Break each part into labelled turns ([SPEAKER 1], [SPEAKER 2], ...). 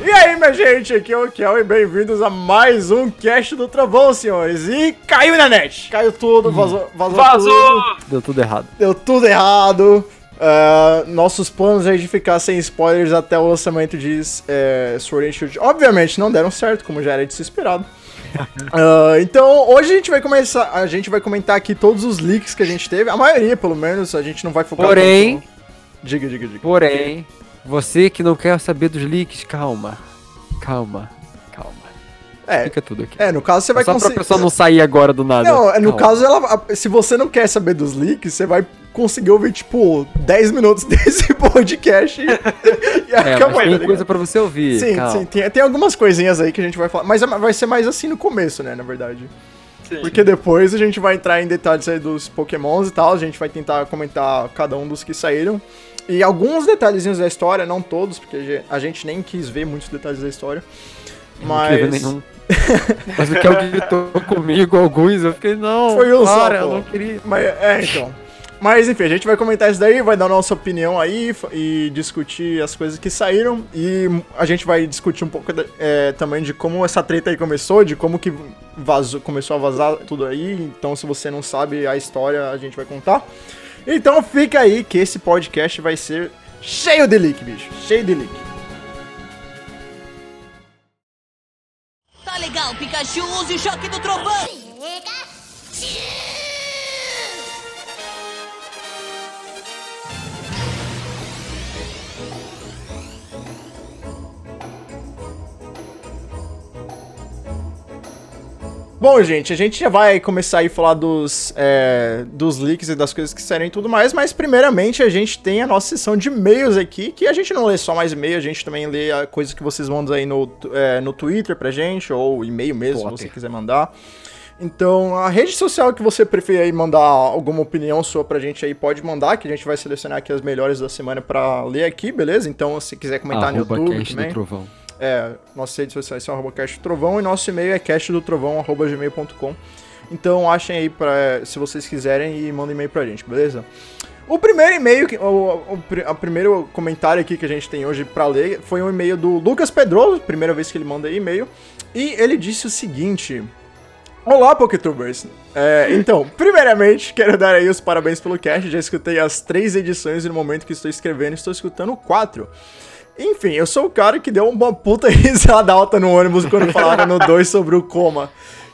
[SPEAKER 1] E aí, minha gente, aqui é o Kel e bem-vindos a mais um Cast do Trovão, senhores. E caiu na net! Hum. Caiu tudo, vazou, vazou, tudo.
[SPEAKER 2] Vazou!
[SPEAKER 3] Deu tudo errado.
[SPEAKER 1] Deu tudo errado. É, nossos planos é de ficar sem spoilers até o lançamento de é, Sword and Shield. Obviamente não deram certo, como já era de se esperado. É, então, hoje a gente vai começar. A gente vai comentar aqui todos os leaks que a gente teve. A maioria, pelo menos, a gente não vai focar
[SPEAKER 3] Porém-
[SPEAKER 1] tanto no- Diga, diga, diga.
[SPEAKER 3] Porém, você que não quer saber dos leaks, calma. Calma. Calma.
[SPEAKER 1] É,
[SPEAKER 3] Fica tudo aqui.
[SPEAKER 1] é, no caso você vai
[SPEAKER 3] Só pra
[SPEAKER 1] conseguir.
[SPEAKER 3] pessoa não sair agora do nada.
[SPEAKER 1] Não, é, no
[SPEAKER 3] Calma.
[SPEAKER 1] caso, ela, a- se você não quer saber dos leaks, você vai conseguir ouvir, tipo, 10 minutos desse podcast e, e
[SPEAKER 3] É,
[SPEAKER 1] acabou.
[SPEAKER 3] mas
[SPEAKER 1] tá
[SPEAKER 3] tem
[SPEAKER 1] ligado?
[SPEAKER 3] coisa pra você ouvir.
[SPEAKER 1] Sim,
[SPEAKER 3] calma.
[SPEAKER 1] sim, tem, tem algumas coisinhas aí que a gente vai falar, mas é- vai ser mais assim no começo, né, na verdade.
[SPEAKER 2] Sim.
[SPEAKER 1] Porque depois a gente vai entrar em detalhes aí dos pokémons e tal, a gente vai tentar comentar cada um dos que saíram. E alguns detalhezinhos da história, não todos, porque a ge- a gente nem quis ver muitos detalhes da história.
[SPEAKER 3] Eu não queria ver
[SPEAKER 1] Mas...
[SPEAKER 3] nenhum. Mas o que alguém gritou comigo, alguns, eu fiquei, não,
[SPEAKER 1] Foi um só,
[SPEAKER 3] para,
[SPEAKER 1] pô.
[SPEAKER 3] eu não queria.
[SPEAKER 1] Mas, é, então. Mas enfim, a gente vai comentar isso daí, vai dar nossa opinião aí f- e discutir as coisas que saíram. E a gente vai discutir um pouco da- é, também de como essa treta aí começou, de como que vazou, começou a vazar tudo aí. Então, se você não sabe a história, a gente vai contar. Então, fica aí que esse podcast vai ser cheio de leak, bicho. Cheio de leak.
[SPEAKER 4] Tá legal, Pikachu, use o choque do trovão!
[SPEAKER 1] Bom, gente, a gente já vai começar aí a falar dos, é, dos leaks e das coisas que saíram e tudo mais, mas primeiramente a gente tem a nossa sessão de e-mails aqui, que a gente não lê só mais e-mail, a gente também lê a coisa que vocês mandam aí no, é, no Twitter pra gente, ou e-mail mesmo, se você
[SPEAKER 3] Twitter.
[SPEAKER 1] quiser mandar. Então, a rede social que você preferir aí mandar alguma opinião sua pra gente aí, pode mandar, que a gente vai selecionar aqui as melhores da semana pra ler aqui, beleza? Então, se quiser comentar no
[SPEAKER 3] Arroba
[SPEAKER 1] YouTube
[SPEAKER 3] Cast do
[SPEAKER 1] também.
[SPEAKER 3] Trovão.
[SPEAKER 1] É, nossas redes sociais são arroba cast do trovão e nosso e-mail é castdotrovão.gmail.com. Então achem aí pra, se vocês quiserem e mandem e-mail pra gente, beleza? O primeiro e-mail, que- o, o, o pri- a primeiro comentário aqui que a gente tem hoje pra ler foi um e-mail do Lucas Pedroso, primeira vez que ele manda e-mail, e ele disse o seguinte. Olá, Poketubers! É, então, primeiramente, quero dar aí os parabéns pelo cast. Já escutei as três edições e no momento que estou escrevendo, estou escutando quatro. Enfim, eu sou o cara que deu uma puta risada alta no ônibus quando falaram no 2 sobre o coma.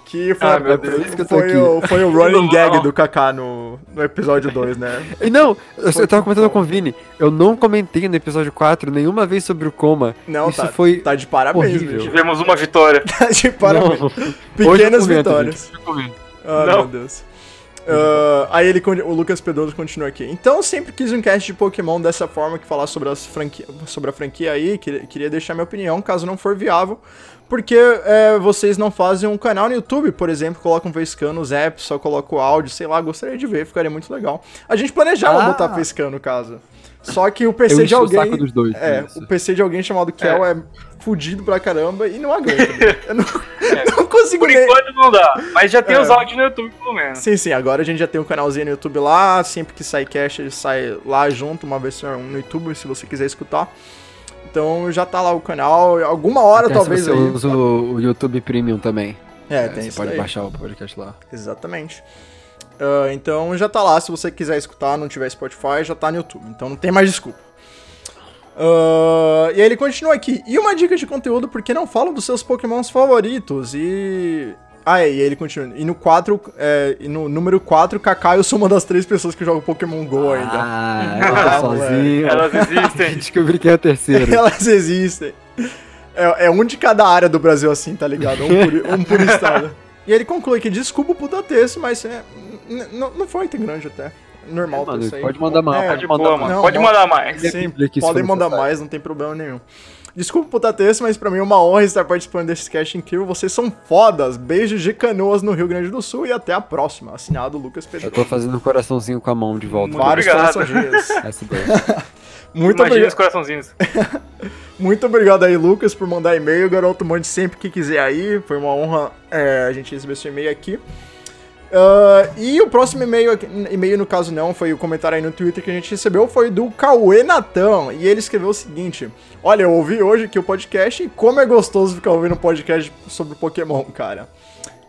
[SPEAKER 1] Que foi,
[SPEAKER 3] Ah, meu Deus, por isso que eu tô
[SPEAKER 1] foi
[SPEAKER 3] aqui.
[SPEAKER 1] o, foi o running
[SPEAKER 2] Não.
[SPEAKER 1] gag do Kaká no, no episódio 2, né?
[SPEAKER 3] E não, eu, eu tava
[SPEAKER 1] muito
[SPEAKER 3] comentando
[SPEAKER 1] bom.
[SPEAKER 3] com o Vini, eu não comentei no episódio 4 nenhuma vez sobre o coma.
[SPEAKER 1] Não,
[SPEAKER 3] Isso
[SPEAKER 1] tá,
[SPEAKER 3] foi
[SPEAKER 1] tá de parabéns,
[SPEAKER 3] horrível.
[SPEAKER 1] bicho.
[SPEAKER 2] Tivemos uma vitória.
[SPEAKER 1] Tá de parabéns.
[SPEAKER 3] Não. Hoje eu
[SPEAKER 1] Pequenas
[SPEAKER 3] comento, gente.
[SPEAKER 1] vitórias. Ah,
[SPEAKER 2] Não.
[SPEAKER 1] meu Deus. Ah, aí ele, con- o Lucas Pedroso continua aqui. Então sempre quis um cast de Pokémon dessa forma que falar sobre, as franqui sobre a franquia aí. que- queria deixar minha opinião, caso não for viável. Porque é, vocês não fazem um canal no YouTube, por exemplo, colocam facecam nos apps, só colocam áudio, sei lá, gostaria de ver, ficaria muito legal. A gente planejava
[SPEAKER 3] Ah.
[SPEAKER 1] botar facecam no caso. Só que o
[SPEAKER 3] Eu
[SPEAKER 1] PC de
[SPEAKER 3] enchi o
[SPEAKER 1] alguém.
[SPEAKER 3] saco dos dois.
[SPEAKER 1] É,
[SPEAKER 3] isso.
[SPEAKER 1] o PC de alguém chamado Kel é, fudido pra caramba e não aguenta. Eu não, não consigo
[SPEAKER 2] É. Por
[SPEAKER 1] nem-
[SPEAKER 2] enquanto não dá, mas já tem
[SPEAKER 1] É.
[SPEAKER 2] os áudios no YouTube, pelo menos.
[SPEAKER 1] Sim, sim, agora a gente já tem um canalzinho no YouTube lá, sempre que sai cast ele sai lá junto, uma versão um no YouTube, se você quiser escutar. Então já tá lá o canal, alguma hora
[SPEAKER 3] Até se
[SPEAKER 1] talvez
[SPEAKER 3] você
[SPEAKER 1] aí.
[SPEAKER 3] usa o, o YouTube Premium também.
[SPEAKER 1] É,
[SPEAKER 3] É,
[SPEAKER 1] tem
[SPEAKER 3] você
[SPEAKER 1] isso
[SPEAKER 3] pode
[SPEAKER 1] daí.
[SPEAKER 3] baixar o podcast lá.
[SPEAKER 1] Exatamente. Ah, então já tá lá, se você quiser escutar, não tiver Spotify, já tá no YouTube, então não tem mais desculpa. Ah, e aí ele continua aqui. E uma dica de conteúdo, porque não falam dos seus pokémons favoritos? E. Ah, é, e aí ele continua. E no 4, é, e no número 4, Kaká, eu sou uma das três pessoas que joga Pokémon GO ainda.
[SPEAKER 3] Ah, eu
[SPEAKER 1] Ah,
[SPEAKER 3] tô sozinho.
[SPEAKER 2] Elas existem.
[SPEAKER 3] Descobri que é a terceira.
[SPEAKER 1] Elas existem. É, é um de cada área do Brasil, assim, tá ligado? Um por, um por estado. E ele conclui que desculpa o puta texto, mas é, n- n- não foi tão grande até. Normal
[SPEAKER 3] Mano,
[SPEAKER 1] ter isso aí.
[SPEAKER 3] pode mandar mal,
[SPEAKER 1] É,
[SPEAKER 2] Tá de boa,
[SPEAKER 1] mais.
[SPEAKER 2] mano.
[SPEAKER 1] Não,
[SPEAKER 2] Pode
[SPEAKER 1] não.
[SPEAKER 2] mandar mais.
[SPEAKER 1] Sim,
[SPEAKER 3] Sempre que isso
[SPEAKER 1] podem
[SPEAKER 3] for
[SPEAKER 1] mandar
[SPEAKER 3] necessário.
[SPEAKER 1] mais, não tem problema nenhum. Desculpa o puta texto, mas pra mim é uma honra estar participando desse cast incrível. Vocês são fodas. Beijos de canoas no Rio Grande do Sul e até a próxima. Assinado Lucas
[SPEAKER 3] Eu
[SPEAKER 1] Pedro.
[SPEAKER 3] tô fazendo um coraçãozinho com a mão de volta.
[SPEAKER 2] Muito obrigado.
[SPEAKER 1] corações.
[SPEAKER 3] Essa ideia.
[SPEAKER 1] Muito
[SPEAKER 2] Imagina
[SPEAKER 1] obrigado.
[SPEAKER 2] os coraçãozinhos.
[SPEAKER 1] Muito obrigado aí, Lucas, por mandar e-mail. Garoto, mande sempre que quiser aí. Foi uma honra é, a gente receber seu e-mail aqui. Ah, e o próximo e-mail, aqui- e-mail no caso não, foi o comentário aí no Twitter que a gente recebeu, foi do Cauê Natan, e ele escreveu o seguinte, olha, eu ouvi hoje aqui o podcast, e como é gostoso ficar ouvindo um podcast sobre Pokémon, cara.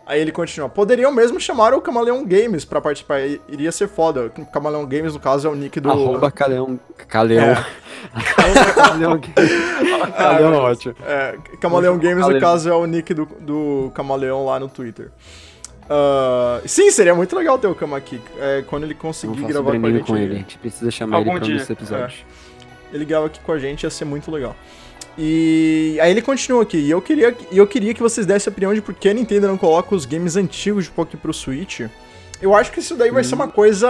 [SPEAKER 1] Aí ele continua, poderiam mesmo chamar o Camaleão Games pra participar, i- iria ser foda, o Camaleão Games no caso é o nick do...
[SPEAKER 3] Arroba Caleão. Caleão.
[SPEAKER 1] É. Ah,
[SPEAKER 3] Caleão. Caleão, ótimo.
[SPEAKER 1] É, Camaleão Games, no
[SPEAKER 3] Camaleão.
[SPEAKER 1] caso, é o nick do, do Camaleão lá no Twitter. Ah, sim, seria muito legal ter o Kama aqui. É, quando ele
[SPEAKER 3] Vamos
[SPEAKER 1] conseguir
[SPEAKER 3] falar
[SPEAKER 1] gravar
[SPEAKER 3] sobre
[SPEAKER 1] com a
[SPEAKER 3] anime
[SPEAKER 1] gente. É.
[SPEAKER 3] com ele. A gente precisa chamar
[SPEAKER 2] Algum
[SPEAKER 3] ele pra um
[SPEAKER 2] dia.
[SPEAKER 3] desses episódios.
[SPEAKER 1] ele grava aqui com a gente, ia ser muito legal. E aí ele continua aqui. E eu queria, e eu queria que vocês dessem a opinião de por que a Nintendo não coloca os games antigos de Poké pro Switch. Eu acho que isso daí vai ser uma coisa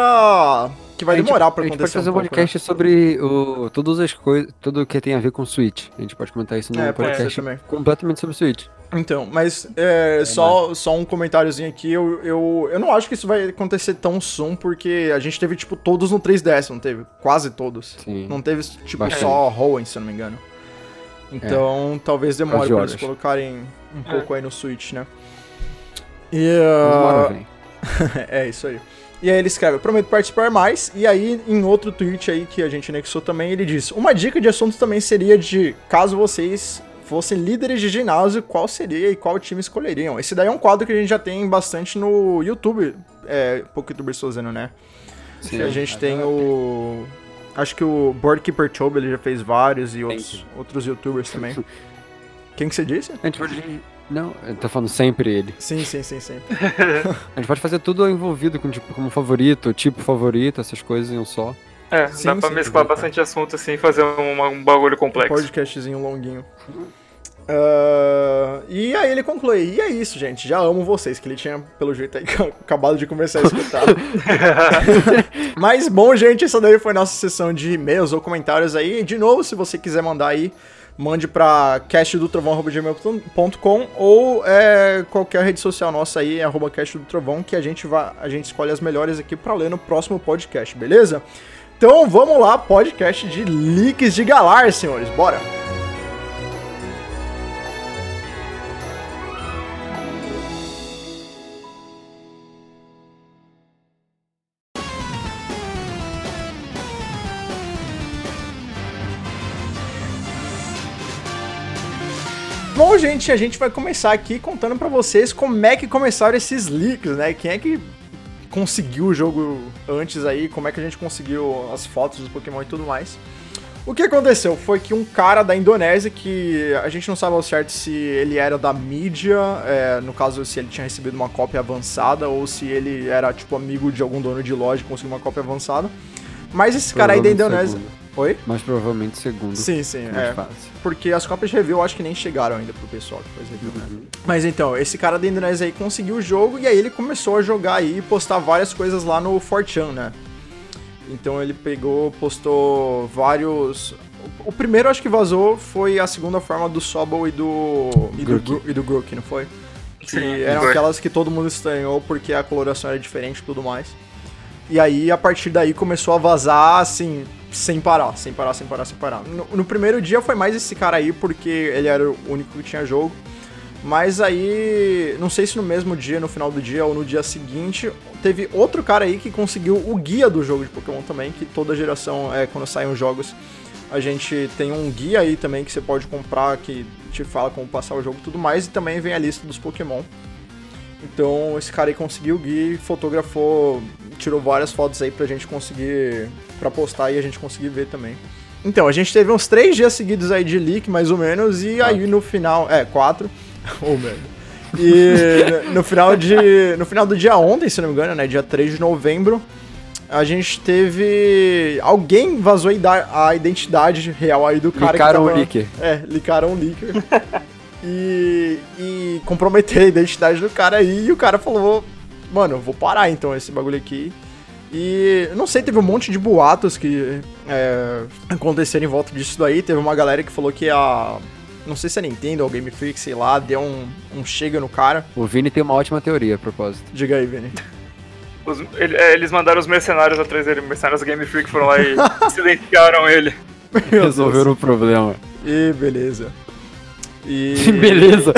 [SPEAKER 1] que vai
[SPEAKER 3] Hum. A gente-
[SPEAKER 1] demorar pra
[SPEAKER 3] A gente
[SPEAKER 1] acontecer.
[SPEAKER 3] pode fazer um
[SPEAKER 1] pouco, né?
[SPEAKER 3] podcast sobre o, todas as coisas, tudo que tem a ver com Switch. A gente pode comentar isso né? num
[SPEAKER 1] É, pode ser
[SPEAKER 3] podcast
[SPEAKER 1] também.
[SPEAKER 3] completamente sobre Switch.
[SPEAKER 1] Então, mas é, só, só um comentáriozinho aqui, eu, eu, eu não acho que isso vai acontecer tão soon, porque a gente teve, tipo, todos no 3DS, não teve? Quase todos.
[SPEAKER 3] Sim.
[SPEAKER 1] Não teve, tipo,
[SPEAKER 3] Bastante. É.
[SPEAKER 1] só Hoenn, se eu não me engano. Então, talvez demore
[SPEAKER 3] As
[SPEAKER 1] pra eles
[SPEAKER 3] horas.
[SPEAKER 1] colocarem um
[SPEAKER 2] É.
[SPEAKER 1] pouco aí no Switch, né? E,
[SPEAKER 3] Mas
[SPEAKER 1] ah,
[SPEAKER 3] bora, véi.
[SPEAKER 1] é isso aí. E aí ele escreve, prometo participar mais. E aí, em outro tweet aí que a gente anexou também, ele diz: Uma dica de assunto também seria de caso vocês fossem líderes de ginásio, qual seria e qual time escolheriam? Esse daí é um quadro que a gente já tem bastante no YouTube, é, Pokétuber Sozano, né?
[SPEAKER 3] Sim.
[SPEAKER 1] Que a gente
[SPEAKER 3] Ah,
[SPEAKER 1] tem
[SPEAKER 3] tá.
[SPEAKER 1] o. Acho que o Boardkeeper Chobe, ele já fez vários e outros,
[SPEAKER 3] Sempre.
[SPEAKER 1] outros youtubers também. Quem que você disse?
[SPEAKER 3] A gente pode. Não, eu tô falando sempre ele.
[SPEAKER 1] Sim, sim, sim, sim.
[SPEAKER 3] A gente pode fazer tudo envolvido com tipo como favorito, tipo favorito, essas coisas em um só.
[SPEAKER 2] É,
[SPEAKER 1] Sim, sim,
[SPEAKER 2] dá pra mesclar
[SPEAKER 3] exatamente.
[SPEAKER 2] bastante assunto assim e fazer um, um bagulho complexo.
[SPEAKER 1] Podcastzinho longuinho. Ah, e aí ele conclui, e é isso, gente, já amo vocês, que ele tinha, pelo jeito, aí, acabado de começar a escutar. Mas bom, gente, essa daí foi a nossa sessão de e-mails ou comentários aí. E, de novo, se você quiser mandar aí, mande pra castdotrovão.gmail.com ou é, qualquer rede social nossa aí, arroba cast do trovão, que a gente, vai, a gente escolhe as melhores aqui pra ler no próximo podcast, beleza? Então vamos lá, podcast de leaks de Galar, senhores, bora! Bom, gente, a gente vai começar aqui contando pra vocês como é que começaram esses leaks, né? Quem é que conseguiu o jogo antes aí, como é que a gente conseguiu as fotos dos Pokémon e tudo mais. O que aconteceu foi que um cara da Indonésia, que a gente não sabe ao certo se ele era da mídia, é, no caso se ele tinha recebido uma cópia avançada, ou se ele era tipo amigo de algum dono de loja e conseguiu uma cópia avançada. Mas esse cara aí da
[SPEAKER 3] Provavelmente
[SPEAKER 1] Indonésia.
[SPEAKER 3] segundo.
[SPEAKER 1] Oi?
[SPEAKER 3] Mas provavelmente segundo.
[SPEAKER 1] Sim, sim,
[SPEAKER 3] mais
[SPEAKER 1] é.
[SPEAKER 3] fácil.
[SPEAKER 1] Porque as cópias de review eu acho que nem chegaram ainda pro pessoal que faz review, né? Mas então, esse cara da Indonésia aí conseguiu o jogo e aí ele começou a jogar aí e postar várias coisas lá no 4chan, né? Então ele pegou, postou vários. O- O primeiro acho que vazou foi a segunda forma do Sobol e do. e do,
[SPEAKER 3] Grookey.
[SPEAKER 1] Gro- e do Grook, não foi?
[SPEAKER 2] Sim,
[SPEAKER 1] Que eram
[SPEAKER 2] foi.
[SPEAKER 1] aquelas que todo mundo estranhou porque a coloração era diferente e tudo mais. E aí, a partir daí, começou a vazar, assim, sem parar, sem parar, sem parar, sem parar. No, no primeiro dia foi mais esse cara aí, porque ele era o único que tinha jogo. Mas aí, não sei se no mesmo dia, no final do dia ou no dia seguinte, teve outro cara aí que conseguiu o guia do jogo de Pokémon também, que toda geração, é, quando saem os jogos, a gente tem um guia aí também que você pode comprar, que te fala como passar o jogo e tudo mais, e também vem a lista dos Pokémon. Então esse cara aí conseguiu o guia e fotografou, tirou várias fotos aí pra gente conseguir, pra postar e a gente conseguir ver também. Então, a gente teve uns três dias seguidos aí de leak, mais ou menos, e aí no final, é, quatro, ou menos. E no final, de, no final do dia ontem, se não me engano, né, dia 3 de novembro, a gente teve... Alguém vazou a ida- a identidade real aí do cara
[SPEAKER 3] Licaram
[SPEAKER 1] que
[SPEAKER 3] o
[SPEAKER 1] tava...
[SPEAKER 3] leaker.
[SPEAKER 1] É, licaram o leaker. e, e comprometer a identidade do cara aí. E o cara falou: Mano, eu vou parar então esse bagulho aqui. E eu não sei, teve um monte de boatos que é, aconteceram em volta disso daí. Teve uma galera que falou que a. Não sei se a Nintendo ou a Game Freak, sei lá, deu um, um chega no cara.
[SPEAKER 3] O Vini tem uma ótima teoria a propósito.
[SPEAKER 1] Diga aí, Vini.
[SPEAKER 2] Os- ele- é, eles mandaram os mercenários atrás dele, mercenários Game Freak foram lá e silenciaram ele.
[SPEAKER 1] Meu Deus.
[SPEAKER 3] Resolveram o problema.
[SPEAKER 1] E beleza. E.
[SPEAKER 3] Que beleza.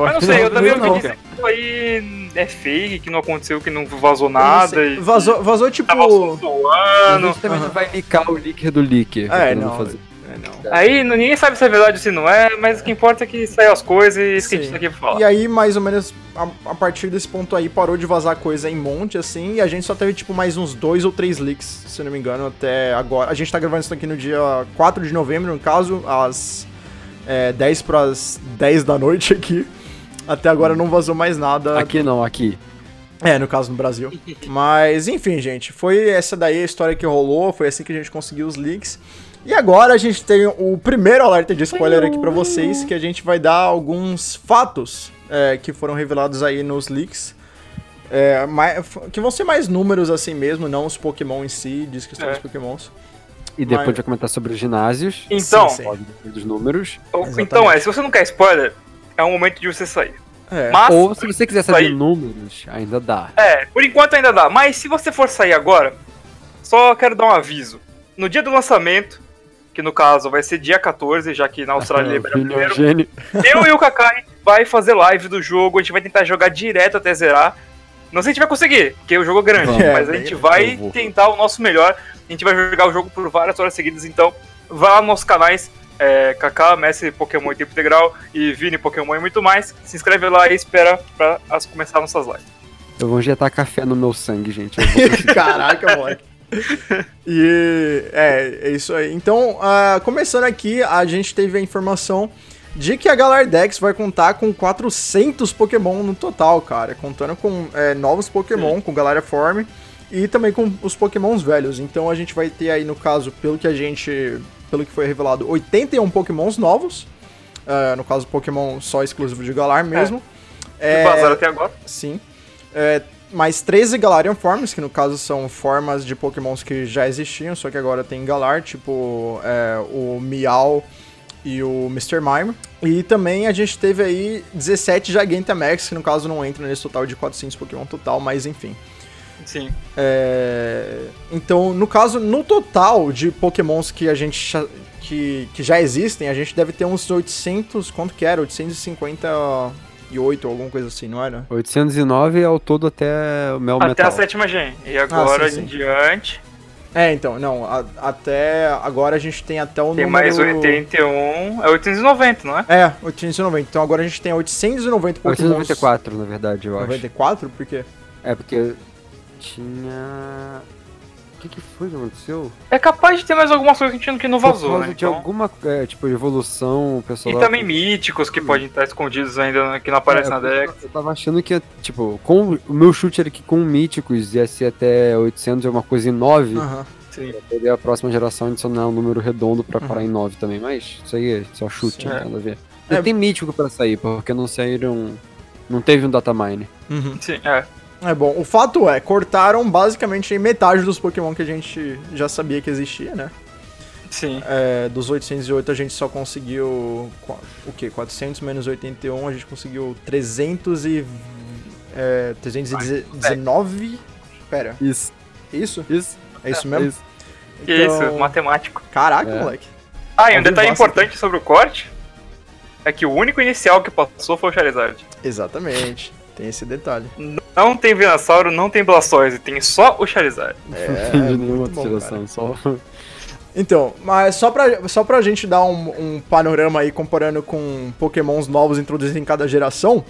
[SPEAKER 2] Mas não sei, eu também
[SPEAKER 3] não,
[SPEAKER 2] ouvi
[SPEAKER 3] cara.
[SPEAKER 2] dizer que isso aí é fake, que não aconteceu, que não vazou
[SPEAKER 1] eu não
[SPEAKER 2] nada.
[SPEAKER 1] sei.
[SPEAKER 2] E
[SPEAKER 1] Vazou, vazou tipo.
[SPEAKER 2] tava
[SPEAKER 3] A
[SPEAKER 2] zoando.
[SPEAKER 3] gente também não vai licar o leaker do leaker.
[SPEAKER 1] Ah, É,
[SPEAKER 3] eu
[SPEAKER 1] não.
[SPEAKER 3] fazer.
[SPEAKER 1] É, não.
[SPEAKER 2] Aí n- ninguém sabe se é verdade ou se não é, mas o que importa é que saiu as coisas e isso que a gente
[SPEAKER 1] Sim.
[SPEAKER 2] tá aqui pra falar.
[SPEAKER 1] E aí, mais ou menos, a, a partir desse ponto aí, parou de vazar coisa em monte, assim, e a gente só teve, tipo, mais uns dois ou três leaks, se não me engano, até agora. A gente tá gravando isso aqui no dia 4 de novembro, no caso, às é, 10 pras 10 da noite aqui. Até agora não vazou mais nada.
[SPEAKER 3] Aqui não, aqui.
[SPEAKER 1] É, no caso no Brasil. Mas, enfim, gente, foi essa daí a história que rolou, foi assim que a gente conseguiu os leaks. E agora a gente tem o primeiro alerta de spoiler aqui pra vocês, que a gente vai dar alguns fatos é, que foram revelados aí nos leaks. É, mai- que vão ser mais números assim mesmo, não os Pokémon em si, diz que são
[SPEAKER 2] É.
[SPEAKER 1] os Pokémons.
[SPEAKER 3] E depois a
[SPEAKER 1] Mas-
[SPEAKER 3] gente vai comentar sobre os ginásios.
[SPEAKER 2] Então,
[SPEAKER 1] Sim, sim.
[SPEAKER 3] Pode depois dos números.
[SPEAKER 2] o-
[SPEAKER 1] Exatamente.
[SPEAKER 2] então é, se você não quer spoiler, é o momento de você sair.
[SPEAKER 1] É.
[SPEAKER 2] Mas,
[SPEAKER 3] Ou se você quiser saber
[SPEAKER 2] Aí.
[SPEAKER 3] números, ainda dá.
[SPEAKER 2] é, por enquanto ainda dá, mas se você for sair agora, só quero dar um aviso. No dia do lançamento, que no caso vai ser dia 14, já que na
[SPEAKER 1] Ah,
[SPEAKER 2] Austrália
[SPEAKER 3] É,
[SPEAKER 2] libera
[SPEAKER 3] o
[SPEAKER 2] primeiro,
[SPEAKER 3] Gene-
[SPEAKER 2] Eu e o Kaká, a gente vai fazer live do jogo, a gente vai tentar jogar direto até zerar. Não sei se a gente vai conseguir, porque o jogo é grande,
[SPEAKER 1] Vamos.
[SPEAKER 2] mas
[SPEAKER 1] É,
[SPEAKER 2] a gente
[SPEAKER 1] bem-
[SPEAKER 2] vai
[SPEAKER 3] eu vou.
[SPEAKER 2] tentar o nosso melhor. A gente vai jogar o jogo por várias horas seguidas, então vá lá nos nossos canais, é, Kaká, Messi Pokémon em Tempo Integral e Vini Pokémon e muito mais. Se inscreve lá e espera pra as, começar nossas lives.
[SPEAKER 3] Eu vou injetar café no meu sangue, gente. Eu vou-
[SPEAKER 1] Caraca, moleque. E é, é isso aí. Então, ah, começando aqui, a gente teve a informação de que a Galardex vai contar com 400 Pokémon no total, cara. Contando com é, novos Pokémon, com Galara Form e também com os Pokémons velhos. Então a gente vai ter aí, no caso, pelo que a gente. Pelo que foi revelado, 81 Pokémons novos. Ah, no caso, Pokémon só exclusivo de Galar mesmo.
[SPEAKER 2] É... Vazaram até agora.
[SPEAKER 1] Sim. É, mais 13 Galarian Forms, que no caso são formas de pokémons que já existiam, só que agora tem Galar, tipo é, o Miau e o Mr. Mime. E também a gente teve aí 17 Gigantamax, que no caso não entra nesse total de 400 pokémon total, mas enfim.
[SPEAKER 2] Sim.
[SPEAKER 1] É, Então, no caso, no total de pokémons que a gente... cha- Que, que já existem, a gente deve ter uns 800, quanto que era? 858 ou alguma coisa assim, não era?
[SPEAKER 3] 809 ao é todo até o Mel
[SPEAKER 2] Até
[SPEAKER 3] Metal.
[SPEAKER 2] a sétima gen. E agora
[SPEAKER 1] Ah, sim, sim.
[SPEAKER 2] em diante,
[SPEAKER 1] É, então, não, a- até agora a gente tem até o
[SPEAKER 2] tem
[SPEAKER 1] número...
[SPEAKER 2] mais 81. É 890, não é?
[SPEAKER 1] É, 890. Então agora a gente tem 890 pokémons.
[SPEAKER 3] 894, na verdade, eu acho.
[SPEAKER 1] 94? Por quê?
[SPEAKER 3] É porque tinha. O que, que foi que aconteceu?
[SPEAKER 2] É capaz de ter mais algumas coisas que a gente não
[SPEAKER 3] Por
[SPEAKER 2] vazou,
[SPEAKER 3] causa
[SPEAKER 2] né?
[SPEAKER 3] de
[SPEAKER 2] Então-
[SPEAKER 3] alguma é, tipo, evolução, o pessoal.
[SPEAKER 2] E
[SPEAKER 3] lá-
[SPEAKER 2] também míticos que podem estar escondidos ainda né, que não aparecem
[SPEAKER 3] É,
[SPEAKER 2] na
[SPEAKER 3] eu tava-
[SPEAKER 2] Dex.
[SPEAKER 3] Eu tava achando que, tipo, com o meu chute era que com míticos ia ser até 800 alguma coisa em 9.
[SPEAKER 1] Aham.
[SPEAKER 2] Sim.
[SPEAKER 3] Poder a próxima geração adicionar um número redondo pra parar em 9 também. Mas isso aí é só chute,
[SPEAKER 2] Sim,
[SPEAKER 3] não
[SPEAKER 2] é.
[SPEAKER 3] tem nada a ver.
[SPEAKER 1] É.
[SPEAKER 3] Ainda Tem mítico pra sair, porque não saíram. Não teve um datamine.
[SPEAKER 1] Uhum.
[SPEAKER 2] Sim, é.
[SPEAKER 1] É bom, o fato é, cortaram basicamente aí metade dos pokémon que a gente já sabia que existia, né?
[SPEAKER 2] Sim.
[SPEAKER 1] É, dos 808 a gente só conseguiu... qua- O quê? 400 menos 81, a gente conseguiu 300 e... É, 319? Pera,
[SPEAKER 3] Isso,
[SPEAKER 1] isso?
[SPEAKER 3] isso,
[SPEAKER 1] É isso mesmo?
[SPEAKER 3] isso.
[SPEAKER 2] Que É isso, matemático.
[SPEAKER 1] Caraca,
[SPEAKER 3] É.
[SPEAKER 1] moleque.
[SPEAKER 2] Ah, e
[SPEAKER 1] É, então Alguém
[SPEAKER 2] um detalhe
[SPEAKER 1] gosta
[SPEAKER 2] importante sobre o corte é que o único inicial que passou foi o Charizard.
[SPEAKER 1] Exatamente. Tem esse detalhe.
[SPEAKER 2] Não tem Venossauro, não tem Blastoise, tem só o Charizard.
[SPEAKER 1] É,
[SPEAKER 3] Não
[SPEAKER 1] muito
[SPEAKER 3] de nenhuma
[SPEAKER 1] bom,
[SPEAKER 3] outra geração, só.
[SPEAKER 1] Então, mas só pra, só pra gente dar um, um panorama aí comparando com pokémons novos introduzidos em cada geração.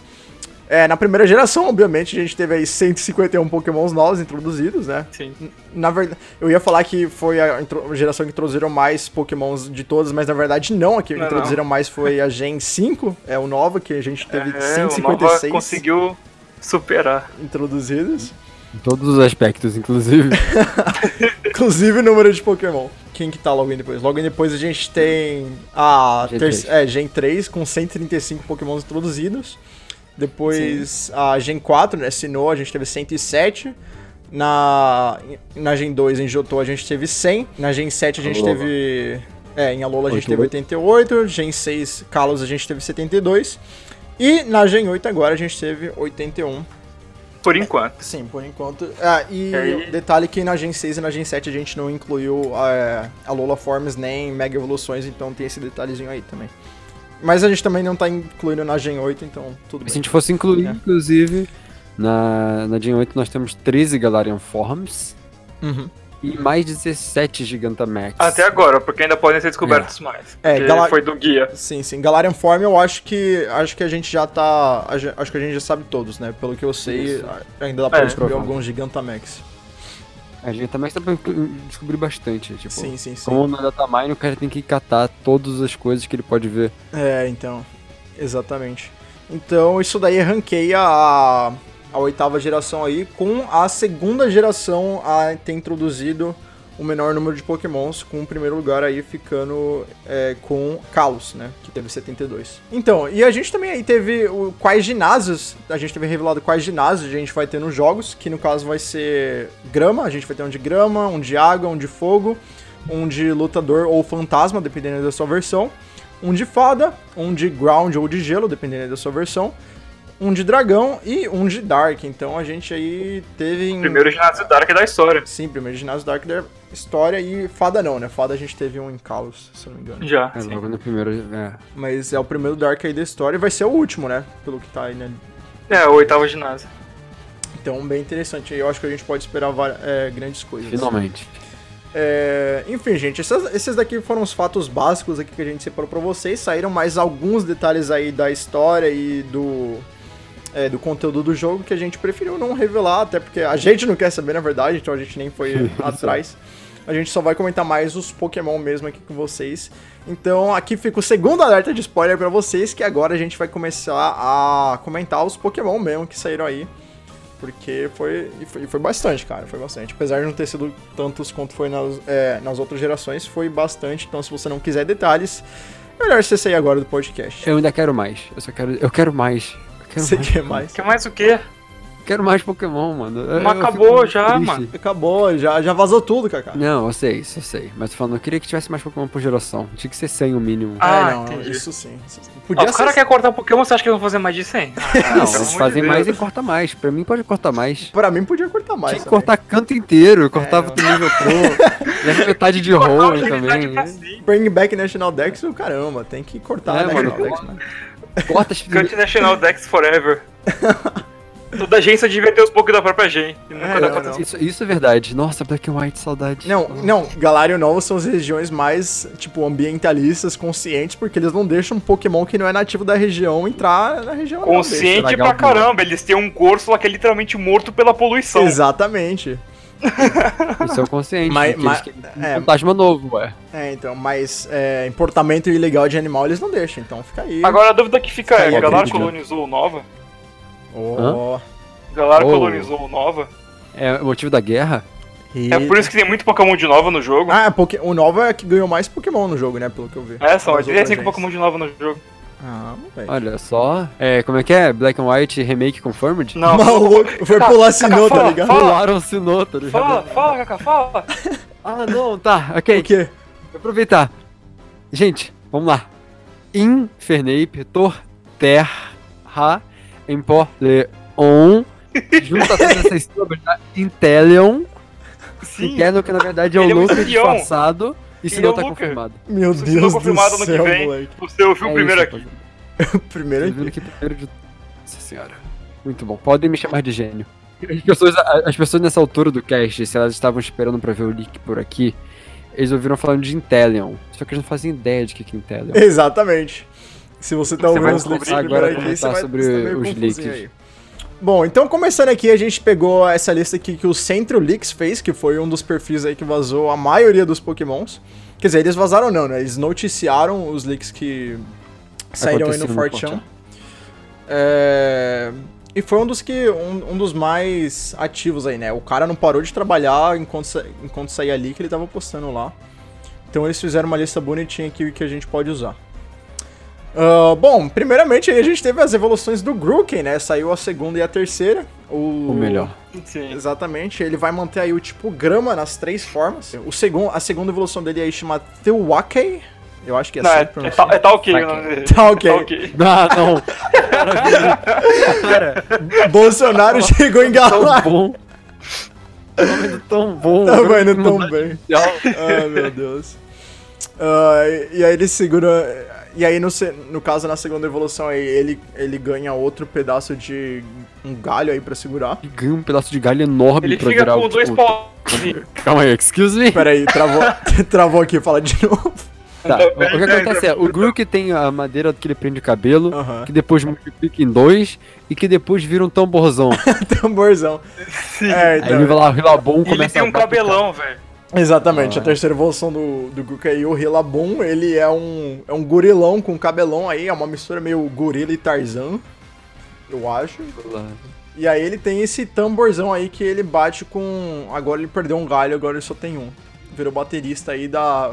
[SPEAKER 1] É, na primeira geração, obviamente, a gente teve aí 151 pokémons novos introduzidos, né?
[SPEAKER 2] Sim.
[SPEAKER 1] Na verdade, eu ia falar que foi a intro- geração que introduziram mais pokémons de todas, mas na verdade não, a que
[SPEAKER 2] Não, não.
[SPEAKER 1] introduziram mais foi a Gen 5, é o Nova, que a gente teve
[SPEAKER 2] É, o Nova
[SPEAKER 1] 156
[SPEAKER 2] conseguiu superar.
[SPEAKER 1] introduzidos.
[SPEAKER 3] Em todos os aspectos, inclusive.
[SPEAKER 1] Inclusive número de Pokémon. Quem que tá logo em depois? Logo em depois a gente tem a
[SPEAKER 3] Gen
[SPEAKER 1] ter-
[SPEAKER 3] 3.
[SPEAKER 1] é, Gen 3 com 135 Pokémons introduzidos. Depois a Gen 4, né? Sinnoh, a gente teve 107. Na, na Gen 2, em Jotô, a gente teve 100. Na Gen 7, a gente
[SPEAKER 3] Alola.
[SPEAKER 1] teve... É, em Alola a gente teve
[SPEAKER 3] 88.
[SPEAKER 1] 88. Gen 6, Kalos, a gente teve 72. E na Gen 8 agora a gente teve 81.
[SPEAKER 2] Por enquanto.
[SPEAKER 1] Sim, por enquanto. Ah, e
[SPEAKER 2] E aí?
[SPEAKER 1] detalhe que na Gen 6 e na Gen 7 a gente não ah, incluiu é, a Lola Forms nem Mega Evoluções, então tem esse detalhezinho aí também. Mas a gente também não tá incluindo na Gen 8, então tudo
[SPEAKER 3] Se a
[SPEAKER 1] bem.
[SPEAKER 3] gente fosse incluir,
[SPEAKER 1] É.
[SPEAKER 3] inclusive, na, na Gen 8 nós temos 13 Galarian Forms
[SPEAKER 1] Uhum.
[SPEAKER 3] e mais 17 Gigantamax.
[SPEAKER 2] Até agora, porque ainda podem ser descobertos mais.
[SPEAKER 1] É,
[SPEAKER 2] É,
[SPEAKER 1] Gala-
[SPEAKER 2] Foi do guia.
[SPEAKER 1] Sim, sim. Galarian Form eu acho que acho que a gente já tá. a gen- Acho que a gente já sabe todos, né? Pelo que eu sei,
[SPEAKER 3] Isso.
[SPEAKER 1] a- ainda dá pra
[SPEAKER 2] É.
[SPEAKER 1] descobrir alguns Gigantamax.
[SPEAKER 3] A Gigantamax dá pra descobrir bastante. Tipo,
[SPEAKER 1] Sim, sim, sim.
[SPEAKER 3] Como na Datamine, o cara tem que catar todas as coisas que ele pode ver.
[SPEAKER 1] É, então. Exatamente. Então isso daí ranqueia a, a oitava geração aí, com a segunda geração a ter introduzido o menor número de pokémons, com o primeiro lugar aí ficando é, com Kalos, né? Que teve 72. Então, e a gente também aí teve o, quais ginásios, a gente teve revelado quais ginásios a gente vai ter nos jogos, que no caso vai ser grama, a gente vai ter um de grama, um de água, um de fogo, um de lutador ou fantasma, dependendo da sua versão um de fada, um de ground ou de gelo, dependendo da sua versão, um de dragão e um de dark. Então a gente aí teve em...
[SPEAKER 2] Primeiro ginásio Dark da história.
[SPEAKER 1] Sim, primeiro ginásio dark da história e fada não, né? Fada a gente teve um em Kalos, se eu não me engano.
[SPEAKER 2] Já.
[SPEAKER 3] É,
[SPEAKER 2] sim.
[SPEAKER 3] logo no primeiro. É.
[SPEAKER 1] Mas é o primeiro dark aí da história e vai ser o último, né? Pelo que tá aí, né?
[SPEAKER 2] É, o oitavo ginásio.
[SPEAKER 1] Então, bem interessante. Eu acho que a gente pode esperar vari- é, grandes coisas.
[SPEAKER 3] Finalmente.
[SPEAKER 1] É, enfim, gente, essas- esses daqui foram os fatos básicos aqui que a gente separou pra vocês. Saíram mais alguns detalhes aí da história e do, é, do conteúdo do jogo que a gente preferiu não revelar, até porque a gente não quer saber, na verdade, então a gente nem foi atrás. A gente só vai comentar mais os Pokémon mesmo aqui com vocês. Então, aqui fica o segundo alerta de spoiler pra vocês, que agora a gente vai começar a comentar os Pokémon mesmo que saíram aí. Porque foi, e foi, e foi bastante, cara, foi bastante. Apesar de não ter sido tantos quanto foi nas, é, nas outras gerações, foi bastante. Então, se você não quiser detalhes, é melhor você sair agora do podcast.
[SPEAKER 3] Eu ainda quero mais. Eu só quero. Eu quero mais. Eu quero
[SPEAKER 1] Você
[SPEAKER 3] mais.
[SPEAKER 1] quer mais?
[SPEAKER 2] Que mais o quê?
[SPEAKER 3] Eu Quero mais Pokémon, mano. Eu-
[SPEAKER 2] Mas
[SPEAKER 3] eu fico
[SPEAKER 2] acabou
[SPEAKER 3] muito
[SPEAKER 2] já, mano.
[SPEAKER 1] Acabou, já, já vazou tudo, Kaká.
[SPEAKER 3] Não, eu sei, isso eu sei. Mas tô falando, eu queria que tivesse mais Pokémon por geração. Tinha que ser 100 o mínimo.
[SPEAKER 2] Ah,
[SPEAKER 1] é, não,
[SPEAKER 2] entendi.
[SPEAKER 1] isso sim. isso sim.
[SPEAKER 2] Ah,
[SPEAKER 1] Podia
[SPEAKER 2] os caras
[SPEAKER 1] ser.
[SPEAKER 2] querem cortar Pokémon, você acha que vão fazer mais de 100? Ah,
[SPEAKER 3] não,
[SPEAKER 2] pelo amor
[SPEAKER 3] eles
[SPEAKER 2] de
[SPEAKER 3] fazem
[SPEAKER 2] Deus.
[SPEAKER 3] mais e corta mais. Pra mim pode cortar mais.
[SPEAKER 1] Pra mim podia cortar mais.
[SPEAKER 3] Tinha que
[SPEAKER 1] também.
[SPEAKER 3] cortar canto inteiro, eu cortava do nível pro. Leva metade de
[SPEAKER 2] Cortar
[SPEAKER 3] roll
[SPEAKER 2] a habilidade
[SPEAKER 3] também.
[SPEAKER 2] pra si.
[SPEAKER 1] Bring back National Dex, oh, caramba, tem que cortar
[SPEAKER 3] É,
[SPEAKER 1] National
[SPEAKER 3] mano.
[SPEAKER 1] Dex, mano.
[SPEAKER 3] Corta as
[SPEAKER 2] Cut National Dex Forever. Toda agência devia ter os poucos da própria gen. E nunca
[SPEAKER 1] É,
[SPEAKER 2] dá
[SPEAKER 1] não,
[SPEAKER 2] conta.
[SPEAKER 1] não.
[SPEAKER 3] Isso, isso é verdade. Nossa, Black and White, saudade.
[SPEAKER 1] Não, não, Galário Novo são as regiões mais, tipo, ambientalistas, conscientes, porque eles não deixam um Pokémon que não é nativo da região entrar na região. não, deixa.
[SPEAKER 2] Consciente
[SPEAKER 3] estragar
[SPEAKER 2] pra
[SPEAKER 3] o clima.
[SPEAKER 2] caramba, eles têm um Gorso lá que é literalmente morto pela poluição.
[SPEAKER 1] Exatamente.
[SPEAKER 3] Isso é o consciente.
[SPEAKER 1] Mas-
[SPEAKER 3] porque eles
[SPEAKER 1] mas-
[SPEAKER 3] querem
[SPEAKER 1] é.
[SPEAKER 3] um fantasma novo, ué.
[SPEAKER 1] É, então, mas é, importamento ilegal de animal eles não deixam, então fica aí.
[SPEAKER 2] Agora a dúvida que fica é,
[SPEAKER 1] Fica aí a
[SPEAKER 2] Galar
[SPEAKER 1] crítica.
[SPEAKER 2] colonizou o Nova?
[SPEAKER 1] Oh,
[SPEAKER 2] Galar
[SPEAKER 3] Oh.
[SPEAKER 2] colonizou o Nova?
[SPEAKER 3] É o motivo da guerra?
[SPEAKER 1] e-
[SPEAKER 2] É por isso que tem muito Pokémon de Nova no jogo.
[SPEAKER 1] Ah, porque o Nova é que ganhou mais Pokémon no jogo, né? Pelo que eu vi.
[SPEAKER 2] É, são
[SPEAKER 1] Das outras
[SPEAKER 2] 85
[SPEAKER 1] agências.
[SPEAKER 2] Pokémon de Nova no jogo.
[SPEAKER 1] Ah, moleque.
[SPEAKER 3] Olha só. É, como é que é? Black and White Remake Confirmed?
[SPEAKER 2] Não.
[SPEAKER 1] Maluco, foi pular sinou, tá
[SPEAKER 2] fala,
[SPEAKER 1] ligado?
[SPEAKER 2] fala.
[SPEAKER 3] Pularam o Sinô, tá ligado?
[SPEAKER 2] Fala, fala, Kaká, fala.
[SPEAKER 3] Ah, não, tá,
[SPEAKER 1] O
[SPEAKER 3] ok.
[SPEAKER 1] quê?
[SPEAKER 3] Vou aproveitar. Gente, vamos lá. Infernape, Torterra, Empoleon. Junta todas essas sílabas da Inteleon.
[SPEAKER 2] Sim.
[SPEAKER 3] Interno, que na verdade é o
[SPEAKER 2] Ele é um
[SPEAKER 3] Lucas
[SPEAKER 2] espião.
[SPEAKER 3] disfarçado. E se
[SPEAKER 2] Ele é
[SPEAKER 3] não
[SPEAKER 2] o
[SPEAKER 3] tá
[SPEAKER 2] Lucas.
[SPEAKER 3] confirmado.
[SPEAKER 1] Meu
[SPEAKER 2] Se não
[SPEAKER 1] Deus do
[SPEAKER 2] confirmado no que
[SPEAKER 1] céu,
[SPEAKER 2] vem,
[SPEAKER 1] moleque.
[SPEAKER 2] você ouviu
[SPEAKER 3] É
[SPEAKER 2] o primeiro
[SPEAKER 3] isso,
[SPEAKER 2] aqui.
[SPEAKER 3] rapaziada.
[SPEAKER 1] Primeiro
[SPEAKER 3] Tô vendo que primeiro de. Nossa senhora. Muito bom. Podem me chamar de gênio. As pessoas, a- as pessoas nessa altura do cast, se elas estavam esperando pra ver o leak por aqui, eles ouviram falando de Intellion. Só que eles não fazem ideia de o que que é Intellion.
[SPEAKER 1] Exatamente. Se você tá
[SPEAKER 3] Você
[SPEAKER 1] ouvindo
[SPEAKER 3] vai
[SPEAKER 1] os leaks
[SPEAKER 3] descobrir
[SPEAKER 1] primeiro
[SPEAKER 3] agora
[SPEAKER 1] aqui,
[SPEAKER 3] como
[SPEAKER 1] você
[SPEAKER 3] tá
[SPEAKER 1] vai
[SPEAKER 3] sobre
[SPEAKER 1] você tá meio
[SPEAKER 3] os
[SPEAKER 1] confusinho
[SPEAKER 3] leaks.
[SPEAKER 1] aí. Bom, então começando aqui, a gente pegou essa lista aqui que o Centro Leaks fez, que foi um dos perfis aí que vazou a maioria dos pokémons. Quer dizer, eles vazaram não, né? Eles noticiaram os leaks que saíram aí no
[SPEAKER 3] Aconteceram no
[SPEAKER 1] 4chan.
[SPEAKER 3] 4chan.
[SPEAKER 1] É... E foi um dos que um, um dos mais ativos aí, né? O cara não parou de trabalhar enquanto, sa- enquanto saía leak, ele tava postando lá. Então eles fizeram uma lista bonitinha aqui que a gente pode usar. Ah, bom, primeiramente aí a gente teve as evoluções do Grookey, né? Saiu a segunda e a terceira. O,
[SPEAKER 3] O melhor.
[SPEAKER 2] Sim.
[SPEAKER 1] Exatamente. Ele vai manter aí o tipo grama nas três formas. O segun, a segunda evolução dele aí chama Tewakey. Eu acho que é
[SPEAKER 2] Não,
[SPEAKER 1] assim
[SPEAKER 2] é,
[SPEAKER 1] que
[SPEAKER 2] é,
[SPEAKER 1] pronuncia.
[SPEAKER 2] tá, é tá ok
[SPEAKER 3] Tá
[SPEAKER 2] o nome dele.
[SPEAKER 1] Tá ok.
[SPEAKER 2] Tá ok.
[SPEAKER 3] Ah, não. Maravilha. Cara,
[SPEAKER 1] Bolsonaro chegou em
[SPEAKER 3] tão
[SPEAKER 1] galá.
[SPEAKER 3] bom. Tá vendo tão bom.
[SPEAKER 1] Tá vendo tão bem.
[SPEAKER 3] Tchau.
[SPEAKER 1] Ah, meu Deus. Ah, e, e aí ele segura. E aí, no, se- no caso, na segunda evolução, aí ele, ele ganha outro pedaço de um galho aí pra segurar.
[SPEAKER 3] E ganha um pedaço de galho enorme
[SPEAKER 2] Ele
[SPEAKER 3] pra
[SPEAKER 2] fica
[SPEAKER 3] virar
[SPEAKER 2] com
[SPEAKER 3] o-
[SPEAKER 2] dois
[SPEAKER 3] o-
[SPEAKER 2] pauzinhos.
[SPEAKER 3] Calma aí, excuse me.
[SPEAKER 1] Pera aí, travou, travou aqui, fala de novo.
[SPEAKER 3] Tá,
[SPEAKER 2] Então,
[SPEAKER 3] o que
[SPEAKER 2] é,
[SPEAKER 3] acontece é, o Groot tem a madeira que ele prende o cabelo,
[SPEAKER 1] Aham.
[SPEAKER 3] que depois multiplica em dois, e que depois vira um tamborzão.
[SPEAKER 1] Tamborzão. um É,
[SPEAKER 3] Aí ele vai
[SPEAKER 1] então,
[SPEAKER 3] lá, o Rilabon
[SPEAKER 2] E ele
[SPEAKER 3] começa
[SPEAKER 2] tem
[SPEAKER 3] a
[SPEAKER 2] um
[SPEAKER 3] batucar.
[SPEAKER 2] cabelão, velho.
[SPEAKER 1] exatamente,
[SPEAKER 3] Ah,
[SPEAKER 1] a
[SPEAKER 3] é.
[SPEAKER 1] terceira evolução do, do Goku aí, o Rilabum, ele é um, é um gorilão com cabelão aí, é uma mistura meio gorila e Tarzan, eu acho. E aí ele tem esse tamborzão aí que ele bate com... Agora ele perdeu um galho, agora ele só tem um. Virou baterista aí da...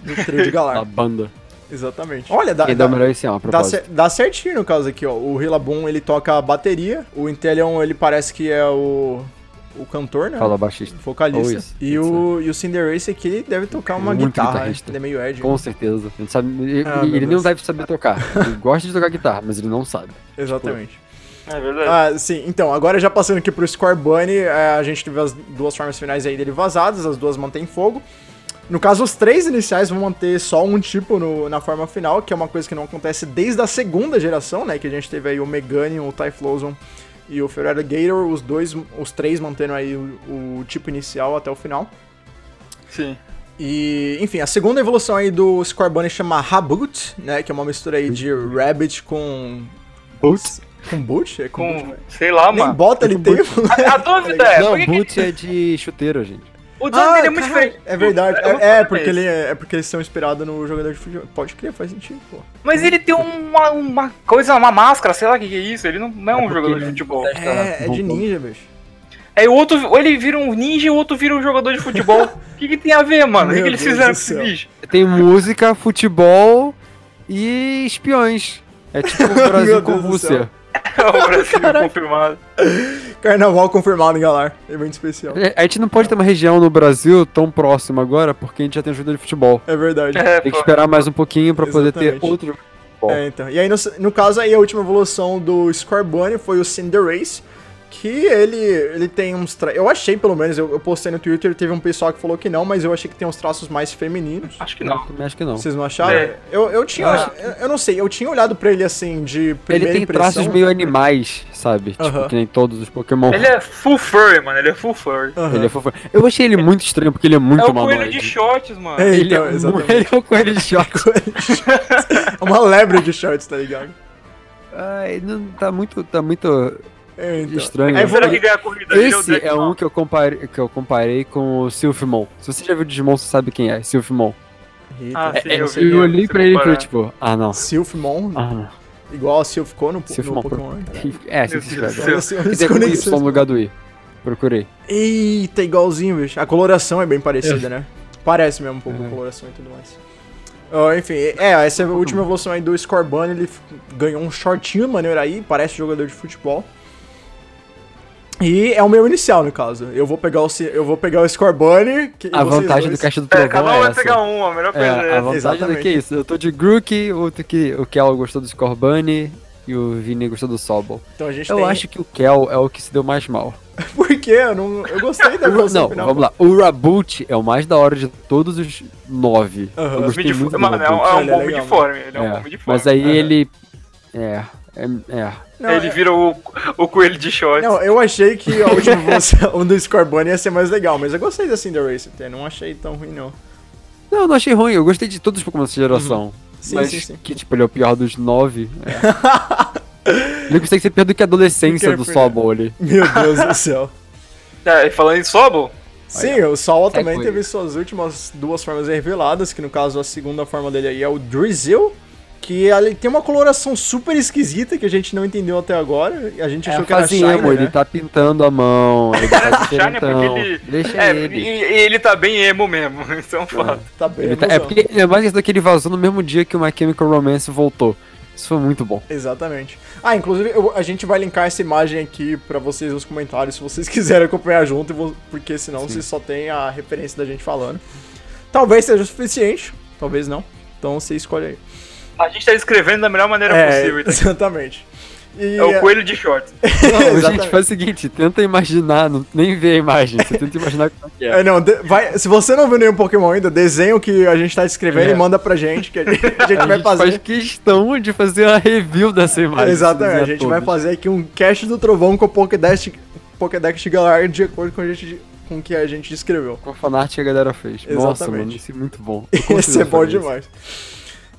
[SPEAKER 1] Do trio de
[SPEAKER 3] Da
[SPEAKER 1] galar.
[SPEAKER 3] banda.
[SPEAKER 1] Exatamente. Olha, dá,
[SPEAKER 3] Quem Tá. dá
[SPEAKER 1] dá,
[SPEAKER 3] o melhor esse é
[SPEAKER 1] dá,
[SPEAKER 3] uma propósito.
[SPEAKER 1] cer- dá certinho no caso aqui, ó. O Rilabum, ele toca a bateria. O Intellion, ele parece que é o, o cantor, né?
[SPEAKER 3] Fala baixista.
[SPEAKER 1] Vocalista.
[SPEAKER 3] Oh, isso.
[SPEAKER 1] E, o, e o Cinderace aqui, ele deve tocar uma
[SPEAKER 3] Muito
[SPEAKER 1] guitarra.
[SPEAKER 3] guitarrista.
[SPEAKER 1] Ele é meio Ed.
[SPEAKER 3] Com certeza. Ele, sabe, ele,
[SPEAKER 1] Ah, meu
[SPEAKER 3] ele não
[SPEAKER 1] Deus.
[SPEAKER 3] deve saber tocar. Ele gosta de tocar guitarra, mas ele não sabe.
[SPEAKER 1] Exatamente.
[SPEAKER 2] É verdade.
[SPEAKER 1] Ah, sim. Então, agora já passando aqui pro Score Bunny, é, a gente teve as duas formas finais aí dele vazadas, as duas mantêm fogo. No caso, os três iniciais vão manter só um tipo no- na forma final, que é uma coisa que não acontece desde a segunda geração, né? Que a gente teve aí o Meganium, o Typhlosion e o Ferrara Gator, os dois, os três mantendo aí o, o tipo inicial até o final.
[SPEAKER 2] Sim.
[SPEAKER 1] E, enfim, a segunda evolução aí do Score Bunny chama Raboot, né? Que é uma mistura aí de Rabbit com...
[SPEAKER 3] Boots?
[SPEAKER 1] Com Boot? É com, boot,
[SPEAKER 2] Com,
[SPEAKER 1] velho.
[SPEAKER 2] sei lá,
[SPEAKER 1] Nem
[SPEAKER 2] mano.
[SPEAKER 1] bota ele
[SPEAKER 3] é
[SPEAKER 1] né?
[SPEAKER 3] com boot.
[SPEAKER 1] tem,
[SPEAKER 2] A dúvida é, por
[SPEAKER 3] não,
[SPEAKER 2] que que
[SPEAKER 3] Boots é de chuteiro, gente.
[SPEAKER 2] o design dele é muito
[SPEAKER 1] caralho,
[SPEAKER 2] diferente.
[SPEAKER 1] É verdade.
[SPEAKER 2] Eu não
[SPEAKER 1] É, é,
[SPEAKER 2] sabia
[SPEAKER 1] porque
[SPEAKER 2] isso.
[SPEAKER 1] ele é, é porque eles são inspirados no jogador de futebol. Pode crer, faz sentido, pô.
[SPEAKER 2] Mas ele tem uma, uma coisa, uma máscara, sei lá o que, que é isso. Ele não, não é um
[SPEAKER 3] porque
[SPEAKER 2] jogador de
[SPEAKER 3] ele é-
[SPEAKER 2] futebol.
[SPEAKER 1] É, é de
[SPEAKER 3] Bom, bom.
[SPEAKER 1] ninja, bicho.
[SPEAKER 2] Aí o outro, ou ele vira um ninja e o outro vira um jogador de futebol. O que, que tem a ver, mano? O que,
[SPEAKER 1] Meu
[SPEAKER 2] que eles
[SPEAKER 1] Deus
[SPEAKER 2] fizeram
[SPEAKER 1] do
[SPEAKER 2] com esse
[SPEAKER 1] céu.
[SPEAKER 2] bicho?
[SPEAKER 3] Tem música, futebol e espiões. É tipo o
[SPEAKER 1] Meu
[SPEAKER 3] Brasil com
[SPEAKER 1] Deus do
[SPEAKER 3] Rússia.
[SPEAKER 2] É o Brasil confirmado.
[SPEAKER 1] Carnaval confirmado, hein, galera. Evento especial.
[SPEAKER 3] É, A gente não pode ter uma região no Brasil tão próxima agora, porque a gente já tem um jogador de futebol.
[SPEAKER 1] É verdade.
[SPEAKER 2] É,
[SPEAKER 3] Tem que
[SPEAKER 2] pô.
[SPEAKER 3] esperar mais um pouquinho pra poder ter
[SPEAKER 1] Exatamente.
[SPEAKER 3] outro.
[SPEAKER 1] É, então. E aí, no, no caso aí, a última evolução do Scorbunny foi o Cinderace, que ele, ele tem uns traços... Eu achei, pelo menos, eu, eu postei no Twitter, teve um pessoal que falou que não, mas eu achei que tem uns traços mais
[SPEAKER 3] Ah,
[SPEAKER 1] femininos.
[SPEAKER 2] Acho que não.
[SPEAKER 3] Também Acho que não.
[SPEAKER 1] Vocês não acharam?
[SPEAKER 2] É.
[SPEAKER 1] Eu, eu tinha...
[SPEAKER 2] Ah.
[SPEAKER 1] Eu, eu não sei, eu tinha olhado pra ele, assim, de
[SPEAKER 3] Ele
[SPEAKER 1] primeira
[SPEAKER 3] tem
[SPEAKER 1] impressão.
[SPEAKER 3] traços meio animais, sabe?
[SPEAKER 1] Aham.
[SPEAKER 3] Tipo, que nem todos os Pokémon.
[SPEAKER 2] Ele é full furry, mano. Ele é full furry.
[SPEAKER 1] Aham.
[SPEAKER 3] Ele é fofo. Eu achei ele muito estranho, porque ele é
[SPEAKER 2] É
[SPEAKER 3] muito
[SPEAKER 2] o coelho
[SPEAKER 3] humanoide.
[SPEAKER 2] de shorts, mano.
[SPEAKER 1] É,
[SPEAKER 3] Ele,
[SPEAKER 1] então,
[SPEAKER 3] é, um,
[SPEAKER 1] exatamente.
[SPEAKER 3] ele é um coelho de choque.
[SPEAKER 1] É uma lebre de shorts, tá ligado?
[SPEAKER 3] Ai, não, tá muito, tá muito
[SPEAKER 1] É, então.
[SPEAKER 3] estranho.
[SPEAKER 2] Aí será
[SPEAKER 1] vou-
[SPEAKER 2] que ganha a corrida? Ele o
[SPEAKER 3] Esse
[SPEAKER 2] Deck,
[SPEAKER 3] é
[SPEAKER 2] não.
[SPEAKER 3] um que eu, comparei, que eu comparei com o Sylphimon. Se você já viu Digimon, você sabe quem é, Sylphimon.
[SPEAKER 2] Ah,
[SPEAKER 1] Eita.
[SPEAKER 2] sim,
[SPEAKER 3] É,
[SPEAKER 2] eu
[SPEAKER 3] eu,
[SPEAKER 2] vi.
[SPEAKER 3] olhei
[SPEAKER 2] Você
[SPEAKER 3] pra ele e
[SPEAKER 2] comparar.
[SPEAKER 3] falei, tipo, ah não,
[SPEAKER 1] Sylphmon,
[SPEAKER 3] ah não.
[SPEAKER 1] igual a Sylphco no, no
[SPEAKER 3] Sylphimon.
[SPEAKER 1] Pokémon.
[SPEAKER 3] É, assim
[SPEAKER 2] Meu
[SPEAKER 3] se
[SPEAKER 2] Deus
[SPEAKER 3] escreve.
[SPEAKER 2] do céu.
[SPEAKER 1] Olha assim,
[SPEAKER 3] Que
[SPEAKER 1] as
[SPEAKER 3] tem com
[SPEAKER 1] conexões.
[SPEAKER 3] Y no lugar do I. Procurei.
[SPEAKER 1] Eita, igualzinho, bicho. A coloração é bem parecida, né? Parece mesmo um pouco
[SPEAKER 3] É.
[SPEAKER 1] a coloração e tudo mais. Ah, enfim, é, essa é a última evolução aí do Scorbunny, ele f- ganhou um shortinho maneiro aí, parece jogador de futebol. E é o meu inicial, no caso. Eu vou pegar o, Ci- eu vou pegar o Scorbunny. que- e
[SPEAKER 3] A
[SPEAKER 1] vocês
[SPEAKER 3] vantagem do
[SPEAKER 1] dois-
[SPEAKER 3] Caixa do
[SPEAKER 2] É,
[SPEAKER 3] Trovão
[SPEAKER 2] cada um
[SPEAKER 3] é
[SPEAKER 2] vai
[SPEAKER 3] essa.
[SPEAKER 2] pegar um, a melhor coisa
[SPEAKER 3] É,
[SPEAKER 2] é
[SPEAKER 3] a
[SPEAKER 2] essa.
[SPEAKER 3] vantagem do
[SPEAKER 1] Exatamente.
[SPEAKER 3] que é isso. Eu tô de Grook, outro que o Kel gostou do Scorbunny e o Vini gostou do Sobol.
[SPEAKER 1] Então a gente
[SPEAKER 3] Eu
[SPEAKER 1] tem-
[SPEAKER 3] acho que o Kel é o que se deu mais mal.
[SPEAKER 1] Por quê? Eu, não... eu gostei da evolução
[SPEAKER 3] Não,
[SPEAKER 1] final.
[SPEAKER 3] vamos lá. O Raboot é o mais da hora de todos os nove.
[SPEAKER 1] Aham.
[SPEAKER 3] Eu gostei
[SPEAKER 2] Midif-
[SPEAKER 3] muito do
[SPEAKER 2] Mano, é um,
[SPEAKER 3] Raboot.
[SPEAKER 2] é um
[SPEAKER 1] Ele é
[SPEAKER 2] bom
[SPEAKER 1] legal,
[SPEAKER 2] midforme. Ele é um
[SPEAKER 3] É,
[SPEAKER 2] bom midforme.
[SPEAKER 3] Mas aí
[SPEAKER 1] Aham.
[SPEAKER 3] ele. É. É. é.
[SPEAKER 1] Não,
[SPEAKER 2] ele
[SPEAKER 1] é-
[SPEAKER 2] vira o, o coelho de shorts.
[SPEAKER 1] Não, eu achei que a última evolução do Scorbunny ia ser mais legal, mas eu gostei da Cinderace até, não achei tão ruim não.
[SPEAKER 3] Não, não achei ruim. Eu gostei de todos os Pokémon dessa geração.
[SPEAKER 1] Uhum. Sim,
[SPEAKER 3] mas
[SPEAKER 1] sim, sim.
[SPEAKER 3] que, tipo, ele é o pior dos nove. é. ele consegue ser pior do que a adolescência do
[SPEAKER 1] Fiquei feliz.
[SPEAKER 3] Sobol ali.
[SPEAKER 1] Meu Deus do céu.
[SPEAKER 2] É, e falando em Sobol,
[SPEAKER 1] Sim, o Sol também
[SPEAKER 3] coisa.
[SPEAKER 1] teve suas últimas duas formas reveladas, que no caso a segunda forma dele aí é o Drizzle, que ele tem uma coloração super esquisita que a gente não entendeu até agora, e a gente
[SPEAKER 3] É
[SPEAKER 1] achou
[SPEAKER 3] a
[SPEAKER 1] que era
[SPEAKER 3] fase emo,
[SPEAKER 1] Shiner,
[SPEAKER 3] ele
[SPEAKER 1] né?
[SPEAKER 3] tá pintando a mão, ele tá
[SPEAKER 2] Shiny é
[SPEAKER 3] diferentão.
[SPEAKER 2] porque ele-
[SPEAKER 3] Deixa
[SPEAKER 2] é,
[SPEAKER 3] ele.
[SPEAKER 2] e, e ele tá bem emo mesmo. Isso é um fato.
[SPEAKER 1] Tá bem
[SPEAKER 3] Ele tá- é
[SPEAKER 1] emoção.
[SPEAKER 3] porque é mais isso daqui ele vazou no mesmo dia que o My Chemical Romance voltou. Isso foi muito bom.
[SPEAKER 1] Exatamente. Ah, inclusive eu- a gente vai linkar essa imagem aqui pra vocês nos comentários, se vocês quiserem acompanhar junto, e vo- porque senão vocês só tem a referência da gente falando. Talvez seja o suficiente, talvez não. Então você escolhe aí.
[SPEAKER 2] A gente tá escrevendo da melhor maneira
[SPEAKER 1] É,
[SPEAKER 2] possível. Então.
[SPEAKER 1] exatamente. E,
[SPEAKER 2] É o coelho de shorts.
[SPEAKER 3] Não, gente,
[SPEAKER 1] Exatamente.
[SPEAKER 3] faz o seguinte, tenta imaginar, não, nem ver a imagem, você tenta imaginar como é que é.
[SPEAKER 1] É, não, de- vai, se você não viu nenhum Pokémon ainda, desenha o que a gente tá escrevendo
[SPEAKER 3] É.
[SPEAKER 1] e manda pra gente, que a gente, a gente
[SPEAKER 3] A
[SPEAKER 1] vai
[SPEAKER 3] gente
[SPEAKER 1] fazer.
[SPEAKER 3] faz questão de fazer a review dessa imagem. né,
[SPEAKER 1] Exatamente, a gente
[SPEAKER 3] desenhar
[SPEAKER 1] vai
[SPEAKER 3] todas.
[SPEAKER 1] fazer aqui um cast do Trovão com o Pokédex, Pokédex Galar de acordo com, a gente, com o que a gente descreveu.
[SPEAKER 3] Com a fanart que a galera fez. Nossa,
[SPEAKER 1] Exatamente.
[SPEAKER 3] mano, isso é muito bom.
[SPEAKER 1] Esse é bom
[SPEAKER 3] fazer isso.
[SPEAKER 1] demais.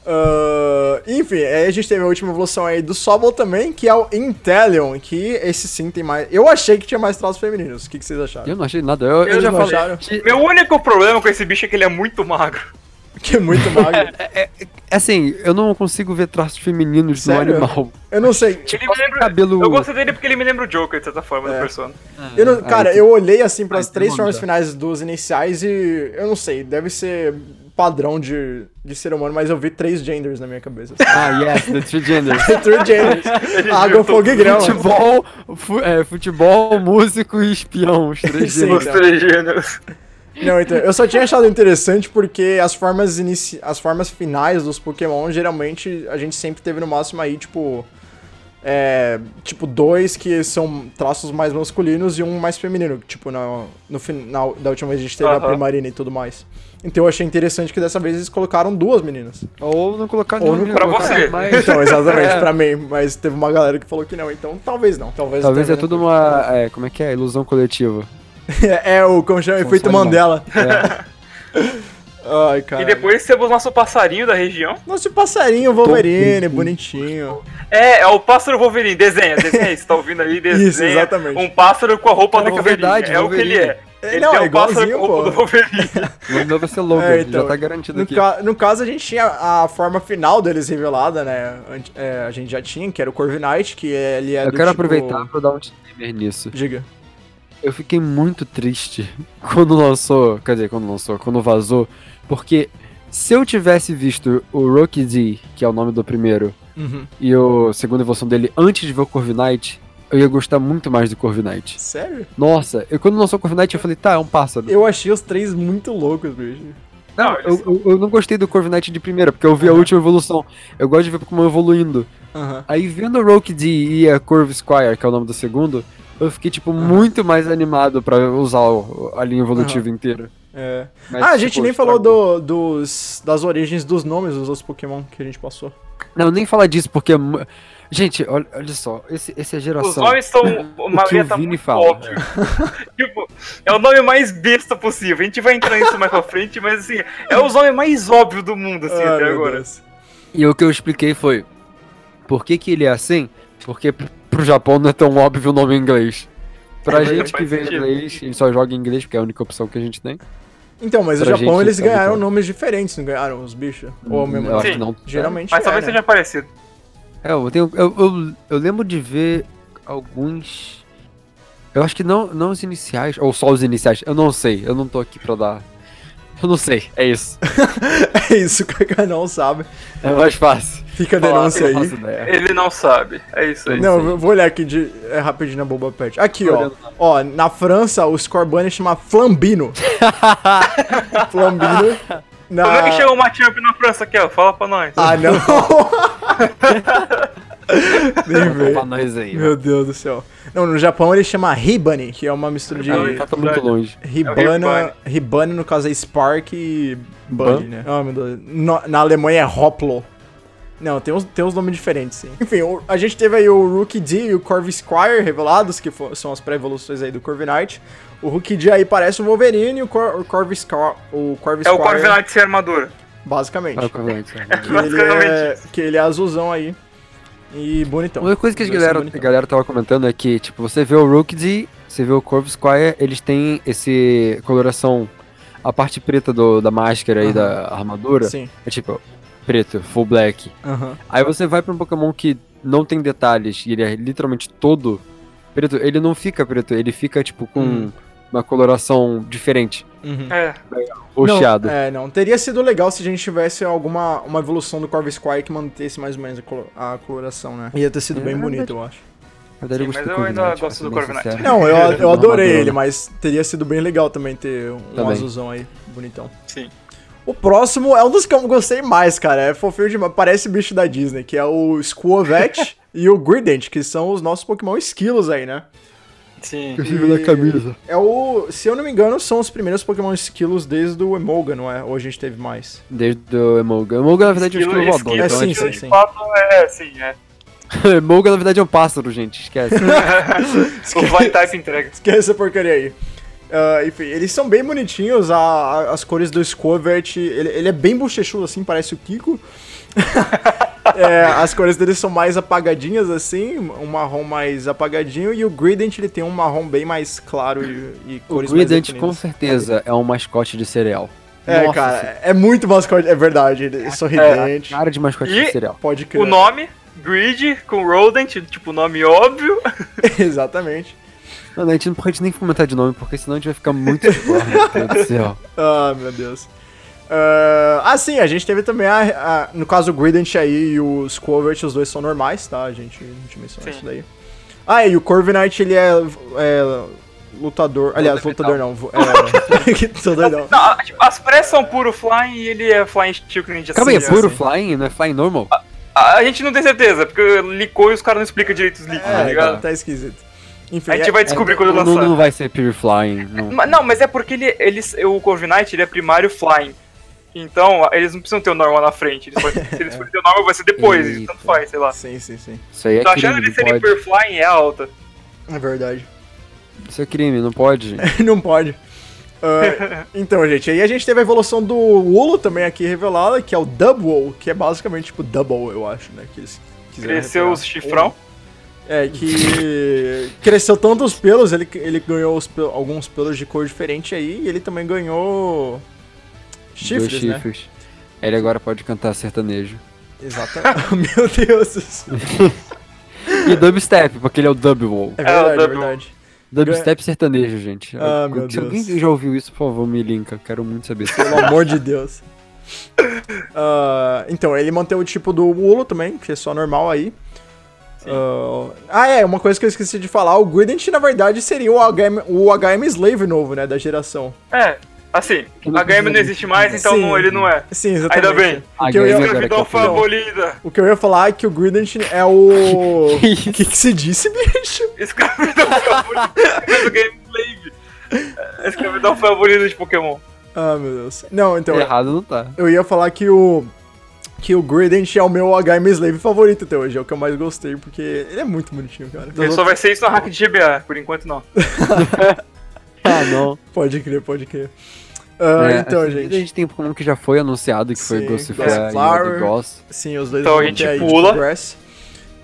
[SPEAKER 1] Ah, enfim, aí a gente teve a última evolução aí do Sobol também, que é o Intellion, que esse sim tem mais... Eu achei que tinha mais traços femininos, o que, que vocês acharam?
[SPEAKER 3] Eu não achei nada, eu, eu
[SPEAKER 1] Eles
[SPEAKER 3] já
[SPEAKER 1] não
[SPEAKER 3] falei.
[SPEAKER 1] acharam?
[SPEAKER 3] que-
[SPEAKER 2] Meu único problema com esse bicho é que ele é muito magro.
[SPEAKER 1] Que é muito magro.
[SPEAKER 3] Assim, eu não consigo ver traços femininos no
[SPEAKER 1] Sério?
[SPEAKER 3] animal.
[SPEAKER 1] Eu não sei,
[SPEAKER 3] Tipo,
[SPEAKER 2] Ele me lembra.
[SPEAKER 3] cabelo-
[SPEAKER 2] Eu gosto dele porque ele me lembra o Joker, de certa forma,
[SPEAKER 1] É.
[SPEAKER 2] da persona.
[SPEAKER 1] Eu não- cara, eu olhei assim para
[SPEAKER 3] Ah, aí
[SPEAKER 1] as
[SPEAKER 3] tem
[SPEAKER 1] três
[SPEAKER 3] uma
[SPEAKER 1] formas
[SPEAKER 3] mudança.
[SPEAKER 1] finais dos iniciais e eu não sei, deve ser padrão de, de ser humano, mas eu vi três genders na minha cabeça.
[SPEAKER 3] Ah, yes, the two genders.
[SPEAKER 1] três genders. Água,
[SPEAKER 2] viu
[SPEAKER 1] fogo e grama.
[SPEAKER 3] futebol, fu- é, futebol, músico e espião, os três
[SPEAKER 1] Sim.
[SPEAKER 3] gêneros.
[SPEAKER 2] Os três gêneros.
[SPEAKER 1] Não, então, eu só tinha achado interessante porque as formas inici... as formas finais dos Pokémon, geralmente, a gente sempre teve no máximo aí, tipo. É, tipo, dois que são traços mais masculinos e um mais feminino, que, tipo, no, no final da última vez a gente teve a
[SPEAKER 2] Aham.
[SPEAKER 1] Primarina e tudo mais. Então eu achei interessante que dessa vez eles colocaram duas meninas.
[SPEAKER 3] Ou não colocar
[SPEAKER 1] Ou
[SPEAKER 3] nenhum
[SPEAKER 1] não
[SPEAKER 2] Pra
[SPEAKER 3] colocar
[SPEAKER 2] você.
[SPEAKER 3] mais.
[SPEAKER 1] Então, exatamente,
[SPEAKER 3] É.
[SPEAKER 1] pra mim, mas teve uma galera que falou que não, então talvez não. Talvez,
[SPEAKER 3] Talvez é
[SPEAKER 1] tenha-
[SPEAKER 3] tudo uma. é, como é que é? Ilusão coletiva.
[SPEAKER 1] é o, como chama, efeito
[SPEAKER 3] animal.
[SPEAKER 1] Mandela.
[SPEAKER 3] É,
[SPEAKER 1] Ai, cara.
[SPEAKER 2] E depois temos o nosso passarinho da região.
[SPEAKER 1] Nosso passarinho Wolverine, bonitinho.
[SPEAKER 2] É, é o pássaro Wolverine. Desenha, desenha. Você tá ouvindo aí, desenha.
[SPEAKER 1] Isso, exatamente.
[SPEAKER 2] Um pássaro com a roupa do
[SPEAKER 3] Não,
[SPEAKER 2] Wolverine.
[SPEAKER 3] verdade,
[SPEAKER 2] é o que ele é.
[SPEAKER 3] Wolverine.
[SPEAKER 2] Ele
[SPEAKER 1] Não,
[SPEAKER 2] é
[SPEAKER 1] é
[SPEAKER 2] o pássaro com a
[SPEAKER 1] igualzinho,
[SPEAKER 2] roupa
[SPEAKER 1] pô.
[SPEAKER 2] do Wolverine.
[SPEAKER 3] o nome vai ser Logan,
[SPEAKER 1] É, então,
[SPEAKER 3] já tá garantido
[SPEAKER 1] no,
[SPEAKER 3] aqui.
[SPEAKER 1] ca- no caso, a gente tinha a forma final deles revelada, né? Ant- é, a gente já tinha, que era o Corviknight, que ele é
[SPEAKER 3] Eu
[SPEAKER 1] do
[SPEAKER 3] quero
[SPEAKER 1] tipo-
[SPEAKER 3] aproveitar pra dar um disclaimer nisso.
[SPEAKER 1] Diga.
[SPEAKER 3] Eu fiquei muito triste quando lançou. Quer dizer, quando lançou, quando vazou. Porque se eu tivesse visto o Rocky D, que é o nome do primeiro,
[SPEAKER 2] Uhum.
[SPEAKER 3] e o segundo evolução dele antes de ver o Corviknight, eu ia gostar muito mais do Corviknight.
[SPEAKER 1] Sério?
[SPEAKER 3] Nossa, eu quando lançou o Corviknight eu falei, tá, é um pássaro.
[SPEAKER 1] Eu achei os três muito loucos, bicho.
[SPEAKER 3] não,
[SPEAKER 2] Não,
[SPEAKER 3] eu, eu- eu não gostei do Corviknight de primeira, porque eu vi a última evolução. Eu gosto de ver Pokémon evoluindo.
[SPEAKER 1] Aham.
[SPEAKER 3] Aí vendo o Rogue D e a Curve Squire, que é o nome do segundo, eu fiquei, tipo, muito mais animado pra usar o- a linha evolutiva inteira.
[SPEAKER 1] É.
[SPEAKER 3] Mas,
[SPEAKER 1] ah, a gente
[SPEAKER 3] tipo,
[SPEAKER 1] nem falou
[SPEAKER 3] estragou.
[SPEAKER 1] do- dos, das origens dos nomes dos outros Pokémon que a gente passou.
[SPEAKER 3] Não, nem falar disso, porque. é mu- Gente, olha, olha só, esse, esse é
[SPEAKER 2] Os
[SPEAKER 3] geração.
[SPEAKER 2] nomes são uma
[SPEAKER 3] o que o
[SPEAKER 2] meta
[SPEAKER 3] Vini
[SPEAKER 2] muito
[SPEAKER 3] fala.
[SPEAKER 2] óbvia. tipo, é o nome mais besta possível. A gente vai entrar nisso mais pra frente, mas assim, é o nome mais óbvio do mundo, assim,
[SPEAKER 1] Ah,
[SPEAKER 2] até
[SPEAKER 1] meu
[SPEAKER 2] agora.
[SPEAKER 1] Deus.
[SPEAKER 3] E o que eu expliquei foi: por que, que ele é assim? Porque p- pro Japão não é tão óbvio o nome em inglês. Pra
[SPEAKER 2] É,
[SPEAKER 3] gente que
[SPEAKER 2] faz
[SPEAKER 3] vê
[SPEAKER 2] sentido.
[SPEAKER 3] inglês, ele só joga em inglês, porque é a única opção que a gente tem.
[SPEAKER 1] Então, mas
[SPEAKER 3] Pra
[SPEAKER 1] o Japão
[SPEAKER 3] gente,
[SPEAKER 1] eles
[SPEAKER 3] tá Hum, ligado.
[SPEAKER 1] ganharam nomes diferentes, não ganharam os bichos? Ou mesmo assim?
[SPEAKER 3] eu acho
[SPEAKER 2] Sim.
[SPEAKER 3] que não.
[SPEAKER 1] Geralmente
[SPEAKER 2] Mas
[SPEAKER 1] é,
[SPEAKER 2] talvez
[SPEAKER 1] né?
[SPEAKER 2] seja parecido.
[SPEAKER 3] É, eu, tenho, eu, eu, eu lembro de ver alguns. Eu acho que não, não os iniciais, ou só os iniciais, eu não sei, eu não tô aqui pra dar. Eu não sei, é isso.
[SPEAKER 1] É isso que o Kaká não sabe.
[SPEAKER 3] É mais fácil.
[SPEAKER 1] Fica a
[SPEAKER 3] Falar,
[SPEAKER 1] denúncia
[SPEAKER 3] eu não
[SPEAKER 1] aí.
[SPEAKER 3] faço ideia.
[SPEAKER 2] Ele não sabe. É isso aí.
[SPEAKER 3] Sim.
[SPEAKER 1] Não, eu vou olhar aqui de, é, rapidinho na Boba Pet. Aqui,
[SPEAKER 3] Tô
[SPEAKER 1] ó.
[SPEAKER 3] olhando
[SPEAKER 1] Ó, na França, o Scorbunny chama Flambino. Flambino. Na...
[SPEAKER 2] Como é que chega o Matchup na França aqui, ó? Fala pra nós.
[SPEAKER 1] Ah, não. Nem
[SPEAKER 3] Conta pra
[SPEAKER 1] veio.
[SPEAKER 3] nós aí.
[SPEAKER 1] Meu Deus do céu. Não, no Japão ele chama Ribani, que é uma mistura de
[SPEAKER 3] Ah, ele tá tão muito longe.
[SPEAKER 1] Ribana. É Ribani, no caso, é Spark e Bunny,
[SPEAKER 3] Ban?
[SPEAKER 1] né? Ah, meu Deus. No- na Alemanha é Hoplo. Não, tem uns, tem uns nomes diferentes, sim. Enfim, o- a gente teve aí o Rookie D e o Corv Squire revelados, que fo- são as pré-evoluções aí do Corviknight. O Rookie D aí parece o Wolverine e o, Cor, o Corv Squire... O Corv
[SPEAKER 2] É o
[SPEAKER 1] Squire,
[SPEAKER 2] Corvinite sem armadura.
[SPEAKER 1] Basicamente.
[SPEAKER 3] Ah, o Corviknight, é.
[SPEAKER 1] que, ele é,
[SPEAKER 2] basicamente.
[SPEAKER 1] que ele é azulzão aí. E bonitão.
[SPEAKER 3] Uma coisa que a
[SPEAKER 1] Os dois são
[SPEAKER 3] galera, a
[SPEAKER 1] bonitão.
[SPEAKER 3] galera tava comentando é que, tipo, você vê o Rooked, você vê o Corvus Squire, eles têm esse coloração, a parte preta do, da máscara e
[SPEAKER 1] Aham.
[SPEAKER 3] da armadura,
[SPEAKER 1] Sim.
[SPEAKER 3] é tipo, preto, full black.
[SPEAKER 1] Aham.
[SPEAKER 3] Aí você vai pra um Pokémon que não tem detalhes e ele é literalmente todo preto, ele não fica preto, ele fica, tipo, com
[SPEAKER 1] Hum.
[SPEAKER 3] uma coloração diferente,
[SPEAKER 1] Uhum.
[SPEAKER 2] É.
[SPEAKER 3] ou
[SPEAKER 1] Não,
[SPEAKER 3] chiado.
[SPEAKER 1] É, não. Teria sido legal se a gente tivesse alguma uma evolução do Corv Squire que mantesse mais ou menos a, colo- a coloração, né? Ia ter sido
[SPEAKER 3] É
[SPEAKER 1] bem
[SPEAKER 3] verdade.
[SPEAKER 1] bonito, eu acho.
[SPEAKER 3] Na verdade,
[SPEAKER 2] Sim, mas
[SPEAKER 3] gostei
[SPEAKER 2] eu
[SPEAKER 3] do
[SPEAKER 2] ainda
[SPEAKER 3] Corviknight,
[SPEAKER 2] gosto
[SPEAKER 3] pra
[SPEAKER 2] do
[SPEAKER 3] ser bem
[SPEAKER 2] Corviknight.
[SPEAKER 3] sincero.
[SPEAKER 1] Não, eu, eu adorei
[SPEAKER 3] Uma armadura,
[SPEAKER 1] ele,
[SPEAKER 3] né?
[SPEAKER 1] mas teria sido bem legal também ter um
[SPEAKER 3] Também.
[SPEAKER 1] azulzão aí, bonitão.
[SPEAKER 2] Sim.
[SPEAKER 1] O próximo é um dos que eu gostei mais, cara. É fofinho demais. Parece bicho da Disney, que é o Squovette. e o Grident, que são os nossos Pokémon esquilos aí, né?
[SPEAKER 2] Sim.
[SPEAKER 3] Inclusive na camisa.
[SPEAKER 1] É o, se eu não me engano, são os primeiros Pokémon esquilos desde o Emolga, não é? Ou a gente teve mais?
[SPEAKER 3] Desde o Emolga. Emolga, na verdade, é um esquilo voador.
[SPEAKER 1] é
[SPEAKER 3] Então,
[SPEAKER 1] sim,
[SPEAKER 3] é
[SPEAKER 1] sim,
[SPEAKER 2] esquilo
[SPEAKER 1] sim.
[SPEAKER 2] de fato é, sim, é.
[SPEAKER 3] tipo- Emolga, na verdade, é um pássaro, gente. Esquece.
[SPEAKER 2] o Fly Type entrega.
[SPEAKER 1] Esquece é essa porcaria aí. Ah, enfim, eles são bem bonitinhos, a- a- as cores do Squirvert, ele, ele é bem bochechudo assim, parece o Kiko. É, as cores dele são mais apagadinhas assim, um marrom mais apagadinho, e o Grident ele tem um marrom bem mais claro e, e
[SPEAKER 3] o
[SPEAKER 1] cores mais
[SPEAKER 2] é
[SPEAKER 3] Grident, com
[SPEAKER 1] definidas.
[SPEAKER 3] certeza, é um mascote de cereal.
[SPEAKER 1] É,
[SPEAKER 3] Nossa,
[SPEAKER 1] cara, é muito mascote, é verdade, ele é sorridente,
[SPEAKER 3] Cara de mascote
[SPEAKER 2] E-
[SPEAKER 3] de cereal.
[SPEAKER 1] pode crer.
[SPEAKER 2] O nome, Grid, com Rodent, tipo, nome óbvio.
[SPEAKER 1] Exatamente.
[SPEAKER 3] Mano, a gente não pode nem comentar de nome, porque senão a gente vai ficar muito explorado, meu Deus do céu.
[SPEAKER 1] Ah, meu Deus. Ah, ah, sim, a gente teve também a, a- No caso, o Grident aí e o Squirvert, os dois são normais, tá? A gente, a gente mencionou
[SPEAKER 2] Sim.
[SPEAKER 1] isso daí. Ah, e o Corviknight, ele é, é lutador. Aliás, lutador
[SPEAKER 3] metal.
[SPEAKER 1] não. vo- É, que lutador não.
[SPEAKER 2] Não, a- tipo, as press são puro Flying e ele é Flying Steel que a gente
[SPEAKER 3] Calma aí, é
[SPEAKER 2] associa,
[SPEAKER 3] puro
[SPEAKER 2] assim.
[SPEAKER 3] flying? Não é flying normal?
[SPEAKER 2] Ah, A, a gente não tem certeza, porque licou e os caras não explicam direito os
[SPEAKER 3] Ah,
[SPEAKER 2] leaks, tá
[SPEAKER 1] É,
[SPEAKER 2] ligado?
[SPEAKER 1] tá, tá esquisito. Enfim,
[SPEAKER 2] A gente
[SPEAKER 1] é-
[SPEAKER 2] vai descobrir quando
[SPEAKER 3] não,
[SPEAKER 2] lançar.
[SPEAKER 3] não vai ser pure flying. Não.
[SPEAKER 2] Ma- Não, mas é porque ele, eles, o Corviknight ele é primário flying. Então, eles não precisam ter o normal na frente. Eles podem- se eles forem ter o normal, vai ser depois.
[SPEAKER 3] Eita.
[SPEAKER 2] Tanto faz, sei lá.
[SPEAKER 1] Sim, sim, sim.
[SPEAKER 3] Isso aí é
[SPEAKER 2] Tá achando
[SPEAKER 3] crime,
[SPEAKER 2] eles
[SPEAKER 3] não
[SPEAKER 2] serem
[SPEAKER 3] pode.
[SPEAKER 2] pure flying é alta.
[SPEAKER 1] É verdade.
[SPEAKER 3] Isso é crime, não pode. gente.
[SPEAKER 1] não pode. Ah, então, gente, aí a gente teve a evolução do Wolo também aqui revelada, que é o Double, que é basicamente tipo Double, eu acho, né? Que eles
[SPEAKER 3] é
[SPEAKER 1] quiseram
[SPEAKER 2] Cresceu
[SPEAKER 1] revelar.
[SPEAKER 2] os chifrão.
[SPEAKER 1] É, que cresceu tanto os pelos, ele, ele ganhou os pel- alguns pelos de cor diferente aí, e ele também ganhou chifres,
[SPEAKER 3] Dois
[SPEAKER 1] né?
[SPEAKER 3] chifres. Ele agora pode cantar sertanejo.
[SPEAKER 1] Exatamente. Meu Deus. do céu.
[SPEAKER 3] E dubstep, porque ele é o dubwall.
[SPEAKER 1] É verdade, é,
[SPEAKER 2] double.
[SPEAKER 1] verdade.
[SPEAKER 3] Dubstep sertanejo, gente.
[SPEAKER 1] Ah,
[SPEAKER 3] Eu-
[SPEAKER 1] meu
[SPEAKER 3] Se alguém
[SPEAKER 1] Deus.
[SPEAKER 3] já ouviu isso, por favor, me linka. eu Quero muito saber. tá
[SPEAKER 1] Pelo amor de Deus. Ah, então, ele mantém o tipo do Ulo também, que é só normal aí. Ah, ah, é, uma coisa que eu esqueci de falar, o Grident, na verdade, seria o HM, o HM Slave novo, né, da geração.
[SPEAKER 2] É, assim,
[SPEAKER 3] Eu não
[SPEAKER 2] a HM não
[SPEAKER 3] consigo
[SPEAKER 2] existe mais, então
[SPEAKER 1] Sim.
[SPEAKER 2] não, ele não é.
[SPEAKER 1] Sim, exatamente.
[SPEAKER 2] Ainda bem.
[SPEAKER 1] O que eu
[SPEAKER 3] HM
[SPEAKER 1] ia-
[SPEAKER 3] agora é
[SPEAKER 2] Escravidão foi
[SPEAKER 3] campeão.
[SPEAKER 2] abolida.
[SPEAKER 1] O que eu ia falar é que o Grident é o.
[SPEAKER 3] Que isso?
[SPEAKER 1] O que, que se disse, bicho?
[SPEAKER 2] Escravidão foi abolida. Mas o Game Slave. É, Escravidão foi abolida de Pokémon.
[SPEAKER 1] Ah, meu Deus. Não, então.
[SPEAKER 3] Errado não tá.
[SPEAKER 1] Eu ia falar que o. Que o Grident é o meu HM Slave favorito até hoje. É o que eu mais gostei, porque ele é muito bonitinho, cara.
[SPEAKER 2] Ele só vai ser isso na hack de GBA, por enquanto não.
[SPEAKER 3] Ah, não.
[SPEAKER 1] Pode crer, pode crer. Ah,
[SPEAKER 3] É,
[SPEAKER 1] então,
[SPEAKER 3] assim, A
[SPEAKER 1] gente.
[SPEAKER 3] gente tem um Pokémon que já foi anunciado, que foi
[SPEAKER 1] Sim,
[SPEAKER 3] Gossiflare e
[SPEAKER 1] Gossiflare.
[SPEAKER 3] o Goss.
[SPEAKER 1] Sim, os dois
[SPEAKER 2] Então
[SPEAKER 1] vão
[SPEAKER 2] a gente
[SPEAKER 1] ter aí,
[SPEAKER 2] pula.
[SPEAKER 1] tipo, Grass.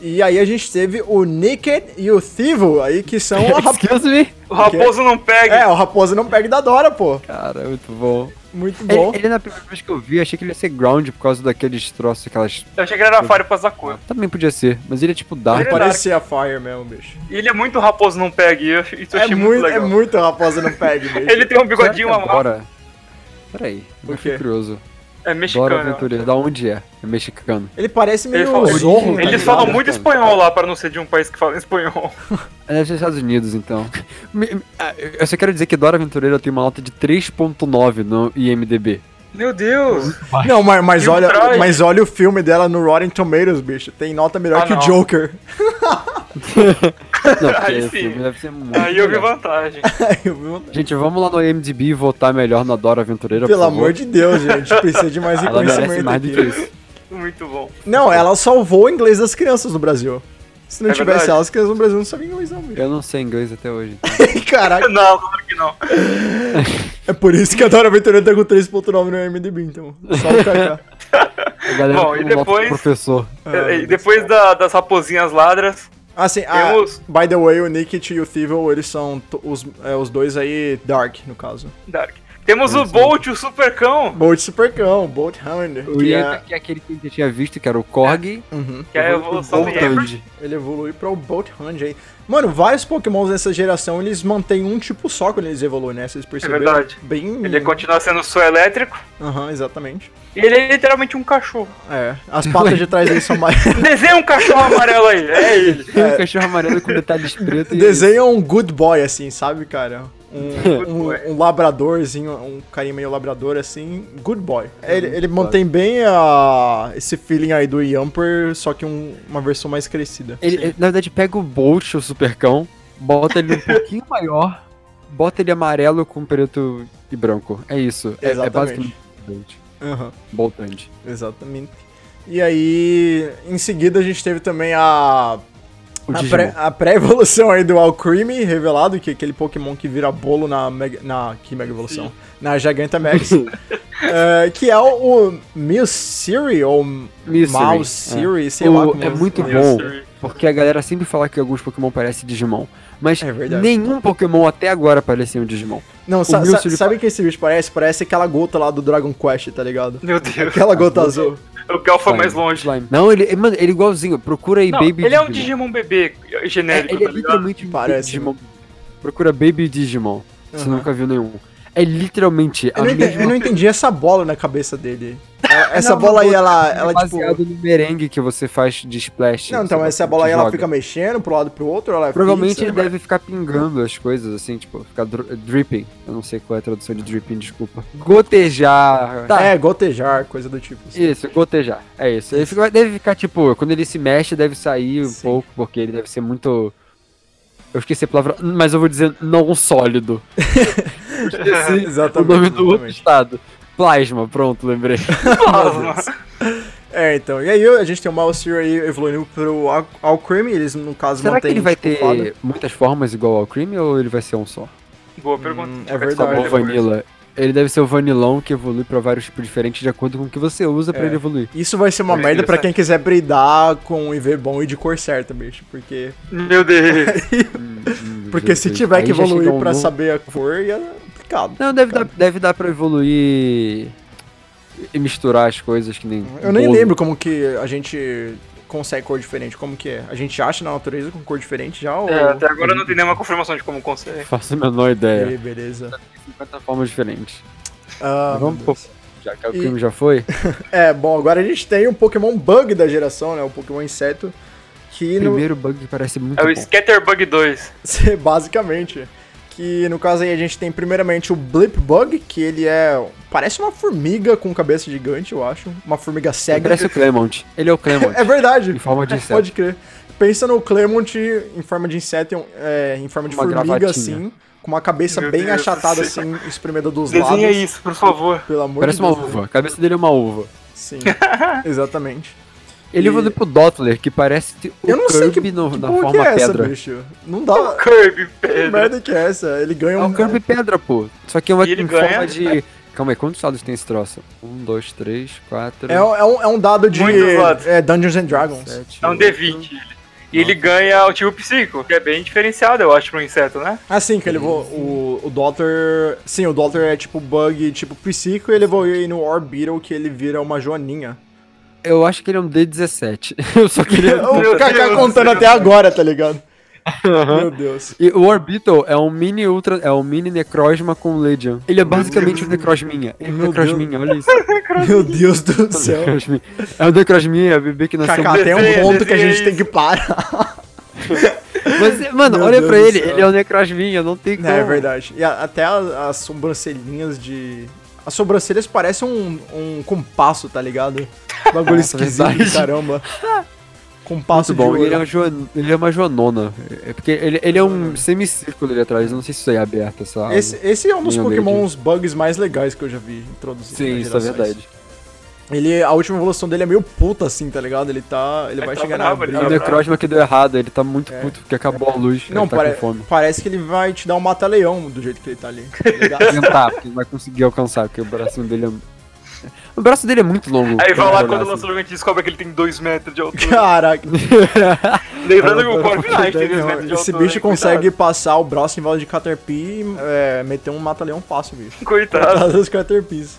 [SPEAKER 1] E aí a gente teve o Naked e o Thivo aí, que são a rap...
[SPEAKER 3] Excuse me.
[SPEAKER 2] O Raposo não pega.
[SPEAKER 1] É, o Raposa não pega da Dora, pô.
[SPEAKER 3] Cara, muito bom.
[SPEAKER 1] Muito bom.
[SPEAKER 3] Ele, é ele, na primeira vez que eu vi, achei que ele ia ser ground por causa daqueles troços, aquelas.
[SPEAKER 2] Eu achei que ele era Fire pra Zakura.
[SPEAKER 3] Também podia ser, mas ele é tipo Dark.
[SPEAKER 2] Ele é
[SPEAKER 1] Parecia Fire mesmo, bicho.
[SPEAKER 2] E ele é muito Raposo não pega, e eu ach- isso eu
[SPEAKER 1] É
[SPEAKER 2] achei
[SPEAKER 1] muito, é
[SPEAKER 2] legal.
[SPEAKER 1] muito é Raposa não pega, bicho.
[SPEAKER 2] Ele tem um bigodinho, uma mala.
[SPEAKER 3] agora. Peraí, eu
[SPEAKER 1] quê?
[SPEAKER 3] fiquei curioso.
[SPEAKER 2] É
[SPEAKER 3] Dora
[SPEAKER 2] mexicano. ó.
[SPEAKER 3] Aventureira, da onde é? É mexicano.
[SPEAKER 1] Ele parece meio
[SPEAKER 2] Ele fala-
[SPEAKER 1] zorro, tá
[SPEAKER 2] Eles
[SPEAKER 1] ligado?
[SPEAKER 2] falam muito
[SPEAKER 3] Cara.
[SPEAKER 2] espanhol lá, pra não ser de um país que fala espanhol.
[SPEAKER 3] É, Deve ser Estados Unidos, então. Me- me- ah, Eu só quero dizer que Dora Aventureira tem uma nota de 3.9 no IMDB.
[SPEAKER 2] Meu Deus!
[SPEAKER 1] Não, mas, mas,
[SPEAKER 2] E o
[SPEAKER 1] olha,
[SPEAKER 2] traje?
[SPEAKER 1] mas olha o filme dela no Rotten Tomatoes, bicho. Tem nota melhor
[SPEAKER 2] Ah,
[SPEAKER 1] que o
[SPEAKER 2] não.
[SPEAKER 1] Joker.
[SPEAKER 3] Não, porque
[SPEAKER 2] Aí
[SPEAKER 3] o
[SPEAKER 2] sim.
[SPEAKER 3] filme deve ser muito
[SPEAKER 2] Aí eu vi
[SPEAKER 3] melhor.
[SPEAKER 2] vantagem.
[SPEAKER 1] Eu vi uma-
[SPEAKER 3] Gente, vamos lá no IMDB votar melhor na Dora Aventureira,
[SPEAKER 1] Pelo
[SPEAKER 3] por favor.
[SPEAKER 1] amor de Deus, gente. Precisa de mais
[SPEAKER 3] Ela merece
[SPEAKER 1] reconhecimento
[SPEAKER 3] mais do
[SPEAKER 1] aqui.
[SPEAKER 3] que isso.
[SPEAKER 2] Muito bom.
[SPEAKER 1] Não, ela salvou o inglês das crianças no Brasil. Se não
[SPEAKER 2] É
[SPEAKER 1] tivesse
[SPEAKER 2] verdade.
[SPEAKER 1] ela, as crianças no Brasil não sabiam inglês, não, bicho.
[SPEAKER 3] Eu não sei inglês até hoje. então.
[SPEAKER 1] Caraca,
[SPEAKER 2] Não, claro que não.
[SPEAKER 1] é por isso que a Dora Aventureira tá com 3.9 no MDB, então. Só o Kaká.
[SPEAKER 3] A galera
[SPEAKER 2] Bom, e
[SPEAKER 3] não vota pro
[SPEAKER 2] depois-
[SPEAKER 3] professor.
[SPEAKER 1] Ah,
[SPEAKER 2] E depois da- das raposinhas ladras,
[SPEAKER 1] Assim, ah,
[SPEAKER 2] Temos-
[SPEAKER 1] by the way, o Nickit e o Thivel, eles são to- os, é, os dois aí Dark, no caso.
[SPEAKER 2] Dark. Temos o Bolt, o supercão,
[SPEAKER 1] Bolt Supercão, Bolt Hound,
[SPEAKER 3] O
[SPEAKER 1] que
[SPEAKER 3] Ian,
[SPEAKER 1] é...
[SPEAKER 3] que é aquele que a gente tinha visto, que era o Korg.
[SPEAKER 2] que é a evolução do Ember.
[SPEAKER 1] Uhum. Ele evolui para o Bolt Hound aí. Mano, vários Pokémons dessa geração, eles mantêm um tipo só quando eles evoluem, né? Vocês perceberam?
[SPEAKER 2] verdade.
[SPEAKER 1] Bem...
[SPEAKER 2] Ele é continua sendo só elétrico.
[SPEAKER 1] Aham, exatamente.
[SPEAKER 2] E ele é literalmente um cachorro.
[SPEAKER 1] É, as patas de trás dele são mais...
[SPEAKER 2] Desenha um cachorro amarelo aí. É ele.
[SPEAKER 3] Tem um cachorro amarelo com detalhes pretos. e-
[SPEAKER 1] Desenha um good boy, assim, sabe, cara? Um um, um- um labradorzinho, um carinha meio labrador assim, good boy. Ele, ele mantém bem a, esse feeling aí do Yamper, só que um- uma versão mais crescida.
[SPEAKER 3] Ele, ele, na verdade, pega o Bolt, o supercão, bota ele um pouquinho maior, bota ele amarelo com preto e branco. É isso. É, é
[SPEAKER 1] Exatamente.
[SPEAKER 3] basicamente Bolt.
[SPEAKER 1] Aham,
[SPEAKER 3] Boltand.
[SPEAKER 1] exatamente. E aí, em seguida, a gente teve também a
[SPEAKER 3] O
[SPEAKER 1] A
[SPEAKER 3] Digimon.
[SPEAKER 1] pré- A pré-evolução aí do Alcremie, revelado, que é aquele Pokémon que vira bolo na. Mega, na que Mega Evolução? Na Gigantamax. É, que é o, o Milsiri ou
[SPEAKER 3] Milsiri,
[SPEAKER 1] Malsiri, sei
[SPEAKER 3] O-
[SPEAKER 1] lá como
[SPEAKER 3] é muito
[SPEAKER 1] é.
[SPEAKER 3] bom,
[SPEAKER 2] Milsiri.
[SPEAKER 3] porque a galera sempre fala que alguns Pokémon parecem Digimon. Mas
[SPEAKER 1] É verdade.
[SPEAKER 3] nenhum Pokémon até agora parecia um Digimon.
[SPEAKER 1] Não, sa sa-
[SPEAKER 3] Milsiri
[SPEAKER 1] sabe o que esse bicho parece? Parece aquela gota lá do Dragon Quest, tá ligado?
[SPEAKER 2] Meu Deus.
[SPEAKER 1] Aquela gota azul.
[SPEAKER 2] O Gal foi mais longe.
[SPEAKER 3] Slime. Não, ele, mano, ele é igualzinho. Procura aí
[SPEAKER 2] Não,
[SPEAKER 3] Baby
[SPEAKER 2] ele é um Digimon bebê
[SPEAKER 3] É,
[SPEAKER 2] genérico,
[SPEAKER 3] ele é
[SPEAKER 2] tá ligado?
[SPEAKER 3] literalmente um
[SPEAKER 1] Parece, né?
[SPEAKER 3] Digimon. Procura Baby Digimon. Você
[SPEAKER 1] Aham. é
[SPEAKER 3] nunca viu nenhum. É literalmente a
[SPEAKER 1] Eu não, enten- eu não
[SPEAKER 3] mesma
[SPEAKER 1] entendi, essa bola na cabeça dele. Ela- Essa
[SPEAKER 3] Não,
[SPEAKER 1] bola aí,
[SPEAKER 3] não,
[SPEAKER 1] ela, ela tipo.
[SPEAKER 3] é baseado no merengue que você faz de splash.
[SPEAKER 1] Não,
[SPEAKER 3] que
[SPEAKER 1] então
[SPEAKER 3] você
[SPEAKER 1] essa bola aí ela
[SPEAKER 3] joga.
[SPEAKER 1] fica mexendo pro lado e pro outro, ela é
[SPEAKER 3] Provavelmente
[SPEAKER 1] fixa.
[SPEAKER 3] ele deve ficar pingando as coisas, assim, tipo, ficar dro- dripping. Eu não sei qual é a tradução de dripping, desculpa. Gotejar.
[SPEAKER 1] É, gotejar, coisa do tipo. assim.
[SPEAKER 3] Isso, gotejar. É isso. Ele fica- deve ficar, tipo, quando ele se mexe, deve sair um
[SPEAKER 1] Sim.
[SPEAKER 3] pouco, porque ele deve ser muito. Eu esqueci a palavra, mas eu vou dizer não sólido. esqueci o
[SPEAKER 1] Exatamente.
[SPEAKER 3] nome do outro
[SPEAKER 1] exatamente.
[SPEAKER 3] estado. Plasma, pronto, lembrei.
[SPEAKER 2] Plasma.
[SPEAKER 1] É, então. E aí a gente tem o Malseer aí evoluindo pro Al- Alcremie, eles no caso
[SPEAKER 3] Será que
[SPEAKER 1] mantêm,
[SPEAKER 3] ele vai
[SPEAKER 1] tipo, fada.
[SPEAKER 3] ter muitas formas igual ao Cream ou ele vai ser um só?
[SPEAKER 2] Boa pergunta.
[SPEAKER 1] Hum, é
[SPEAKER 2] Essa
[SPEAKER 1] verdade.
[SPEAKER 2] boa
[SPEAKER 3] Sabor
[SPEAKER 1] Depois.
[SPEAKER 3] Tá Vanilla. Ele deve ser o vanilão que evolui pra vários tipos diferentes de acordo com o que você usa pra
[SPEAKER 1] É.
[SPEAKER 3] ele evoluir.
[SPEAKER 1] Isso vai ser uma
[SPEAKER 2] É
[SPEAKER 1] merda pra quem quiser bridar com um IV bom e de cor certa, bicho. Porque,
[SPEAKER 2] Meu Deus.
[SPEAKER 1] porque se tiver que
[SPEAKER 3] Uhum. Hum, Aí já
[SPEAKER 1] evoluir
[SPEAKER 3] chega um
[SPEAKER 1] pra
[SPEAKER 3] novo-
[SPEAKER 1] saber a cor, é complicado.
[SPEAKER 3] Não, deve dar, deve dar pra evoluir e misturar as coisas que nem.
[SPEAKER 1] Eu nem
[SPEAKER 3] bolo.
[SPEAKER 1] lembro como que a gente consegue cor diferente. Como que é? A gente acha na natureza com cor diferente já? Ou...
[SPEAKER 2] É, até agora não tem nenhuma confirmação de como consegue.
[SPEAKER 3] Faço a menor ideia.
[SPEAKER 1] Ei, é. beleza.
[SPEAKER 3] 50 formas diferentes.
[SPEAKER 1] Ah,
[SPEAKER 3] Vamos
[SPEAKER 1] meu
[SPEAKER 3] pô,
[SPEAKER 1] Deus.
[SPEAKER 3] já que o
[SPEAKER 1] E-
[SPEAKER 3] crime já foi.
[SPEAKER 1] É, bom, agora a gente tem o Pokémon Bug da geração, né? O Pokémon Inseto. Que no,
[SPEAKER 3] Primeiro bug que parece muito
[SPEAKER 2] É o
[SPEAKER 3] bom.
[SPEAKER 2] Scatterbug 2.
[SPEAKER 1] basicamente. Que no caso aí a gente tem primeiramente o Blip Bug, que ele é. Parece uma formiga com cabeça gigante, eu acho. Uma formiga
[SPEAKER 3] Ele
[SPEAKER 1] cega.
[SPEAKER 3] Parece o Clement. Ele é o Clement.
[SPEAKER 1] É verdade.
[SPEAKER 3] Em forma de
[SPEAKER 1] É,
[SPEAKER 3] inseto.
[SPEAKER 1] Pode crer. Pensa no Clement em forma de inseto, é, em forma de
[SPEAKER 3] Uma
[SPEAKER 1] formiga,
[SPEAKER 3] gravatinha.
[SPEAKER 1] assim. Com uma cabeça
[SPEAKER 2] Meu
[SPEAKER 1] bem
[SPEAKER 2] Deus do
[SPEAKER 1] achatada,
[SPEAKER 2] céu.
[SPEAKER 1] assim, espremida dos
[SPEAKER 2] Desenha
[SPEAKER 1] lados.
[SPEAKER 2] isso, por favor.
[SPEAKER 1] Pelo amor
[SPEAKER 3] Parece
[SPEAKER 1] de
[SPEAKER 3] uma
[SPEAKER 1] Deus. né?
[SPEAKER 3] uva. A cabeça dele é uma uva.
[SPEAKER 1] Sim, exatamente.
[SPEAKER 3] Ele
[SPEAKER 1] E-
[SPEAKER 3] evolui pro Dottler, que parece o
[SPEAKER 1] Eu não sei que,
[SPEAKER 3] Kirby no-
[SPEAKER 1] que
[SPEAKER 3] na
[SPEAKER 1] porra
[SPEAKER 3] forma
[SPEAKER 1] que é essa,
[SPEAKER 3] pedra.
[SPEAKER 1] bicho. Não
[SPEAKER 2] É
[SPEAKER 3] Ah.
[SPEAKER 1] dá.
[SPEAKER 2] Kirby,
[SPEAKER 1] Que
[SPEAKER 2] pedra.
[SPEAKER 1] merda que é essa? Ele ganha
[SPEAKER 3] É um
[SPEAKER 1] um.
[SPEAKER 3] campo e pedra, pô. Só que é uma
[SPEAKER 2] E ele
[SPEAKER 3] em
[SPEAKER 2] ganha-
[SPEAKER 3] forma de. Calma aí, quantos lados tem esse troço? Um, dois, três, quatro.
[SPEAKER 1] É, um- é um, é um dado de
[SPEAKER 2] Muitos lados.
[SPEAKER 1] é, Dungeons and Dragons.
[SPEAKER 3] sete,
[SPEAKER 2] É um
[SPEAKER 3] oito.
[SPEAKER 2] D20. ele. E ele ganha o tipo psíquico, que é bem diferenciado, eu acho, pro inseto, né?
[SPEAKER 1] Ah, sim, que ele vo- o, o Daughter. Sim, o Daughter é tipo bug, tipo psico, e ele evoluiu aí no Orbital que ele vira uma joaninha.
[SPEAKER 3] Eu acho que ele é um D17. Eu só queria.
[SPEAKER 1] É o
[SPEAKER 2] Meu
[SPEAKER 1] Kaká
[SPEAKER 2] Deus
[SPEAKER 1] contando
[SPEAKER 2] do céu.
[SPEAKER 1] até agora, tá ligado? Meu Deus.
[SPEAKER 3] E o Orbital é um mini ultra. É um mini Necrozma com Legion. Ele é basicamente um Necrozminha. Ele é um
[SPEAKER 1] Meu
[SPEAKER 3] Necrozminha, olha isso.
[SPEAKER 1] Meu Deus do céu.
[SPEAKER 3] Necrozminha. É um Necrozminha, a bebê que nasceu.
[SPEAKER 1] Kaká,
[SPEAKER 2] Desenha,
[SPEAKER 1] tem um ponto que a
[SPEAKER 3] é
[SPEAKER 2] desenha
[SPEAKER 1] gente
[SPEAKER 2] isso.
[SPEAKER 1] tem que parar.
[SPEAKER 3] Mas, mano,
[SPEAKER 1] Meu
[SPEAKER 3] olha
[SPEAKER 1] Deus
[SPEAKER 3] pra
[SPEAKER 1] do
[SPEAKER 3] ele.
[SPEAKER 1] céu.
[SPEAKER 3] Ele é um Necrozminha, não tem como.
[SPEAKER 1] É, é verdade. E a- até a- as sobrancelhinhas de. As sobrancelhas parecem um, um compasso, tá ligado? Bagulho
[SPEAKER 3] Nossa,
[SPEAKER 1] esquisito,
[SPEAKER 3] verdade.
[SPEAKER 1] caramba.
[SPEAKER 3] Muito
[SPEAKER 1] Compasso de
[SPEAKER 3] bom.
[SPEAKER 1] ouro.
[SPEAKER 3] E Ele é, uma joan- ele é uma joanona. É porque ele, ele é um semicírculo ali atrás. Eu não sei se isso aí é aberto, essa. asa.
[SPEAKER 1] Esse, esse é um dos
[SPEAKER 3] Minha
[SPEAKER 1] Pokémons bugs mais legais que eu já vi introduzido.
[SPEAKER 3] Sim,
[SPEAKER 1] nas
[SPEAKER 3] isso é
[SPEAKER 1] gerações.
[SPEAKER 3] verdade.
[SPEAKER 1] Ele, a última evolução dele é meio puta assim, tá ligado? Ele tá. Ele
[SPEAKER 2] Ele
[SPEAKER 1] vai
[SPEAKER 2] tá
[SPEAKER 1] chegar na.
[SPEAKER 2] bravo, ele
[SPEAKER 1] briga.
[SPEAKER 3] É o
[SPEAKER 2] tá bravo.
[SPEAKER 3] Necrozma que deu errado, ele tá muito
[SPEAKER 1] É.
[SPEAKER 3] puto porque acabou a luz.
[SPEAKER 1] Não,
[SPEAKER 3] ele tá
[SPEAKER 1] pare-
[SPEAKER 3] com fome.
[SPEAKER 1] parece que ele vai te dar um mata-leão do jeito que ele tá ali. tá ligado?
[SPEAKER 3] Tentar, porque não vai conseguir alcançar, porque o bracinho dele é. O braço dele é muito longo.
[SPEAKER 2] Aí vai lá
[SPEAKER 3] Ele é um
[SPEAKER 2] quando lança
[SPEAKER 3] braço.
[SPEAKER 2] o jogo, a gente descobre que ele tem 2 metros de altura.
[SPEAKER 1] Caraca,
[SPEAKER 2] Lembrando que o
[SPEAKER 1] Não,
[SPEAKER 2] Corviknight tem 2
[SPEAKER 1] não,
[SPEAKER 2] metros de altura. né?
[SPEAKER 1] esse bicho
[SPEAKER 2] hein,
[SPEAKER 1] consegue passar o braço em volta de Caterpie e é, meter um mata-leão fácil, bicho.
[SPEAKER 2] Coitado.
[SPEAKER 1] Coitado dos Caterpies.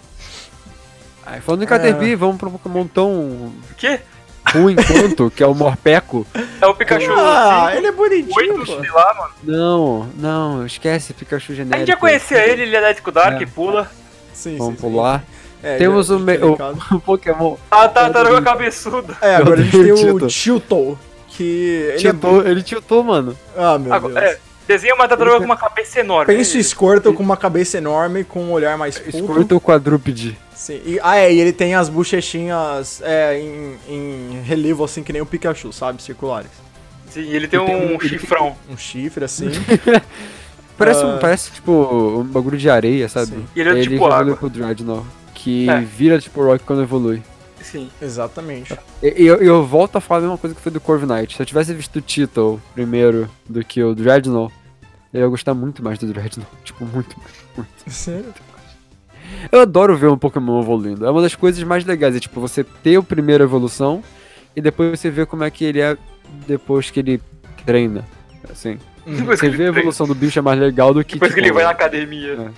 [SPEAKER 3] Aí, falando em Caterpie,
[SPEAKER 1] É.
[SPEAKER 3] vamos pra um Pokémon tão
[SPEAKER 2] Coitado. Que?
[SPEAKER 3] ruim quanto, que é o Morpeco.
[SPEAKER 2] É o Pikachu
[SPEAKER 1] Ah,
[SPEAKER 2] cinco,
[SPEAKER 1] ele é bonitinho,
[SPEAKER 2] oito,
[SPEAKER 1] pô.
[SPEAKER 2] sei lá, mano.
[SPEAKER 3] Não, não, esquece Pikachu
[SPEAKER 2] A
[SPEAKER 3] genérico.
[SPEAKER 2] gente já conhecia ele, ele é elétrico Dark,
[SPEAKER 3] É.
[SPEAKER 2] pula.
[SPEAKER 1] Sim,
[SPEAKER 3] Vamos
[SPEAKER 1] sim, sim.
[SPEAKER 3] pular.
[SPEAKER 1] É,
[SPEAKER 3] Temos
[SPEAKER 1] já-
[SPEAKER 3] o,
[SPEAKER 1] já
[SPEAKER 3] me-
[SPEAKER 1] tá ligado.
[SPEAKER 3] o, o Pokémon.
[SPEAKER 2] A Tá, tartaruga cabeçuda.
[SPEAKER 1] É, agora a gente
[SPEAKER 3] Eu
[SPEAKER 1] tem
[SPEAKER 3] odeio
[SPEAKER 1] o
[SPEAKER 3] o
[SPEAKER 1] Chilton, que ele é
[SPEAKER 3] Tiltou, ele tiltou, mano.
[SPEAKER 1] Ah, meu
[SPEAKER 2] Agora-
[SPEAKER 1] Deus.
[SPEAKER 2] é, Desenha uma tartaruga com uma cabeça enorme.
[SPEAKER 3] É
[SPEAKER 1] Pensa o Squirtle com uma cabeça enorme, com um olhar mais curto.
[SPEAKER 3] Squirtle quadrúpede.
[SPEAKER 1] Sim. E, ah, é, e ele tem as bochechinhas é, em, em relevo, assim, que nem o Pikachu, sabe? Circulares.
[SPEAKER 2] Sim, ele tem um chifrão.
[SPEAKER 1] Um chifre, assim.
[SPEAKER 3] Parece,
[SPEAKER 1] Ah.
[SPEAKER 3] um, parece tipo um bagulho de areia, sabe?
[SPEAKER 1] Sim.
[SPEAKER 2] E ele é
[SPEAKER 3] Aí
[SPEAKER 2] tipo
[SPEAKER 3] evolui
[SPEAKER 2] água.
[SPEAKER 3] pro Dreadnought, que
[SPEAKER 2] É.
[SPEAKER 3] vira tipo Rock quando evolui.
[SPEAKER 2] Sim.
[SPEAKER 1] Exatamente. É,
[SPEAKER 3] E e eu, eu volto a falar a mesma coisa que foi do Corv Knight. Se eu tivesse visto o Tito primeiro do que o Dreadnought, eu ia gostar muito mais do Dreadnought. Tipo, muito mais.
[SPEAKER 1] Sério?
[SPEAKER 3] Eu adoro ver um Pokémon evoluindo. É uma das coisas mais legais. É tipo, você ter a primeira evolução e depois você ver como é que ele é depois que ele treina. Assim.
[SPEAKER 2] Depois
[SPEAKER 3] Você
[SPEAKER 2] que ele
[SPEAKER 3] vê a
[SPEAKER 2] treina.
[SPEAKER 3] evolução do bicho é mais legal do que.
[SPEAKER 2] Depois que
[SPEAKER 3] tipo,
[SPEAKER 2] ele vai na academia.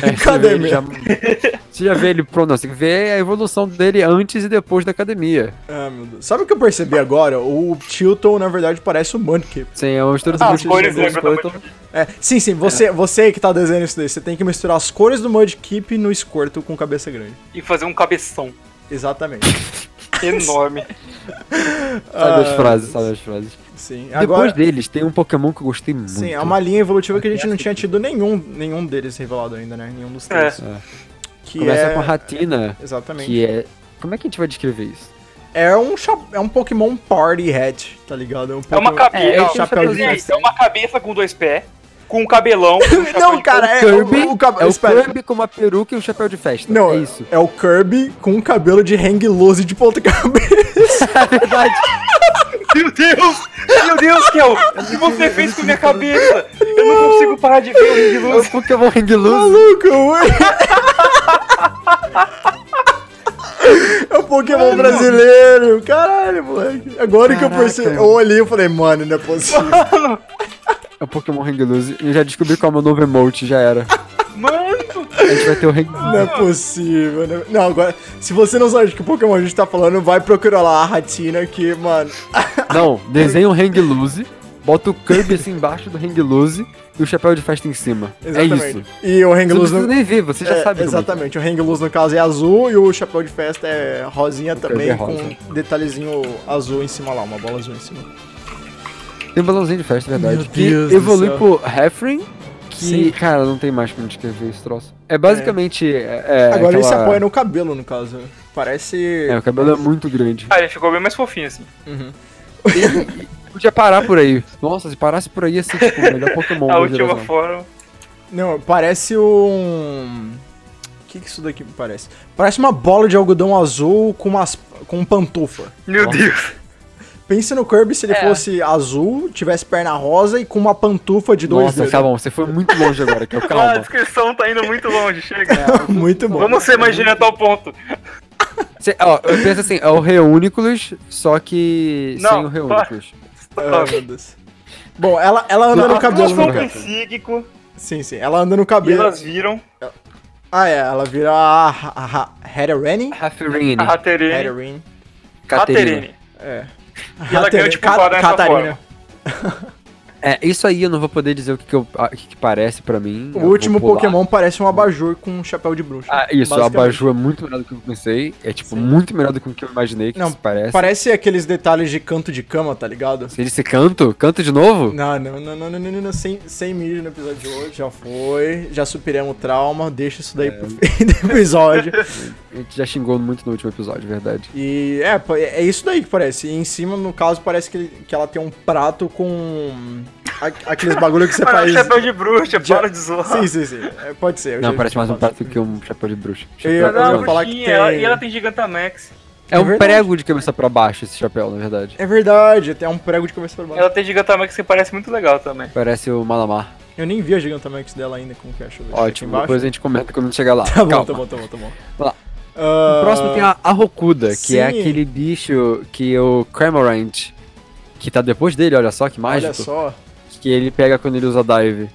[SPEAKER 3] É, você,
[SPEAKER 1] Cadê
[SPEAKER 3] vê ele já, você já vê ele pronto, não, você vê a evolução dele antes e depois da academia.
[SPEAKER 1] Ah, meu Deus. Sabe o que eu percebi agora? O Tilton, na verdade, parece um Mudkip.
[SPEAKER 3] Sim, é uma mistura dos
[SPEAKER 2] Ah, as
[SPEAKER 3] bichos
[SPEAKER 2] cores
[SPEAKER 3] do
[SPEAKER 2] lembram
[SPEAKER 3] Squirtle.
[SPEAKER 2] também.
[SPEAKER 1] É, sim, sim, você, você que tá desenhando isso daí, você tem que misturar as cores do Mudkip no Squirtle com cabeça grande.
[SPEAKER 2] E fazer um cabeção
[SPEAKER 1] Exatamente.
[SPEAKER 2] enorme.
[SPEAKER 3] Sabe as
[SPEAKER 1] Ah,
[SPEAKER 3] frases, sabe as frases.
[SPEAKER 1] Sim,
[SPEAKER 3] Depois
[SPEAKER 1] agora...
[SPEAKER 3] deles, tem um Pokémon que eu gostei muito.
[SPEAKER 1] Sim, é uma linha evolutiva que a gente não tinha tido nenhum, nenhum deles revelado ainda, né? Nenhum dos três.
[SPEAKER 3] É.
[SPEAKER 1] Que
[SPEAKER 3] Começa
[SPEAKER 1] é...
[SPEAKER 3] com a Ratina,
[SPEAKER 1] Exatamente.
[SPEAKER 3] que é. Como é que a gente vai descrever isso?
[SPEAKER 1] É um, cha- é um Pokémon Party Hat, tá ligado? um
[SPEAKER 2] É uma
[SPEAKER 1] Pokémon-
[SPEAKER 2] cabeça.
[SPEAKER 3] É,
[SPEAKER 2] É,
[SPEAKER 3] é
[SPEAKER 2] um
[SPEAKER 3] um
[SPEAKER 2] chapéuzinho.
[SPEAKER 1] chapéuzinho.
[SPEAKER 2] é uma cabeça com dois pés, com um cabelão. com um chapéu
[SPEAKER 1] Não,
[SPEAKER 2] de
[SPEAKER 1] cara, é
[SPEAKER 3] Kirby,
[SPEAKER 1] o, o cab-
[SPEAKER 3] é o
[SPEAKER 1] espera.
[SPEAKER 3] Kirby com uma peruca e um chapéu de festa.
[SPEAKER 1] Não,
[SPEAKER 3] é isso.
[SPEAKER 1] o Kirby com um cabelo de hang loose de ponta cabeça. Tá
[SPEAKER 3] É verdade.
[SPEAKER 2] Meu Deus! Meu Deus, Kel! O que você fez com minha cabeça? Eu não consigo parar de ver o Ring
[SPEAKER 3] É o
[SPEAKER 2] Luz.
[SPEAKER 3] Pokémon Hang Loose.
[SPEAKER 1] Maluco, mano. É um Pokémon brasileiro, caralho, moleque. Agora que eu
[SPEAKER 3] Caraca.
[SPEAKER 1] percebi, eu olhei e falei, mano, não é possível.
[SPEAKER 3] É o Pokémon Hang Loose. Eu já descobri qual é o meu novo emote, já era.
[SPEAKER 2] Mano!
[SPEAKER 3] A gente vai ter o Hang
[SPEAKER 1] Não é possível. Não, não, agora, se você não sabe de que Pokémon a gente tá falando, vai procurar lá a Ratina que, mano.
[SPEAKER 3] Não, desenha um hang loose, bota o Kirby assim embaixo do hang loose e o chapéu de festa em cima. É isso.
[SPEAKER 1] E o hang
[SPEAKER 3] Você não
[SPEAKER 1] loose
[SPEAKER 3] precisa
[SPEAKER 1] no...
[SPEAKER 3] nem ver, você já
[SPEAKER 1] É,
[SPEAKER 3] sabe. como é que é.
[SPEAKER 1] exatamente, o hang loose no caso é azul e o chapéu de festa é rosinha também,
[SPEAKER 3] é
[SPEAKER 1] com
[SPEAKER 3] rosa.
[SPEAKER 1] um detalhezinho azul em cima lá, uma bola azul em cima.
[SPEAKER 3] Tem um balãozinho de festa, é verdade.
[SPEAKER 1] Meu Deus
[SPEAKER 3] que
[SPEAKER 1] do
[SPEAKER 3] evolui
[SPEAKER 1] céu.
[SPEAKER 3] pro Hefrin, que,
[SPEAKER 1] Sim.
[SPEAKER 3] cara, não tem mais como descrever esse troço. É basicamente. É, é
[SPEAKER 1] Agora ele se
[SPEAKER 3] aquela-
[SPEAKER 1] apoia no cabelo, no caso. Parece.
[SPEAKER 3] É, o cabelo é muito grande.
[SPEAKER 2] Ah, ele ficou bem mais fofinho assim.
[SPEAKER 3] Podia parar por aí. Nossa, se parasse por aí, ia ser tipo, o melhor Pokémon
[SPEAKER 2] A
[SPEAKER 3] da
[SPEAKER 2] última
[SPEAKER 3] geração.
[SPEAKER 2] forma.
[SPEAKER 1] Não, parece um. O que, que isso daqui parece? Parece uma bola de algodão azul com umas. com um pantufa.
[SPEAKER 2] Meu Deus.
[SPEAKER 1] Pensa no Kirby se ele fosse azul, tivesse perna rosa e com uma pantufa de dois
[SPEAKER 3] Nossa,
[SPEAKER 1] dedos.
[SPEAKER 3] tá bom, você foi muito longe agora, que eu
[SPEAKER 2] Ah, a
[SPEAKER 3] calma.
[SPEAKER 2] descrição tá indo muito longe, chega.
[SPEAKER 1] Muito bom.
[SPEAKER 2] Vamos ser mais direto ao ponto.
[SPEAKER 3] Cê- ó, eu penso assim, é o Reuniclus, só que
[SPEAKER 2] Não,
[SPEAKER 3] sem o Reuniclus.
[SPEAKER 1] Ah, meu Deus. Bom, ela, ela anda Tá no
[SPEAKER 3] Não,
[SPEAKER 1] cabelo. né? É.
[SPEAKER 3] não,
[SPEAKER 1] no
[SPEAKER 2] são
[SPEAKER 3] não.
[SPEAKER 1] cara.
[SPEAKER 2] psíquico
[SPEAKER 1] Sim, sim. Ela anda no
[SPEAKER 2] e
[SPEAKER 1] cabelo.
[SPEAKER 2] elas viram
[SPEAKER 1] Ah, é. Ela vira a. a, a Hatterene?
[SPEAKER 3] Rafferine.
[SPEAKER 2] a Raterine.
[SPEAKER 1] Hatterene.
[SPEAKER 3] Caterina.
[SPEAKER 1] É.
[SPEAKER 2] E ela ganhou, tipo, vara nessa
[SPEAKER 1] Catarina.
[SPEAKER 3] É, isso aí eu não vou poder dizer o que, que, eu- ah, o que que parece pra mim.
[SPEAKER 1] O
[SPEAKER 3] eu
[SPEAKER 1] último
[SPEAKER 3] vou pular.
[SPEAKER 1] Pokémon parece um abajur com um chapéu de bruxo.
[SPEAKER 3] Ah, isso, o
[SPEAKER 1] basicamente.
[SPEAKER 3] abajur é muito melhor do que eu pensei. É, tipo, muito melhor do que o que eu imaginei que
[SPEAKER 1] Não,
[SPEAKER 3] isso parece.
[SPEAKER 1] Parece aqueles detalhes de canto de cama, tá ligado?
[SPEAKER 3] Se ele se canto, canto de novo?
[SPEAKER 1] Não, não, não, não, não, não, não, não. Sem, sem mídia no episódio de hoje, já foi. Já superamos o trauma, deixa isso daí pro fim do episódio.
[SPEAKER 3] A gente já xingou muito no último episódio, verdade.
[SPEAKER 1] E é, pa- é isso daí que parece. E em cima, no caso, parece que, que ela tem um prato com a- aqueles bagulho que você
[SPEAKER 2] Mano, é um
[SPEAKER 1] faz.
[SPEAKER 2] chapéu de bruxa,
[SPEAKER 1] Já-
[SPEAKER 2] para de zoar.
[SPEAKER 1] Sim, sim, sim. É, pode ser. eu
[SPEAKER 3] Não,
[SPEAKER 1] já-
[SPEAKER 3] parece mais um
[SPEAKER 1] faço.
[SPEAKER 3] prato que um chapéu de bruxa.
[SPEAKER 1] Eu
[SPEAKER 3] Chapéu-
[SPEAKER 1] ia- eu ia
[SPEAKER 2] Ela
[SPEAKER 3] não,
[SPEAKER 1] falar
[SPEAKER 2] falar
[SPEAKER 1] que tem-
[SPEAKER 2] e é ela tem Gigantamax.
[SPEAKER 3] é
[SPEAKER 1] é
[SPEAKER 3] um
[SPEAKER 1] verdade.
[SPEAKER 3] prego de cabeça pra baixo esse chapéu, na verdade.
[SPEAKER 1] É verdade, até um prego de cabeça pra baixo.
[SPEAKER 2] Ela tem Gigantamax que parece muito legal também.
[SPEAKER 3] Parece o Malamar.
[SPEAKER 1] Eu nem vi a Gigantamax dela ainda com o cash.
[SPEAKER 3] Ótimo, depois a gente comenta quando chegar lá.
[SPEAKER 1] Tá bom,
[SPEAKER 3] Calma.
[SPEAKER 1] tá bom, tá bom, tá bom.
[SPEAKER 3] Vamos lá.
[SPEAKER 1] Ah,
[SPEAKER 3] O próximo tem a Arrocuda, que é
[SPEAKER 1] sim.
[SPEAKER 3] aquele bicho que o Cramorant, que tá depois dele, olha só que mágico,
[SPEAKER 1] Olha só.
[SPEAKER 3] que ele pega quando ele usa dive.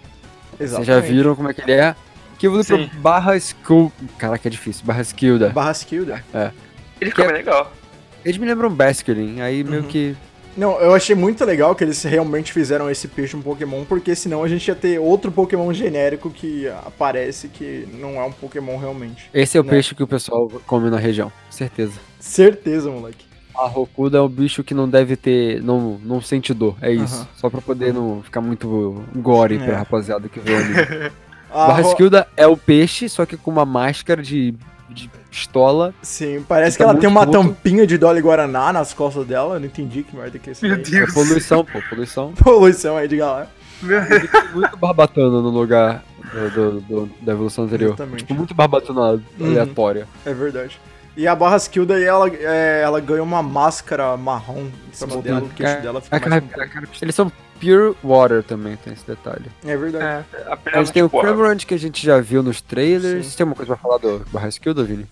[SPEAKER 3] Vocês já
[SPEAKER 1] Exatamente.
[SPEAKER 3] viram como é que ele é? Que evolui
[SPEAKER 2] Sim.
[SPEAKER 3] pro Barra Skill... Caraca, é difícil. Barra Skilda.
[SPEAKER 1] Barra Skilda.
[SPEAKER 2] Ele
[SPEAKER 1] é
[SPEAKER 2] ficou
[SPEAKER 3] Que-
[SPEAKER 2] bem legal.
[SPEAKER 3] Eles me lembram Basculin, aí meio
[SPEAKER 1] Uhum.
[SPEAKER 3] que...
[SPEAKER 1] Não, eu achei muito legal que eles realmente fizeram esse peixe um Pokémon, porque senão a gente ia ter outro Pokémon genérico que aparece que não é um Pokémon realmente.
[SPEAKER 3] Esse é o
[SPEAKER 1] Né?
[SPEAKER 3] peixe que o pessoal come na região, certeza.
[SPEAKER 1] Certeza, moleque.
[SPEAKER 3] A Rokuda é um bicho que não deve ter. Não, não sente dor. É isso.
[SPEAKER 1] Aham.
[SPEAKER 3] Só pra poder não ficar muito gore
[SPEAKER 1] É.
[SPEAKER 3] pra rapaziada que vê o anime.
[SPEAKER 1] A
[SPEAKER 3] Barra
[SPEAKER 1] Ro-
[SPEAKER 3] Skilda é o peixe, só que com uma máscara de, de pistola.
[SPEAKER 1] Sim, parece que
[SPEAKER 3] Tá
[SPEAKER 1] ela
[SPEAKER 3] muito
[SPEAKER 1] tem uma
[SPEAKER 3] puto.
[SPEAKER 1] tampinha de Dolly Guaraná nas costas dela. Eu não entendi que merda que é isso.
[SPEAKER 2] Meu
[SPEAKER 1] daí.
[SPEAKER 2] Deus.
[SPEAKER 3] É poluição, pô, poluição.
[SPEAKER 1] Poluição aí de galera.
[SPEAKER 3] Ele tem muito barbatana no lugar do- do- do- da evolução anterior.
[SPEAKER 1] Exatamente.
[SPEAKER 3] Tipo, muito barbatana aleatória.
[SPEAKER 1] É verdade. E a Barra Skilda, aí, ela, é, ela ganha uma máscara marrom em cima
[SPEAKER 3] Sim. É,
[SPEAKER 1] dela, o queixo dela fica
[SPEAKER 3] A
[SPEAKER 1] mais
[SPEAKER 3] Tipo, um
[SPEAKER 1] completo.
[SPEAKER 3] cara- a cara- Eles são pure water também, tem esse detalhe.
[SPEAKER 1] É verdade.
[SPEAKER 2] É,
[SPEAKER 3] A
[SPEAKER 2] apenas,
[SPEAKER 3] gente tem o
[SPEAKER 2] tipo, ó,
[SPEAKER 3] Cameron que a gente já viu nos trailers.
[SPEAKER 1] Sim.
[SPEAKER 3] Tem alguma coisa pra falar do Barra Skilda, Vini?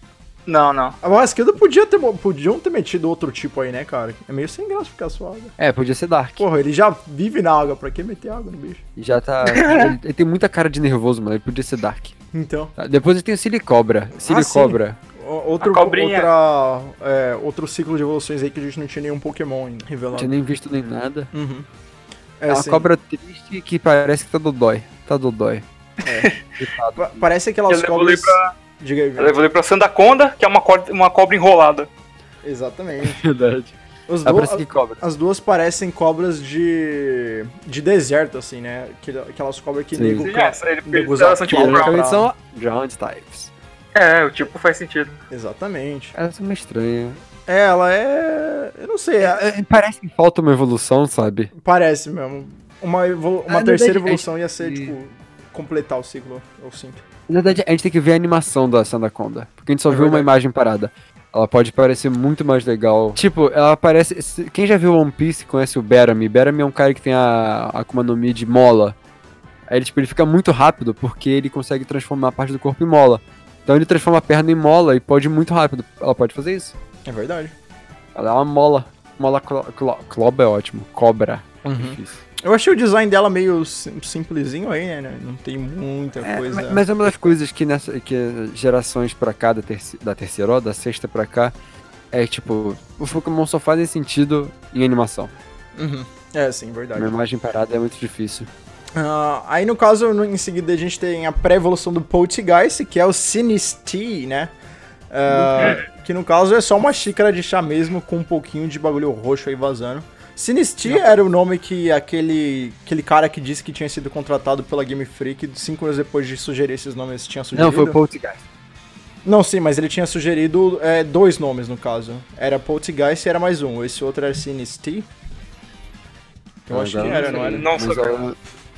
[SPEAKER 2] Não, não.
[SPEAKER 1] A Barra Skilda podia ter, mo- podiam ter metido outro tipo aí, né, cara? É meio sem graça ficar só água.
[SPEAKER 3] É, podia ser Dark.
[SPEAKER 1] Porra, ele já vive na água, pra que meter água no bicho?
[SPEAKER 3] Já tá. ele, ele tem muita cara de nervoso, mano. Ele podia ser Dark.
[SPEAKER 1] Então,
[SPEAKER 3] Tá, Depois ele tem o Silicobra.
[SPEAKER 1] Ah,
[SPEAKER 3] Silicobra.
[SPEAKER 1] o- outro,
[SPEAKER 2] A cobrinha.
[SPEAKER 1] outra, é, outro ciclo de evoluções aí que a gente não tinha nenhum Pokémon ainda
[SPEAKER 3] não
[SPEAKER 1] revelado.
[SPEAKER 3] tinha nem visto nem nada.
[SPEAKER 1] Uhum.
[SPEAKER 3] É,
[SPEAKER 1] É,
[SPEAKER 3] uma
[SPEAKER 1] sim.
[SPEAKER 3] cobra triste que parece que tá dodói. Tá dodói.
[SPEAKER 1] Pa- Parece aquelas
[SPEAKER 2] Eu levei
[SPEAKER 1] cobras...
[SPEAKER 2] pra,
[SPEAKER 1] Diga aí,
[SPEAKER 2] eu
[SPEAKER 1] velho.
[SPEAKER 2] levei pra Sandaconda, que é uma cobra, uma cobra enrolada.
[SPEAKER 1] Exatamente.
[SPEAKER 3] Verdade.
[SPEAKER 1] Os
[SPEAKER 3] Ah,
[SPEAKER 1] do-
[SPEAKER 3] parece que cobra.
[SPEAKER 1] As duas parecem cobras de. de deserto, assim, né? Aquela- Aquelas cobras que
[SPEAKER 3] Sim.
[SPEAKER 1] nego.
[SPEAKER 2] Sim,
[SPEAKER 1] ca-
[SPEAKER 2] é, ele,
[SPEAKER 1] nego
[SPEAKER 2] elas são
[SPEAKER 1] usa
[SPEAKER 2] tipo
[SPEAKER 1] pra-
[SPEAKER 2] brown.
[SPEAKER 3] Teoricamente são ground types.
[SPEAKER 2] É, o tipo faz sentido.
[SPEAKER 1] Exatamente.
[SPEAKER 3] Ela é uma estranha.
[SPEAKER 1] É, Ela é. Eu não sei, é-
[SPEAKER 3] É, é, parece que falta uma evolução, sabe?
[SPEAKER 1] parece mesmo. Uma, evolu-
[SPEAKER 3] Ah,
[SPEAKER 1] uma
[SPEAKER 3] na
[SPEAKER 1] terceira
[SPEAKER 3] verdade,
[SPEAKER 1] evolução ia ser,
[SPEAKER 3] e-
[SPEAKER 1] tipo, completar o ciclo, eu sinto.
[SPEAKER 3] Na verdade, a gente tem que ver a animação da Sandaconda. Porque a gente só
[SPEAKER 1] É
[SPEAKER 3] viu uma
[SPEAKER 1] verdade.
[SPEAKER 3] imagem parada. Ela pode parecer muito mais legal. Tipo, ela parece. se- Quem já viu One Piece conhece o Berami. Berami é um cara que tem a a Akuma no Mi de mola. Aí ele, tipo, ele fica muito rápido porque ele consegue transformar parte do corpo em mola. Então ele transforma a perna em mola e pode ir muito rápido. Ela pode fazer isso.
[SPEAKER 1] É verdade.
[SPEAKER 3] Ela é uma mola. Mola clo clo- cloba é ótimo. Cobra.
[SPEAKER 1] Uhum.
[SPEAKER 3] Difícil.
[SPEAKER 1] Eu achei o design dela meio sim- simplesinho aí, né? Não tem muita
[SPEAKER 3] É,
[SPEAKER 1] coisa.
[SPEAKER 3] ma- mas é uma das coisas que, nessa, que gerações pra cá, da, terci- da terceira, ó, da sexta pra cá, é tipo, os Pokémon só fazem sentido em animação.
[SPEAKER 1] Uhum. É, sim, verdade.
[SPEAKER 3] Uma imagem parada é muito difícil.
[SPEAKER 1] Ah, aí no caso, no- em seguida, a gente tem a pré-evolução do Poltergeist, que é o Sinistee, né? Ah, que no caso é só uma xícara de chá mesmo com um pouquinho de bagulho roxo aí vazando. Sinistee era o nome que aquele, aquele cara que disse que tinha sido contratado pela Game Freak, cinco anos depois de sugerir esses nomes, tinha sugerido.
[SPEAKER 3] Não, foi o Poltergeist.
[SPEAKER 1] Não, sim, mas ele tinha sugerido é, dois nomes no caso. Era Poltergeist e era mais um. Esse outro era Sinistee. Eu
[SPEAKER 3] Ah,
[SPEAKER 1] acho que
[SPEAKER 3] agora eu
[SPEAKER 1] era, não era?
[SPEAKER 2] Não
[SPEAKER 3] Mas,
[SPEAKER 2] sou eu.
[SPEAKER 3] ela-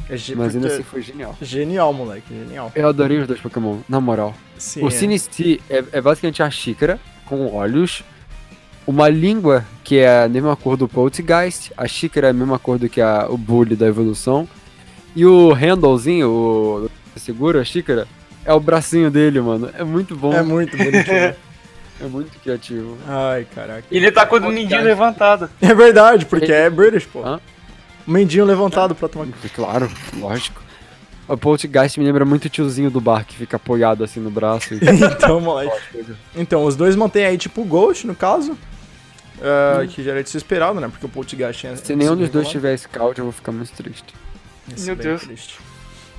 [SPEAKER 1] É ge-
[SPEAKER 3] mas ainda
[SPEAKER 1] porque-
[SPEAKER 3] assim foi genial.
[SPEAKER 1] Genial, moleque, genial.
[SPEAKER 3] Eu adorei os dois Pokémon, na moral.
[SPEAKER 1] Sim,
[SPEAKER 3] O
[SPEAKER 1] é.
[SPEAKER 3] Sinistee é, é basicamente a xícara com olhos, uma língua que é a mesma cor do Poltergeist, a xícara é a mesma cor do que a- o Bully da evolução, e o handlezinho, o seguro, a xícara, é o bracinho dele, mano. É muito bom,
[SPEAKER 1] É
[SPEAKER 3] é,
[SPEAKER 1] muito bonitinho.
[SPEAKER 3] muito criativo.
[SPEAKER 1] Ai, caraca.
[SPEAKER 2] E ele tá com o mindinho levantado.
[SPEAKER 1] É verdade, porque é British, pô.
[SPEAKER 3] Hã?
[SPEAKER 1] Mendinho levantado pra tomar.
[SPEAKER 3] Claro, lógico. O Poltergeist me lembra muito o tiozinho do bar que fica apoiado assim no braço. E...
[SPEAKER 1] Então, moleque.
[SPEAKER 3] coisa.
[SPEAKER 1] Então, os dois mantêm aí, tipo, o Ghost, no caso. Ah, Que já era de se esperado, né? Porque o Poltergeist tinha.
[SPEAKER 3] Se nenhum dos dois
[SPEAKER 1] tinha.
[SPEAKER 3] tiver scout, eu vou ficar muito triste.
[SPEAKER 1] sido
[SPEAKER 2] Meu
[SPEAKER 1] é bem
[SPEAKER 2] Deus.
[SPEAKER 1] triste.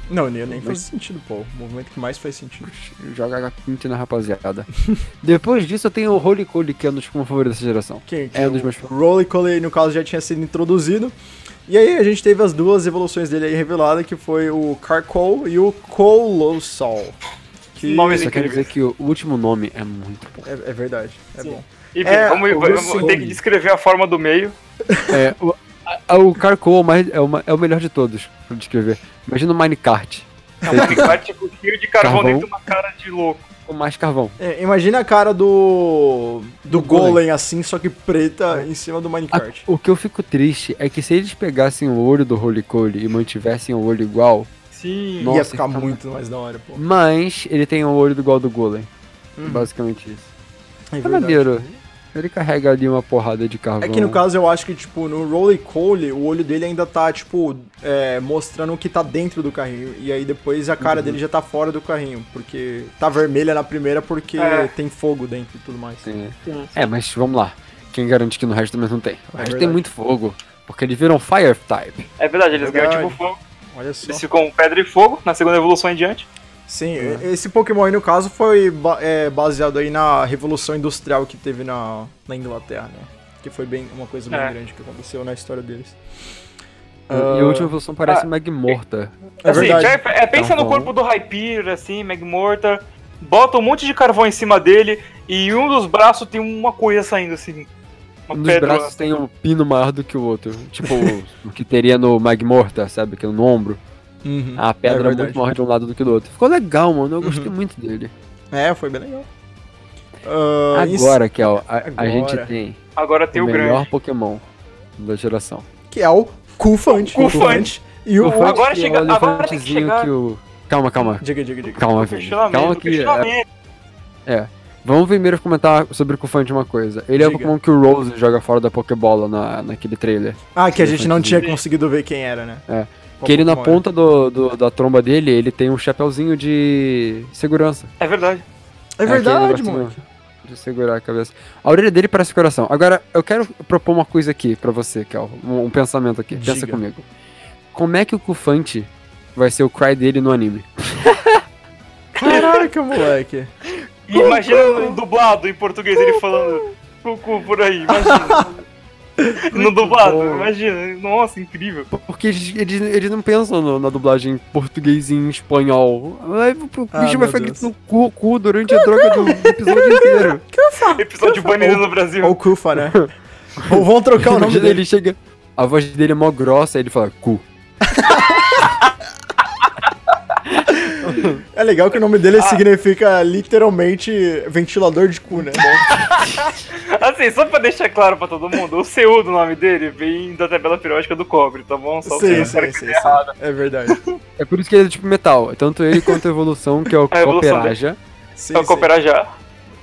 [SPEAKER 1] Não, nem, nem faz sentido, pô. O movimento que mais faz sentido.
[SPEAKER 3] Joga pinta na rapaziada. Depois disso, eu tenho o Holy Cole, que é um dos meus favoritos dessa geração.
[SPEAKER 1] Quem? que
[SPEAKER 3] É um dos meus
[SPEAKER 1] O
[SPEAKER 3] favoritos.
[SPEAKER 1] Roly Coley, no caso, já tinha sido introduzido. E aí a gente teve as duas evoluções dele aí reveladas, que foi o Carcol e o Colossal. Que...
[SPEAKER 2] Nome
[SPEAKER 3] Só quero
[SPEAKER 2] incrível.
[SPEAKER 3] dizer que o último nome é muito bom.
[SPEAKER 1] É, é verdade, é bom.
[SPEAKER 2] Enfim,
[SPEAKER 1] É,
[SPEAKER 2] vamos,
[SPEAKER 1] o
[SPEAKER 2] vamos-
[SPEAKER 1] Wilson.
[SPEAKER 2] tem que descrever a forma do meio.
[SPEAKER 3] É, o, a- a- o Carcoal é o mais- é, o ma- é o melhor de todos, pra descrever. Imagina o Minecart
[SPEAKER 2] Tem que tipo, cheio de carvão,
[SPEAKER 3] Carvão.
[SPEAKER 2] dentro de uma cara de louco.
[SPEAKER 3] com mais carvão.
[SPEAKER 1] É, imagina a cara do. do,
[SPEAKER 3] Do
[SPEAKER 1] golem.
[SPEAKER 3] golem.
[SPEAKER 1] assim, só que preta em cima do
[SPEAKER 3] A-
[SPEAKER 1] minecart.
[SPEAKER 3] o que eu fico triste é que se eles pegassem o olho do Holy Cole e mantivessem o olho igual,
[SPEAKER 2] Sim.
[SPEAKER 3] Ah, Nossa,
[SPEAKER 1] Ia ficar
[SPEAKER 3] fica
[SPEAKER 1] muito mais da hora, pô.
[SPEAKER 3] mas ele tem o olho igual do Golem.
[SPEAKER 1] Uhum.
[SPEAKER 3] Basicamente isso.
[SPEAKER 1] É
[SPEAKER 3] É
[SPEAKER 1] verdade.
[SPEAKER 3] maneiro. Ele carrega ali uma porrada de carvão.
[SPEAKER 1] É que no caso eu acho que, tipo, no Rolly Cole, o olho dele ainda tá, tipo, é, mostrando o que tá dentro do carrinho. E aí depois a
[SPEAKER 3] Uhum.
[SPEAKER 1] cara dele já tá fora do carrinho. Porque tá vermelha na primeira porque
[SPEAKER 2] É.
[SPEAKER 1] tem fogo dentro e tudo mais.
[SPEAKER 3] Sim. É, mas vamos lá. Quem garante que no resto também não tem? O resto tem
[SPEAKER 1] verdade.
[SPEAKER 3] muito fogo. Porque eles viram Fire Type.
[SPEAKER 2] É verdade, eles ganham
[SPEAKER 1] Verdade.
[SPEAKER 2] tipo fogo.
[SPEAKER 1] Olha só.
[SPEAKER 2] Eles ficam pedra e fogo na segunda evolução em diante.
[SPEAKER 1] Sim,
[SPEAKER 3] É.
[SPEAKER 1] e- esse Pokémon aí, no caso, foi ba- é, baseado aí na Revolução Industrial que teve na, na Inglaterra, né? Que foi bem uma coisa bem
[SPEAKER 2] É.
[SPEAKER 1] grande que aconteceu na história deles.
[SPEAKER 3] E a última evolução parece
[SPEAKER 2] ah,
[SPEAKER 3] Magmorta.
[SPEAKER 1] É
[SPEAKER 2] assim,
[SPEAKER 1] verdade.
[SPEAKER 2] já é- é, pensa
[SPEAKER 3] Então,
[SPEAKER 2] no
[SPEAKER 3] vamos.
[SPEAKER 2] corpo do Hyperior, assim, Magmortar, bota um monte de carvão em cima dele e um dos braços tem uma coisa saindo, assim. Uma
[SPEAKER 3] Um dos
[SPEAKER 2] pedra.
[SPEAKER 3] braços tem um pino maior do que o outro. Tipo o- o que teria no Magmorta, sabe? Que no ombro.
[SPEAKER 1] Uhum.
[SPEAKER 3] A
[SPEAKER 1] É
[SPEAKER 3] pedra é
[SPEAKER 1] verdade.
[SPEAKER 3] muito maior de um lado do que do outro. Ficou legal, mano. Eu gostei
[SPEAKER 1] Uhum.
[SPEAKER 3] muito dele.
[SPEAKER 1] É, foi bem legal. Ah, isso-
[SPEAKER 3] Agora, Kel, a, a
[SPEAKER 1] Agora.
[SPEAKER 3] gente tem
[SPEAKER 2] Agora tem
[SPEAKER 3] o
[SPEAKER 2] o
[SPEAKER 3] melhor
[SPEAKER 2] grande.
[SPEAKER 3] Pokémon da geração.
[SPEAKER 1] que é o Cufant.
[SPEAKER 2] Cufant.
[SPEAKER 1] E o.
[SPEAKER 3] Elefante
[SPEAKER 2] agora
[SPEAKER 3] que é o
[SPEAKER 2] chega- agora tem que
[SPEAKER 3] elefantezinho
[SPEAKER 2] chegar-
[SPEAKER 3] que o... Calma, calma.
[SPEAKER 1] Diga, diga, diga.
[SPEAKER 3] Calma, velho. é Calma
[SPEAKER 2] Um Questionamento,
[SPEAKER 3] que... é,
[SPEAKER 2] questionamento.
[SPEAKER 3] Vamos primeiro comentar sobre o Cufante uma coisa. Ele é o
[SPEAKER 1] Diga.
[SPEAKER 3] Pokémon que o Rose joga fora da Pokébola na, naquele trailer.
[SPEAKER 1] Ah, que a gente não tinha
[SPEAKER 2] Sim.
[SPEAKER 1] conseguido ver quem era, né?
[SPEAKER 3] É.
[SPEAKER 1] Qual
[SPEAKER 3] que ele na
[SPEAKER 1] Pokémon era.
[SPEAKER 3] ponta do, do- da tromba dele, ele tem um chapéuzinho de segurança.
[SPEAKER 2] É verdade.
[SPEAKER 1] É
[SPEAKER 3] aquele
[SPEAKER 1] verdade,
[SPEAKER 3] negocinho
[SPEAKER 1] mano.
[SPEAKER 3] De segurar a cabeça. A orelha dele parece coração. Agora, eu quero propor uma coisa aqui pra você, Kel. Um, um pensamento aqui. Pensa
[SPEAKER 1] Diga.
[SPEAKER 3] comigo. Como é que o Cufante vai ser o cry dele no anime?
[SPEAKER 1] Caraca, moleque.
[SPEAKER 3] é-
[SPEAKER 2] E imagina um dublado em português ele falando cucu por aí, imagina. no dublado,
[SPEAKER 3] bom.
[SPEAKER 2] imagina. Nossa, incrível.
[SPEAKER 3] Porque eles, eles, eles não pensam no- na dublagem em português e em espanhol. Ai, O bicho
[SPEAKER 1] Ah,
[SPEAKER 3] vai
[SPEAKER 1] meu
[SPEAKER 3] ficar
[SPEAKER 1] Deus.
[SPEAKER 3] gritando cu, cu durante a droga do, do episódio inteiro.
[SPEAKER 2] Episódio banido no
[SPEAKER 1] Ou
[SPEAKER 2] Brasil.
[SPEAKER 1] o Kufa, né? Ou vão trocar o nome
[SPEAKER 3] Imagina,
[SPEAKER 1] dele.
[SPEAKER 3] Ele chega, a voz dele é mó grossa, aí ele fala cu.
[SPEAKER 1] É legal que o nome
[SPEAKER 3] Ah.
[SPEAKER 1] dele significa literalmente ventilador de cu, né?
[SPEAKER 2] Assim, só pra deixar claro pra todo mundo, o CU do nome dele vem da tabela periódica do cobre, tá bom? Só
[SPEAKER 1] Sim,
[SPEAKER 2] que
[SPEAKER 1] sim, sim, sim. É verdade.
[SPEAKER 3] É por isso que ele é tipo metal. Tanto ele quanto a evolução, que é o
[SPEAKER 2] A evolução dele.
[SPEAKER 3] Cooperaja.
[SPEAKER 1] Sim,
[SPEAKER 2] Então,
[SPEAKER 1] sim.
[SPEAKER 2] cooperar já.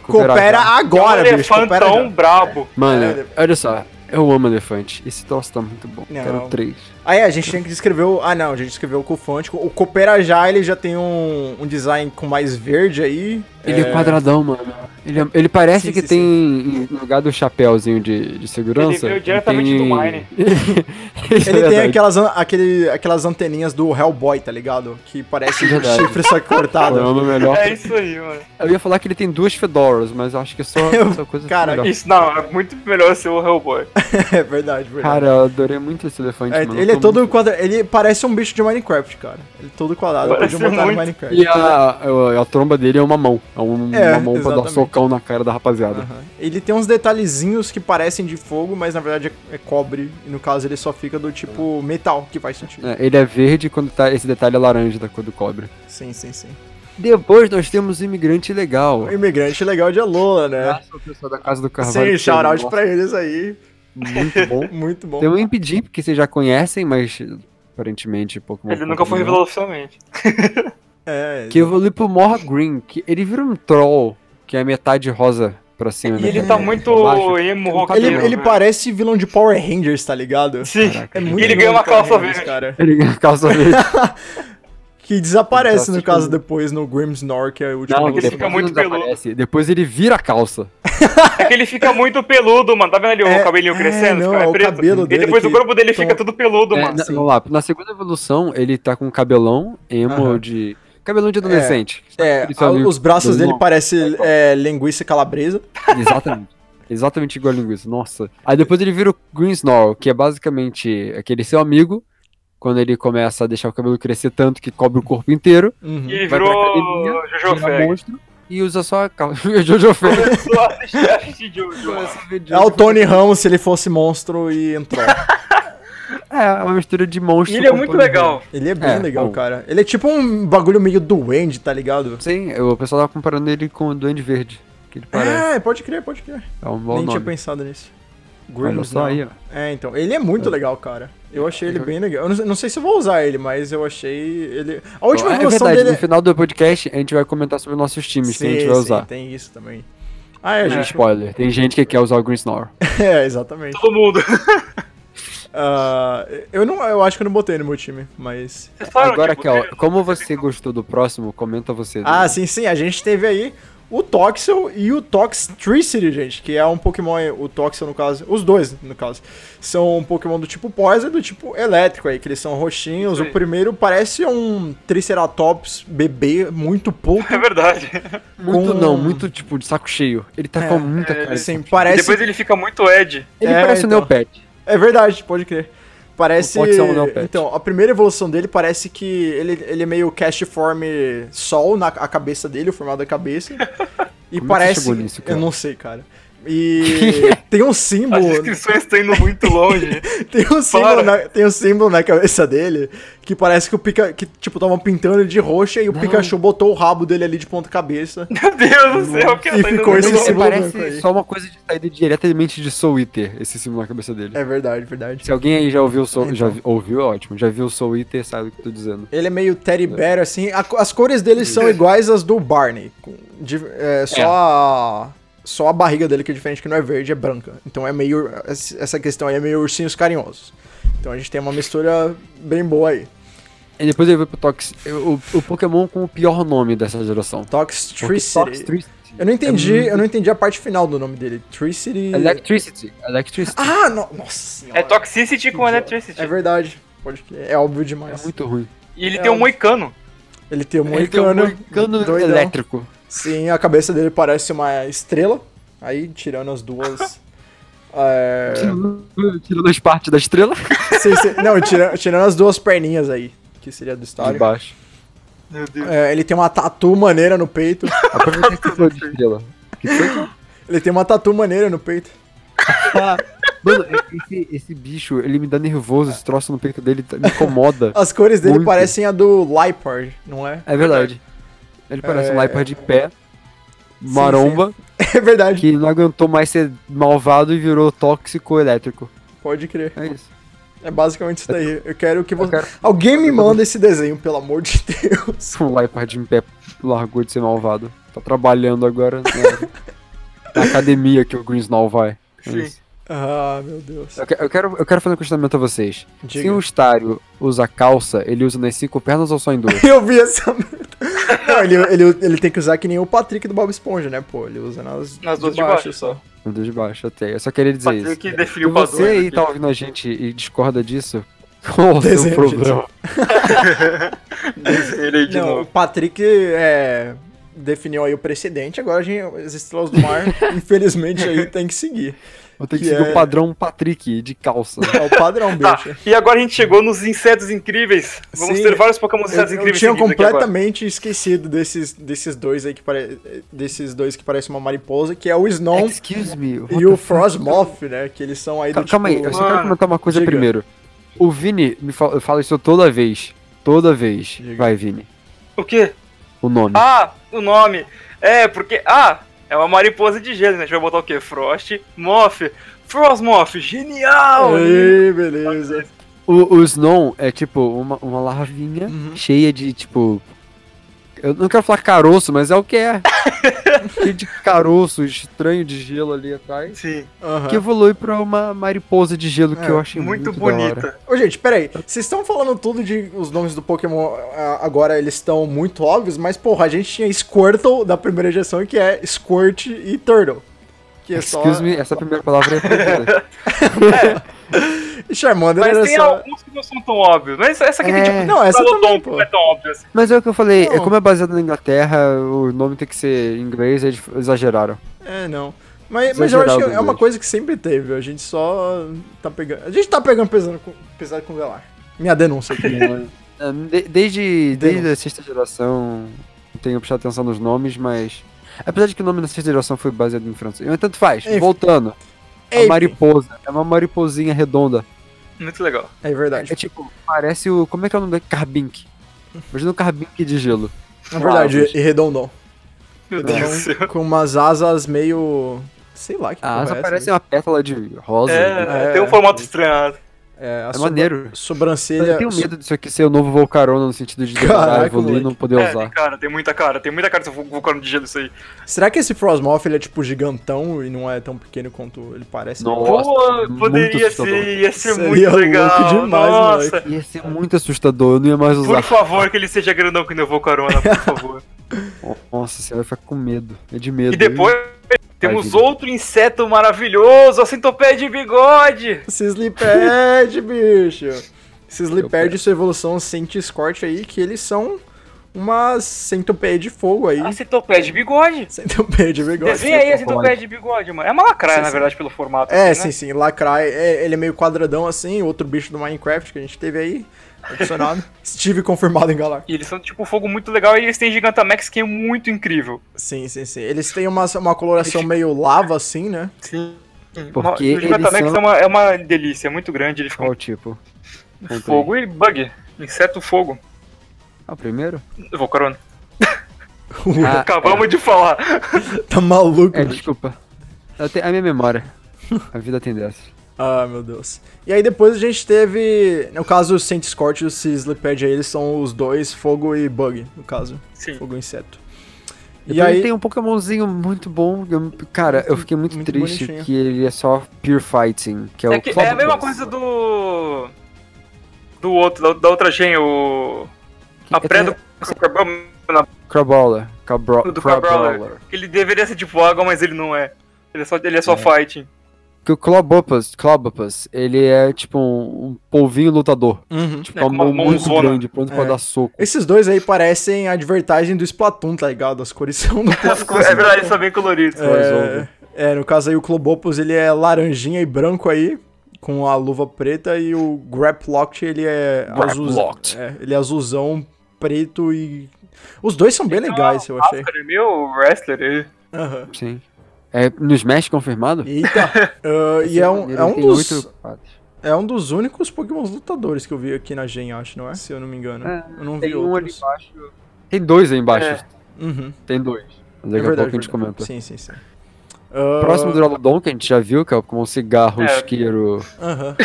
[SPEAKER 1] Coopera
[SPEAKER 3] Cooperaja.
[SPEAKER 1] agora,
[SPEAKER 2] é um
[SPEAKER 1] bicho. Coopera
[SPEAKER 2] elefantão
[SPEAKER 1] já.
[SPEAKER 2] brabo.
[SPEAKER 3] Mano,
[SPEAKER 1] Caralho.
[SPEAKER 3] olha só. Eu amo elefante. Esse troço tá muito bom.
[SPEAKER 1] Não.
[SPEAKER 3] Quero três.
[SPEAKER 1] Aí a gente tem que descrever o... Ah, não. A gente escreveu o Cufante. O Coopera já, ele já tem um, um design com mais verde aí.
[SPEAKER 3] Ele é, quadradão, mano. Ele, é- ele parece
[SPEAKER 1] Sim,
[SPEAKER 3] que
[SPEAKER 1] sim,
[SPEAKER 3] tem, em- no lugar do chapéuzinho de, de segurança...
[SPEAKER 2] Ele veio diretamente
[SPEAKER 3] tem-
[SPEAKER 2] do Mine.
[SPEAKER 3] Isso é
[SPEAKER 1] Ele tem
[SPEAKER 3] verdade.
[SPEAKER 1] aquelas, an- aquele, aquelas anteninhas do Hellboy, tá ligado? Que parece um
[SPEAKER 3] Verdade.
[SPEAKER 1] chifre só que cortado.
[SPEAKER 3] Falando melhor.
[SPEAKER 2] É isso aí, mano.
[SPEAKER 3] Eu ia falar que ele tem duas fedoras, mas eu acho que é só
[SPEAKER 1] Eu-
[SPEAKER 3] essa coisa
[SPEAKER 1] cara,
[SPEAKER 3] melhor.
[SPEAKER 2] Isso não, é muito melhor ser o Hellboy.
[SPEAKER 1] É verdade, verdade.
[SPEAKER 3] Cara, eu adorei muito esse elefante,
[SPEAKER 1] É,
[SPEAKER 3] mano.
[SPEAKER 1] ele
[SPEAKER 3] Eu
[SPEAKER 1] é
[SPEAKER 3] tô
[SPEAKER 1] todo
[SPEAKER 3] muito-
[SPEAKER 1] quadrado. Ele parece um bicho de Minecraft, cara. Ele é todo quadrado.
[SPEAKER 2] Parece
[SPEAKER 1] Podia botar no
[SPEAKER 2] muito.
[SPEAKER 1] Minecraft.
[SPEAKER 3] E a, a, a tromba dele é uma mão. É um-
[SPEAKER 1] É,
[SPEAKER 3] uma mão pra dar
[SPEAKER 1] exatamente.
[SPEAKER 3] socão na cara da rapaziada.
[SPEAKER 1] Aham. Ele tem uns detalhezinhos que parecem de fogo, mas na verdade é, é cobre. E no caso ele só fica do tipo metal, que faz sentido.
[SPEAKER 3] É, ele é verde quando tá esse detalhe é laranja da cor do cobre.
[SPEAKER 1] Sim, sim, sim.
[SPEAKER 3] Depois nós temos o imigrante legal.
[SPEAKER 1] O imigrante legal de Alola, né?
[SPEAKER 3] Graças ao pessoal da Casa do Carvalho.
[SPEAKER 1] Sim,
[SPEAKER 3] que
[SPEAKER 1] shoutout
[SPEAKER 3] nossa,
[SPEAKER 1] pra eles aí.
[SPEAKER 3] Muito bom.
[SPEAKER 1] Muito bom.
[SPEAKER 3] Tem um o Impedir, que vocês já conhecem, mas aparentemente Pokémon.
[SPEAKER 2] Ele nunca
[SPEAKER 3] Pokémon.
[SPEAKER 2] foi revelado oficialmente.
[SPEAKER 1] É,
[SPEAKER 3] Que evolui pro Morra Green, que ele vira um troll, que é metade rosa pra cima.
[SPEAKER 2] E ele
[SPEAKER 3] metade
[SPEAKER 1] É,
[SPEAKER 2] tá
[SPEAKER 3] pra
[SPEAKER 2] muito
[SPEAKER 3] baixo.
[SPEAKER 2] emo
[SPEAKER 3] Ele-
[SPEAKER 1] ele, tá
[SPEAKER 2] roqueiro.
[SPEAKER 1] ele
[SPEAKER 2] né?
[SPEAKER 1] parece vilão de Power Rangers, tá ligado?
[SPEAKER 2] Sim.
[SPEAKER 1] É
[SPEAKER 2] E ele
[SPEAKER 1] vilão
[SPEAKER 2] ganha
[SPEAKER 1] de
[SPEAKER 2] uma
[SPEAKER 1] Power
[SPEAKER 2] calça
[SPEAKER 1] Rangers,
[SPEAKER 2] verde.
[SPEAKER 1] Cara,
[SPEAKER 3] Ele ganha calça verde.
[SPEAKER 1] que desaparece,
[SPEAKER 3] Calça
[SPEAKER 1] no
[SPEAKER 3] de
[SPEAKER 1] caso,
[SPEAKER 3] couro.
[SPEAKER 1] depois no Grimmsnor, que é o último.
[SPEAKER 3] Não,
[SPEAKER 2] ele
[SPEAKER 3] depois
[SPEAKER 1] evolução.
[SPEAKER 2] fica muito
[SPEAKER 3] não desaparece, Depois ele vira a calça.
[SPEAKER 2] É que ele fica muito peludo, mano. Tá vendo ali
[SPEAKER 1] É,
[SPEAKER 2] o cabelinho
[SPEAKER 1] é,
[SPEAKER 2] crescendo?
[SPEAKER 1] não,
[SPEAKER 2] Fica-
[SPEAKER 1] é o
[SPEAKER 2] preto.
[SPEAKER 1] cabelo
[SPEAKER 2] E
[SPEAKER 1] dele
[SPEAKER 2] depois o
[SPEAKER 1] que
[SPEAKER 2] corpo dele
[SPEAKER 1] tão-
[SPEAKER 2] fica todo peludo,
[SPEAKER 3] É,
[SPEAKER 2] mano.
[SPEAKER 3] na,
[SPEAKER 1] sim.
[SPEAKER 3] vamos lá, na segunda evolução, ele tá com cabelão emo
[SPEAKER 1] Aham.
[SPEAKER 3] de. Cabelão de adolescente.
[SPEAKER 1] É,
[SPEAKER 3] Aquele seu
[SPEAKER 1] a-
[SPEAKER 3] amigo
[SPEAKER 1] os braços
[SPEAKER 3] do
[SPEAKER 1] dele
[SPEAKER 3] irmão.
[SPEAKER 1] parecem é, linguiça calabresa.
[SPEAKER 3] Exatamente. Exatamente igual a linguiça, nossa. Aí depois ele vira o Green Snarl, que é basicamente aquele seu amigo, quando ele começa a deixar o cabelo crescer tanto que cobre o corpo inteiro,
[SPEAKER 2] E ele
[SPEAKER 3] Vai pra
[SPEAKER 2] virou
[SPEAKER 3] academia,
[SPEAKER 2] Jojo
[SPEAKER 3] vira
[SPEAKER 2] Fag.
[SPEAKER 3] monstro e usa só a calça. E o Jojo Fett.
[SPEAKER 2] Começou a assistir- a assistir Jojo. mano.
[SPEAKER 1] É o Tony Ramos se ele fosse monstro e entrou.
[SPEAKER 3] É, uma mistura de monstro.
[SPEAKER 2] E ele é
[SPEAKER 3] com
[SPEAKER 2] muito
[SPEAKER 3] Tony
[SPEAKER 2] legal.
[SPEAKER 3] Ramos.
[SPEAKER 1] Ele é bem
[SPEAKER 3] É,
[SPEAKER 1] legal,
[SPEAKER 3] bom.
[SPEAKER 1] cara. Ele é tipo um bagulho meio duende, tá ligado?
[SPEAKER 3] Sim, o pessoal tava comparando ele com o Duende Verde, que ele parece.
[SPEAKER 1] É, pode crer, pode crer.
[SPEAKER 3] É, um bom
[SPEAKER 1] Nem tinha
[SPEAKER 3] nome.
[SPEAKER 1] pensado nisso.
[SPEAKER 3] Olha só
[SPEAKER 1] não.
[SPEAKER 3] aí, ó.
[SPEAKER 1] É, então. Ele é muito legal, cara. Eu achei ele bem legal. Eu não, não sei se eu vou usar ele, mas eu achei ele. A última
[SPEAKER 3] Ah, é
[SPEAKER 1] evolução
[SPEAKER 3] verdade, no
[SPEAKER 1] dele.
[SPEAKER 3] final do podcast a gente vai comentar sobre nossos times que a gente vai
[SPEAKER 1] Sim,
[SPEAKER 3] usar.
[SPEAKER 1] sim, tem isso também. Ah, é,
[SPEAKER 3] Tem
[SPEAKER 1] gente.
[SPEAKER 3] Spoiler, tem gente que quer usar o Green Snarl.
[SPEAKER 1] É, exatamente.
[SPEAKER 2] Todo mundo.
[SPEAKER 1] Ah, eu, não, eu acho que eu não botei no meu time, mas.
[SPEAKER 2] É
[SPEAKER 1] é
[SPEAKER 2] Vocês falaram,
[SPEAKER 3] Agora,
[SPEAKER 2] tipo,
[SPEAKER 3] Kel, como você gostou do próximo, comenta você.
[SPEAKER 1] Ah, sim, sim. A gente teve aí o Toxel e o Toxtricity, gente, que é um Pokémon, o Toxel no caso, os dois no caso, são um Pokémon do tipo Poison e do tipo Elétrico aí, que eles são roxinhos.
[SPEAKER 2] Isso
[SPEAKER 1] O
[SPEAKER 2] aí.
[SPEAKER 1] primeiro parece um Triceratops bebê, muito pouco.
[SPEAKER 2] É verdade.
[SPEAKER 3] Muito
[SPEAKER 1] Com-
[SPEAKER 3] não, muito tipo de saco cheio. Ele tá
[SPEAKER 1] É,
[SPEAKER 3] com muita
[SPEAKER 2] é,
[SPEAKER 3] cara. de
[SPEAKER 1] Assim,
[SPEAKER 3] saco
[SPEAKER 2] E
[SPEAKER 1] parece.
[SPEAKER 2] depois ele fica muito Ed.
[SPEAKER 3] cheio. Ele
[SPEAKER 1] É,
[SPEAKER 3] parece
[SPEAKER 1] então.
[SPEAKER 3] o Neopet.
[SPEAKER 1] É verdade, pode crer. Parece.
[SPEAKER 3] Pode ser um Neopet.
[SPEAKER 1] então, a primeira evolução dele parece que ele, ele é meio castform sol na a cabeça dele, o formato da cabeça. E
[SPEAKER 3] Como é que
[SPEAKER 1] parece.
[SPEAKER 3] chegou nisso, cara?
[SPEAKER 1] Eu não sei, cara. E tem um
[SPEAKER 2] As
[SPEAKER 1] símbolo.
[SPEAKER 2] descrições estão indo muito longe.
[SPEAKER 1] Tem um, símbolo
[SPEAKER 2] Para.
[SPEAKER 1] na, tem um símbolo na cabeça dele que parece que o Pika. Que, tipo, estavam pintando ele de roxa e o Pikachu botou o rabo dele ali de ponta-cabeça.
[SPEAKER 2] Meu Deus do céu, o que
[SPEAKER 1] E
[SPEAKER 2] tá indo
[SPEAKER 1] ficou
[SPEAKER 2] muito
[SPEAKER 1] esse
[SPEAKER 2] longe.
[SPEAKER 1] símbolo branco aí.
[SPEAKER 3] parece só uma coisa de saída diretamente de Soul Eater, esse símbolo na cabeça dele.
[SPEAKER 1] É verdade, verdade.
[SPEAKER 3] Se alguém aí já ouviu o Soul,
[SPEAKER 1] Então.
[SPEAKER 3] já vi- ouviu, é ótimo. Já viu o Soul Eater, sabe o que eu tô dizendo.
[SPEAKER 1] Ele é meio teddy bear, assim. A co- as cores dele são iguais às do Barney. Com- de- é, só,
[SPEAKER 3] É.
[SPEAKER 1] A, só a barriga dele que é diferente, que não é verde, é branca. Então é meio. ess- Essa questão aí é meio ursinhos carinhosos. Então a gente tem uma mistura bem boa aí.
[SPEAKER 3] E depois ele veio pro Tox, o, o Pokémon com o pior nome dessa geração. Porque
[SPEAKER 1] Toxtricity.
[SPEAKER 3] Toxtricity.
[SPEAKER 1] Eu não entendi,
[SPEAKER 3] É muito-
[SPEAKER 1] eu não entendi a parte final do nome dele. Tricity.
[SPEAKER 3] Electricity. Electricity.
[SPEAKER 1] Ah, no- nossa senhora.
[SPEAKER 2] É Toxicity com
[SPEAKER 1] Idiota.
[SPEAKER 2] Electricity.
[SPEAKER 1] É verdade. Pode crer. É óbvio demais.
[SPEAKER 3] É muito ruim.
[SPEAKER 2] E ele
[SPEAKER 1] É
[SPEAKER 2] tem um
[SPEAKER 1] um-
[SPEAKER 2] moicano.
[SPEAKER 1] Ele tem um
[SPEAKER 3] Ele tem um
[SPEAKER 1] moicano.
[SPEAKER 3] moicano
[SPEAKER 1] doidão.
[SPEAKER 3] elétrico.
[SPEAKER 1] Sim, a cabeça dele parece uma estrela. Aí, tirando as duas. é,
[SPEAKER 3] Tirando as partes da estrela.
[SPEAKER 1] sim, sim. Não, tira- tirando as duas perninhas aí, que seria do
[SPEAKER 3] De
[SPEAKER 1] estádio.
[SPEAKER 3] baixo.
[SPEAKER 2] Meu Deus.
[SPEAKER 1] É, ele tem uma tatu maneira no peito.
[SPEAKER 3] Aproveita que falou de estrela. Que foi?
[SPEAKER 1] Ele tem uma tatu maneira no peito.
[SPEAKER 3] Mano, esse, esse bicho, ele me dá nervoso, esse troço no peito dele tá- me incomoda.
[SPEAKER 1] As cores dele
[SPEAKER 3] Muito.
[SPEAKER 1] parecem a do Lipard, não é?
[SPEAKER 3] É verdade. Ele parece um
[SPEAKER 1] É.
[SPEAKER 3] Lipard de pé, maromba,
[SPEAKER 1] É verdade.
[SPEAKER 3] que não aguentou mais ser malvado e virou tóxico elétrico.
[SPEAKER 1] Pode crer.
[SPEAKER 3] É isso.
[SPEAKER 1] É basicamente isso daí. Eu quero que você.
[SPEAKER 3] quero-
[SPEAKER 1] Alguém me manda esse desenho, pelo amor de Deus.
[SPEAKER 3] Um Lipard em pé largou de ser malvado. Tá trabalhando agora na, na academia que o Greensnall vai. É
[SPEAKER 2] Sim.
[SPEAKER 3] isso.
[SPEAKER 1] Ah, meu Deus.
[SPEAKER 3] Eu, que- eu quero, eu quero fazer um questionamento a vocês. Se
[SPEAKER 1] Diga.
[SPEAKER 3] o Estário usa calça, ele usa nas cinco pernas ou só em duas?
[SPEAKER 1] Eu vi essa merda. Não, ele, ele, ele tem que usar que nem o Patrick do Bob Esponja, né, pô? Ele usa nas,
[SPEAKER 2] Nas duas de baixo só.
[SPEAKER 3] Meu Deus de baixo, até. Eu só queria dizer
[SPEAKER 2] Patrick
[SPEAKER 3] isso.
[SPEAKER 2] que
[SPEAKER 3] Se
[SPEAKER 2] definiu né, o
[SPEAKER 3] você
[SPEAKER 2] padrão
[SPEAKER 3] aí
[SPEAKER 2] aqui.
[SPEAKER 3] tá ouvindo a gente e discorda disso, qual é o seu
[SPEAKER 1] Desenho,
[SPEAKER 3] problema?
[SPEAKER 2] Diz Ele aí de
[SPEAKER 1] Não, o
[SPEAKER 2] novo.
[SPEAKER 1] Patrick é, definiu aí o precedente, agora a gente, as estrelas do mar, infelizmente, aí tem que seguir.
[SPEAKER 3] Vou ter que,
[SPEAKER 1] Que
[SPEAKER 3] seguir
[SPEAKER 1] é-
[SPEAKER 3] o padrão Patrick de calça.
[SPEAKER 1] É o padrão,
[SPEAKER 2] Tá,
[SPEAKER 1] bicho.
[SPEAKER 2] e agora a gente chegou nos insetos incríveis. Vamos
[SPEAKER 1] Sim.
[SPEAKER 2] ter vários Pokémon
[SPEAKER 1] Eu,
[SPEAKER 2] insetos
[SPEAKER 1] eu
[SPEAKER 2] incríveis.
[SPEAKER 1] tinha
[SPEAKER 2] seguidos aqui agora.
[SPEAKER 1] completamente esquecido desses, desses dois aí que pare... desses dois que parecem uma mariposa, que é o Snom
[SPEAKER 3] Excuse me. what
[SPEAKER 1] e o Frostmoth, né? Que eles são aí
[SPEAKER 3] Cal-
[SPEAKER 1] do
[SPEAKER 3] Calma aí,
[SPEAKER 1] tipo.
[SPEAKER 3] eu só quero
[SPEAKER 2] Mano,
[SPEAKER 3] comentar uma coisa
[SPEAKER 1] diga.
[SPEAKER 3] primeiro. O Vini me fala, eu falo isso toda vez. Toda vez.
[SPEAKER 1] Diga.
[SPEAKER 3] Vai, Vini.
[SPEAKER 2] O quê?
[SPEAKER 3] O nome.
[SPEAKER 2] Ah, o nome. É, porque. Ah, é uma mariposa de gelo, né? A gente vai botar o quê? Frost Moth. Frostmoth, genial!
[SPEAKER 1] Ei, beleza.
[SPEAKER 3] O, o Snon é tipo uma, uma larvinha
[SPEAKER 1] Uhum.
[SPEAKER 3] cheia de tipo. Eu não quero falar caroço, mas é o que é. cheio de caroço estranho de gelo ali atrás.
[SPEAKER 2] Sim,
[SPEAKER 1] Aham.
[SPEAKER 3] Que evolui pra uma mariposa de gelo que
[SPEAKER 1] É,
[SPEAKER 3] eu achei muito,
[SPEAKER 2] muito,
[SPEAKER 3] da hora.
[SPEAKER 2] bonita.
[SPEAKER 1] Ô, gente, peraí. Vocês estão falando tudo de os nomes do Pokémon ah, agora, eles estão muito óbvios, mas, porra, a gente tinha Squirtle da primeira geração, que é Squirt e Turtle. Que é só...
[SPEAKER 3] Excuse me, essa primeira palavra é perdida.
[SPEAKER 1] Charmander
[SPEAKER 2] Mas
[SPEAKER 1] era
[SPEAKER 2] tem
[SPEAKER 1] é, só...
[SPEAKER 2] alguns que não são tão óbvios. Não é essa, essa aqui,
[SPEAKER 3] É.
[SPEAKER 2] tipo,
[SPEAKER 1] Não, essa
[SPEAKER 2] Mastodon,
[SPEAKER 1] também,
[SPEAKER 2] que
[SPEAKER 1] pô.
[SPEAKER 2] não é tão óbvio assim.
[SPEAKER 3] Mas é o que eu falei, é
[SPEAKER 1] Não.
[SPEAKER 3] como é baseado na Inglaterra, o nome tem que ser em inglês, eles exageraram.
[SPEAKER 1] É, não. Mas, mas eu acho que
[SPEAKER 3] Exagerado
[SPEAKER 1] é uma
[SPEAKER 3] dois.
[SPEAKER 1] coisa que sempre teve. A gente só tá pegando... A gente tá pegando pesado com, pesado com o Velar. Minha denúncia aqui.
[SPEAKER 3] É, de- Desde, desde
[SPEAKER 1] Denúncia.
[SPEAKER 3] a sexta geração, não tenho prestado atenção nos nomes, mas. Apesar de que o nome da sexta geração foi baseado em francês. No entanto, faz.
[SPEAKER 1] Enfim.
[SPEAKER 3] Voltando. A
[SPEAKER 1] Enfim.
[SPEAKER 3] mariposa. É uma mariposinha redonda.
[SPEAKER 2] Muito legal.
[SPEAKER 1] É
[SPEAKER 3] É
[SPEAKER 1] verdade.
[SPEAKER 3] tipo, parece o. Como é que é o nome dele? Carbink. Imagina um carbink de gelo.
[SPEAKER 1] Na verdade,
[SPEAKER 3] Claro.
[SPEAKER 1] e redondão.
[SPEAKER 2] Meu Deus do céu.
[SPEAKER 1] Redondão com umas asas meio... Sei lá que
[SPEAKER 3] A
[SPEAKER 1] porra
[SPEAKER 3] asa
[SPEAKER 1] é essa,
[SPEAKER 3] parece
[SPEAKER 1] né?
[SPEAKER 3] uma pétala de rosa.
[SPEAKER 2] É,
[SPEAKER 1] É.
[SPEAKER 2] tem um formato estranho.
[SPEAKER 1] É, a
[SPEAKER 3] É
[SPEAKER 1] sobra-
[SPEAKER 3] maneiro.
[SPEAKER 1] Sobrancelha...
[SPEAKER 3] Eu tenho medo disso aqui ser o novo Volcarona no sentido de
[SPEAKER 1] é Caraca,
[SPEAKER 3] decorar, evoluir e
[SPEAKER 1] moleque.
[SPEAKER 3] não poder
[SPEAKER 2] É, tem
[SPEAKER 3] usar.
[SPEAKER 2] cara, tem muita cara. Tem muita cara desse vulcano de gelo isso aí.
[SPEAKER 1] Será que esse Frostmoth ele é tipo gigantão e não é tão pequeno quanto ele parece?
[SPEAKER 3] Nossa.
[SPEAKER 2] Pô,
[SPEAKER 3] muito
[SPEAKER 2] poderia
[SPEAKER 3] assustador.
[SPEAKER 2] ser, ia ser
[SPEAKER 1] Seria
[SPEAKER 2] muito
[SPEAKER 1] louco
[SPEAKER 2] legal.
[SPEAKER 1] demais,
[SPEAKER 2] Nossa,
[SPEAKER 1] moleque.
[SPEAKER 3] Ia ser muito assustador, eu não ia mais
[SPEAKER 2] por
[SPEAKER 3] usar.
[SPEAKER 2] favor, que ele seja grandão que nem o Volcarona, por favor.
[SPEAKER 3] Oh, Nossa senhora, fica com medo. É de medo.
[SPEAKER 2] E depois temos
[SPEAKER 3] vida.
[SPEAKER 2] outro inseto maravilhoso, a centopeia de bigode.
[SPEAKER 1] Slipped, bicho. Slipped
[SPEAKER 3] pé.
[SPEAKER 1] e sua evolução Saint Escort aí, que eles são uma centopeia de fogo aí.
[SPEAKER 2] A centopeia de bigode.
[SPEAKER 1] Centopeia de bigode.
[SPEAKER 2] Desenha aí a
[SPEAKER 3] Centopeia.
[SPEAKER 2] centopeia de bigode, mano. É uma lacraia,
[SPEAKER 1] Sim,
[SPEAKER 2] na
[SPEAKER 1] sim.
[SPEAKER 2] verdade, pelo formato.
[SPEAKER 1] É,
[SPEAKER 2] assim,
[SPEAKER 1] sim,
[SPEAKER 2] né?
[SPEAKER 1] sim, Lacrae, é, ele é meio quadradão assim, outro bicho do Minecraft que a gente teve aí, adicionado. Steve confirmado em Galar.
[SPEAKER 2] E eles são, tipo, um fogo muito legal e eles têm Gigantamax que é muito incrível.
[SPEAKER 1] Sim, sim, sim. Eles têm uma, uma coloração meio lava assim, né?
[SPEAKER 2] Sim.
[SPEAKER 3] Porque
[SPEAKER 2] o
[SPEAKER 3] eles
[SPEAKER 2] Gigantamax
[SPEAKER 3] são-
[SPEAKER 2] é, uma, é uma delícia, é muito grande. Ele fica
[SPEAKER 3] Qual o tipo? Conta aí.
[SPEAKER 2] um fogo e bug. Inseto fogo.
[SPEAKER 3] Ah, o primeiro?
[SPEAKER 2] Eu vou, Corona.
[SPEAKER 3] Ah,
[SPEAKER 2] Acabamos de falar.
[SPEAKER 1] tá maluco,
[SPEAKER 3] É,
[SPEAKER 2] Uhum.
[SPEAKER 1] bicho.
[SPEAKER 3] desculpa. Eu te- A minha memória. A vida tem dessas.
[SPEAKER 1] Ah, meu Deus. E aí depois a gente teve, no caso, o Saint Scorch e o Slipped aí, eles são os dois, fogo e bug, no caso,
[SPEAKER 2] Sim.
[SPEAKER 1] fogo e inseto. E
[SPEAKER 3] Depois
[SPEAKER 1] aí,
[SPEAKER 3] tem um Pokémonzinho muito bom. eu- Cara, eu fiquei muito,
[SPEAKER 1] Muito
[SPEAKER 3] triste
[SPEAKER 1] bonitinho.
[SPEAKER 3] que ele é só Pure Fighting, que é,
[SPEAKER 2] É,
[SPEAKER 3] o
[SPEAKER 2] que- é a mesma
[SPEAKER 3] Clobuzz.
[SPEAKER 2] coisa do. Do outro, da, da outra gen, o. A
[SPEAKER 3] Que-
[SPEAKER 2] pré
[SPEAKER 3] é-
[SPEAKER 2] do. na-
[SPEAKER 3] Crabrawler. Crabra-
[SPEAKER 2] Do Crabrawler.
[SPEAKER 3] Crabrawler.
[SPEAKER 2] que Ele deveria ser tipo água, mas ele não é. Ele é só, ele é só
[SPEAKER 3] É.
[SPEAKER 2] fighting.
[SPEAKER 3] Que o Clobopus, Clobopus, ele é tipo um, um polvinho lutador.
[SPEAKER 1] Uhum.
[SPEAKER 3] Tipo,
[SPEAKER 2] É,
[SPEAKER 3] é,
[SPEAKER 2] com uma
[SPEAKER 3] muito
[SPEAKER 2] mãozona.
[SPEAKER 3] grande, pronto pra
[SPEAKER 1] É.
[SPEAKER 3] dar soco.
[SPEAKER 1] esses dois aí parecem advertising do Splatoon, tá ligado? As cores são do Splatoon.
[SPEAKER 3] assim?
[SPEAKER 2] é verdade, eles são bem coloridos.
[SPEAKER 1] É, é, no caso aí o Clobopus ele é laranjinha e branco aí, com a luva preta, e o Graplocked ele é azulzão.
[SPEAKER 3] Graplocked.
[SPEAKER 1] É, ele é azulzão, preto e. Os dois são bem legais, eu achei.
[SPEAKER 2] Oscar é meio wrestler ele.
[SPEAKER 1] Aham.
[SPEAKER 3] Sim. É, no Smash confirmado?
[SPEAKER 1] Eita! ah, e é um,
[SPEAKER 3] Ele
[SPEAKER 1] é, um
[SPEAKER 3] tem
[SPEAKER 1] dos,
[SPEAKER 3] oito quadros.
[SPEAKER 1] é um dos únicos Pokémon lutadores que eu vi aqui na Gen, acho, não é? Se eu não me engano.
[SPEAKER 3] É,
[SPEAKER 1] eu não vi
[SPEAKER 3] Tem um ali
[SPEAKER 1] outros.
[SPEAKER 3] embaixo. Tem dois aí embaixo.
[SPEAKER 2] É.
[SPEAKER 1] Uhum.
[SPEAKER 3] Tem dois. Daqui
[SPEAKER 1] É
[SPEAKER 3] a
[SPEAKER 1] verdade,
[SPEAKER 3] pouco a gente
[SPEAKER 1] verdade.
[SPEAKER 3] comenta.
[SPEAKER 1] Sim, sim, sim. Ah,
[SPEAKER 3] Próximo do Lodon, que a gente já viu, que é como um cigarro,
[SPEAKER 2] É.
[SPEAKER 3] isqueiro.
[SPEAKER 1] Ah, Aham.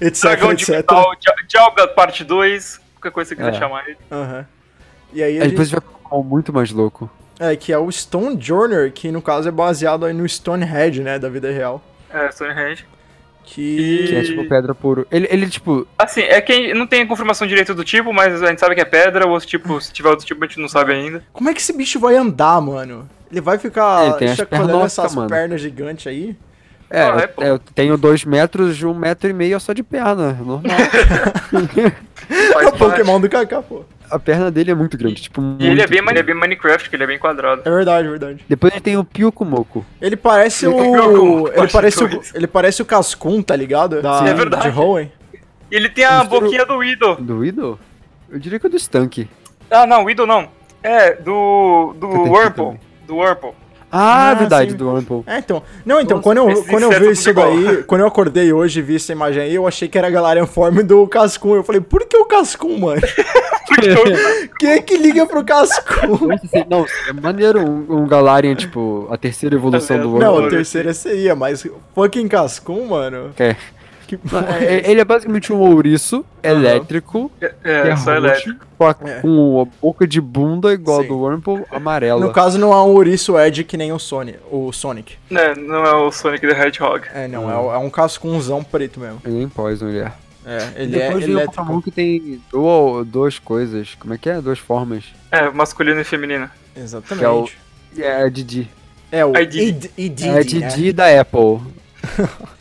[SPEAKER 1] etc,
[SPEAKER 2] Dragão de
[SPEAKER 1] etc.
[SPEAKER 2] metal, Dia- Dialga parte 2, qualquer coisa que
[SPEAKER 3] É.
[SPEAKER 2] você quiser chamar ele.
[SPEAKER 1] Aham. E aí a
[SPEAKER 3] Aí
[SPEAKER 1] gente-
[SPEAKER 3] depois vai ficar um Pokémon muito mais louco.
[SPEAKER 1] É, que é o Stonejourner, que no caso é baseado aí no Stonehenge, né, da vida real.
[SPEAKER 2] É, Stonehenge.
[SPEAKER 3] Que é
[SPEAKER 1] Que...
[SPEAKER 2] E-
[SPEAKER 3] tipo pedra puro. Ele, ele tipo.
[SPEAKER 2] Assim, é que não tem a confirmação direito do tipo, mas a gente sabe que é pedra, ou se, tipo, se tiver outro tipo a gente não sabe ainda.
[SPEAKER 1] Como é que esse bicho vai andar, mano? Ele vai
[SPEAKER 3] Ele
[SPEAKER 1] ficar
[SPEAKER 3] tem as
[SPEAKER 1] chacoalhando
[SPEAKER 3] pernocas,
[SPEAKER 1] essas
[SPEAKER 3] mano.
[SPEAKER 1] pernas gigantes aí?
[SPEAKER 3] É,
[SPEAKER 2] Ah, é,
[SPEAKER 3] eu-
[SPEAKER 2] pô.
[SPEAKER 3] é, eu tenho dois metros de um metro e meio é só de perna. Normal.
[SPEAKER 1] É
[SPEAKER 3] É um
[SPEAKER 2] Faz
[SPEAKER 1] o
[SPEAKER 2] parte.
[SPEAKER 1] Pokémon do Kaká, pô.
[SPEAKER 3] a perna dele é muito grande. Tipo,
[SPEAKER 2] E ele é, bem,
[SPEAKER 3] grande.
[SPEAKER 2] ele é bem Minecraft, que ele é bem quadrado.
[SPEAKER 1] É verdade, é verdade.
[SPEAKER 3] Depois a gente tem o Piucumoco.
[SPEAKER 1] Ele parece
[SPEAKER 2] Ele tem como
[SPEAKER 1] o... Ele
[SPEAKER 2] parte
[SPEAKER 1] parece o...
[SPEAKER 2] dois.
[SPEAKER 1] Ele parece o Cascun, tá ligado? Da...
[SPEAKER 3] Sim,
[SPEAKER 2] é verdade.
[SPEAKER 1] De Hoenn.
[SPEAKER 2] E ele tem a
[SPEAKER 3] Misturou-
[SPEAKER 2] boquinha do Widow.
[SPEAKER 3] Do Widow? Eu diria que é do Stunk.
[SPEAKER 2] Ah, não, Widow não. É, do. do
[SPEAKER 3] tenho que
[SPEAKER 2] Wurmple.
[SPEAKER 3] também.
[SPEAKER 2] Do Wurmple.
[SPEAKER 3] Ah,
[SPEAKER 1] Ah,
[SPEAKER 3] verdade,
[SPEAKER 1] sim.
[SPEAKER 3] do Ample.
[SPEAKER 1] É, então... Não, então,
[SPEAKER 2] Nossa,
[SPEAKER 1] quando eu,
[SPEAKER 2] esse
[SPEAKER 1] quando eu vi
[SPEAKER 2] inseto é
[SPEAKER 1] isso
[SPEAKER 2] do Kaká.
[SPEAKER 1] daí... Quando eu acordei hoje e vi essa imagem aí, eu achei que era a Galarianform do Cascun. Eu falei, por que o Cascun, mano? Quem é que liga pro Cascun?
[SPEAKER 3] Nossa, assim, Não, é maneiro um, um Galarian, tipo, a terceira evolução do
[SPEAKER 2] É, Não,
[SPEAKER 1] Não,
[SPEAKER 3] Ample.
[SPEAKER 1] a terceira seria, mas fucking Cascun, mano.
[SPEAKER 3] É.
[SPEAKER 1] Que
[SPEAKER 3] É, Ele é basicamente um ouriço elétrico. que
[SPEAKER 2] É,
[SPEAKER 3] roxo,
[SPEAKER 2] só elétrico.
[SPEAKER 3] Com a,
[SPEAKER 1] É.
[SPEAKER 3] com a boca de bunda igual
[SPEAKER 1] Sim.
[SPEAKER 3] a do Wurmple, amarela.
[SPEAKER 1] No caso, não há um ouriço Ed que nem o Sonic. O Sonic.
[SPEAKER 2] É, não é o Sonic the Hedgehog.
[SPEAKER 1] É, não, é, o- é um cascunzão preto mesmo.
[SPEAKER 3] Ele nem Poison, ele é.
[SPEAKER 1] É,
[SPEAKER 3] E
[SPEAKER 1] ele é
[SPEAKER 3] Depois vem o Pokémon
[SPEAKER 1] elétrico.
[SPEAKER 3] que tem dual, duas coisas. Como é que é? Duas formas.
[SPEAKER 2] É, masculino e feminino.
[SPEAKER 1] um- Exatamente.
[SPEAKER 3] que é o- E é a Didi.
[SPEAKER 1] É o
[SPEAKER 2] Ai, Didi.
[SPEAKER 1] Id- Ididi,
[SPEAKER 3] é a
[SPEAKER 1] né?
[SPEAKER 3] Didi da Apple.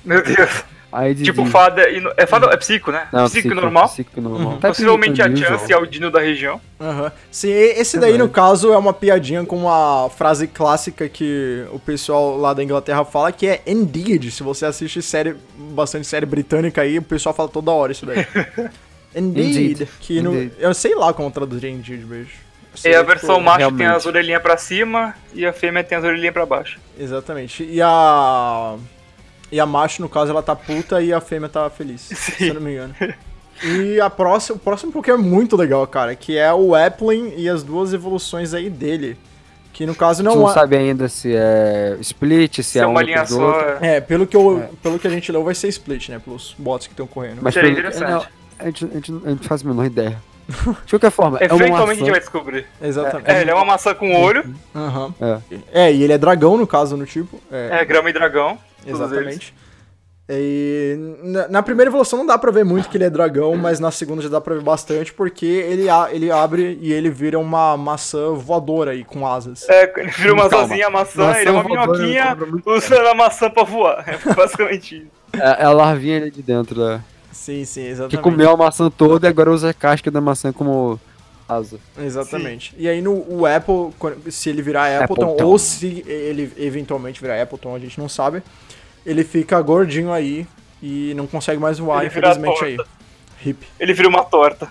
[SPEAKER 2] Meu Deus.
[SPEAKER 3] A Didi.
[SPEAKER 2] Tipo fada. ino- É fada, é psico, né?
[SPEAKER 3] Não,
[SPEAKER 2] psico, normal.
[SPEAKER 3] Psico normal.
[SPEAKER 1] Uhum.
[SPEAKER 3] Tá
[SPEAKER 2] Possivelmente a
[SPEAKER 3] Psico
[SPEAKER 2] Chance é o Dino da região.
[SPEAKER 1] Aham. Sim, e- esse daí, no caso, é uma piadinha com uma frase clássica que o pessoal lá da Inglaterra fala, que é indeed. Se você assiste série, bastante série britânica aí, o pessoal fala toda hora isso daí. Indeed.
[SPEAKER 3] Indeed.
[SPEAKER 1] que no-
[SPEAKER 3] Indeed. eu
[SPEAKER 1] eu sei lá como traduzir indeed, beijo.
[SPEAKER 2] É a
[SPEAKER 1] tipo,
[SPEAKER 2] versão macho tem
[SPEAKER 3] realmente.
[SPEAKER 2] as orelhinhas pra cima e a fêmea tem as orelhinhas pra baixo.
[SPEAKER 1] Exatamente. E a. E a macho, no caso, ela tá puta e a fêmea tá feliz. Se eu não me engano. E a próxima, o próximo Pokémon é muito legal, cara, que é o Applin e as duas evoluções aí dele. Que no caso
[SPEAKER 3] Não,
[SPEAKER 1] não,
[SPEAKER 3] não
[SPEAKER 1] há-
[SPEAKER 3] sabe ainda se é split, se,
[SPEAKER 2] Se é uma linha só.
[SPEAKER 3] Outro,
[SPEAKER 2] é.
[SPEAKER 1] É, pelo que, eu, pelo que a gente leu, vai ser split, né? Pelos bots que estão correndo.
[SPEAKER 3] mas
[SPEAKER 2] Seria
[SPEAKER 3] pelo-
[SPEAKER 2] interessante.
[SPEAKER 3] não, a, gente, a, gente, a gente faz a menor ideia. De qualquer forma, é uma
[SPEAKER 2] Eventualmente a
[SPEAKER 3] maçã.
[SPEAKER 2] gente vai descobrir.
[SPEAKER 1] Exatamente.
[SPEAKER 2] É, ele é uma maçã com olho,
[SPEAKER 1] Aham.
[SPEAKER 3] É.
[SPEAKER 1] É, e ele é dragão, no caso, no tipo. É, Tipo,
[SPEAKER 2] é grama e dragão. todos eles.
[SPEAKER 1] exatamente. E na, na primeira evolução não dá pra ver muito que ele é dragão, mas na segunda já dá pra ver bastante, porque ele, a- ele abre e ele vira uma maçã voadora aí com asas.
[SPEAKER 2] É, ele vira uma
[SPEAKER 3] Calma.
[SPEAKER 2] sozinha a maçã,
[SPEAKER 3] Maçã
[SPEAKER 2] ele é uma
[SPEAKER 3] voadora,
[SPEAKER 2] minhoquinha
[SPEAKER 3] cobra muito
[SPEAKER 2] usando a maçã pra voar. É basicamente isso.
[SPEAKER 3] É, é a larvinha ali de dentro, né?
[SPEAKER 1] Sim, sim,
[SPEAKER 3] Que
[SPEAKER 1] exatamente.
[SPEAKER 3] comeu a maçã toda e agora usa a casca da maçã como asa.
[SPEAKER 1] Exatamente. E aí no o Apple, quando- se ele virar Appleton,
[SPEAKER 3] Appleton.
[SPEAKER 1] ou se ele eventualmente virar Appleton, a gente não sabe, ele fica gordinho aí e não consegue mais voar,
[SPEAKER 2] Ele vira
[SPEAKER 1] infelizmente aí.
[SPEAKER 2] torta.
[SPEAKER 1] Hip.
[SPEAKER 2] Ele vira uma torta.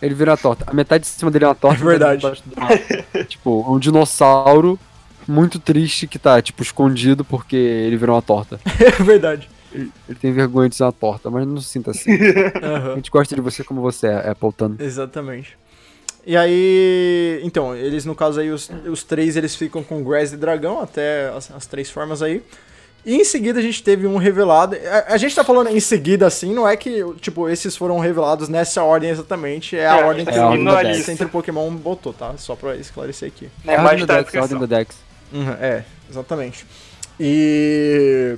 [SPEAKER 3] Ele vira a torta. A metade de cima dele é uma torta.
[SPEAKER 1] É verdade.
[SPEAKER 3] a metade embaixo do- tipo, é um dinossauro muito triste que tá, tipo, escondido porque ele virou uma torta.
[SPEAKER 1] É verdade.
[SPEAKER 3] Ele tem vergonha de ser uma torta, mas não se sinta assim. A
[SPEAKER 1] Aham.
[SPEAKER 3] gente gosta de você como você é, Appleton.
[SPEAKER 1] Exatamente. E aí, então, eles no caso aí, os, os três eles ficam com Grass e Dragão, até as, as três formas aí. E em seguida a gente teve um revelado. A, a gente tá falando em seguida assim, não é que, tipo, esses foram revelados nessa ordem exatamente, é a
[SPEAKER 2] É,
[SPEAKER 1] ordem
[SPEAKER 2] tá
[SPEAKER 1] que
[SPEAKER 3] seguindo
[SPEAKER 1] o
[SPEAKER 3] a lista.
[SPEAKER 1] Center Pokémon botou, tá? Só pra esclarecer aqui.
[SPEAKER 2] Né?
[SPEAKER 3] a
[SPEAKER 2] Mas
[SPEAKER 3] ordem
[SPEAKER 2] tá
[SPEAKER 3] da
[SPEAKER 2] na
[SPEAKER 3] Dex, a ordem
[SPEAKER 2] descrição.
[SPEAKER 3] da Dex.
[SPEAKER 1] Uhum, é, exatamente. E.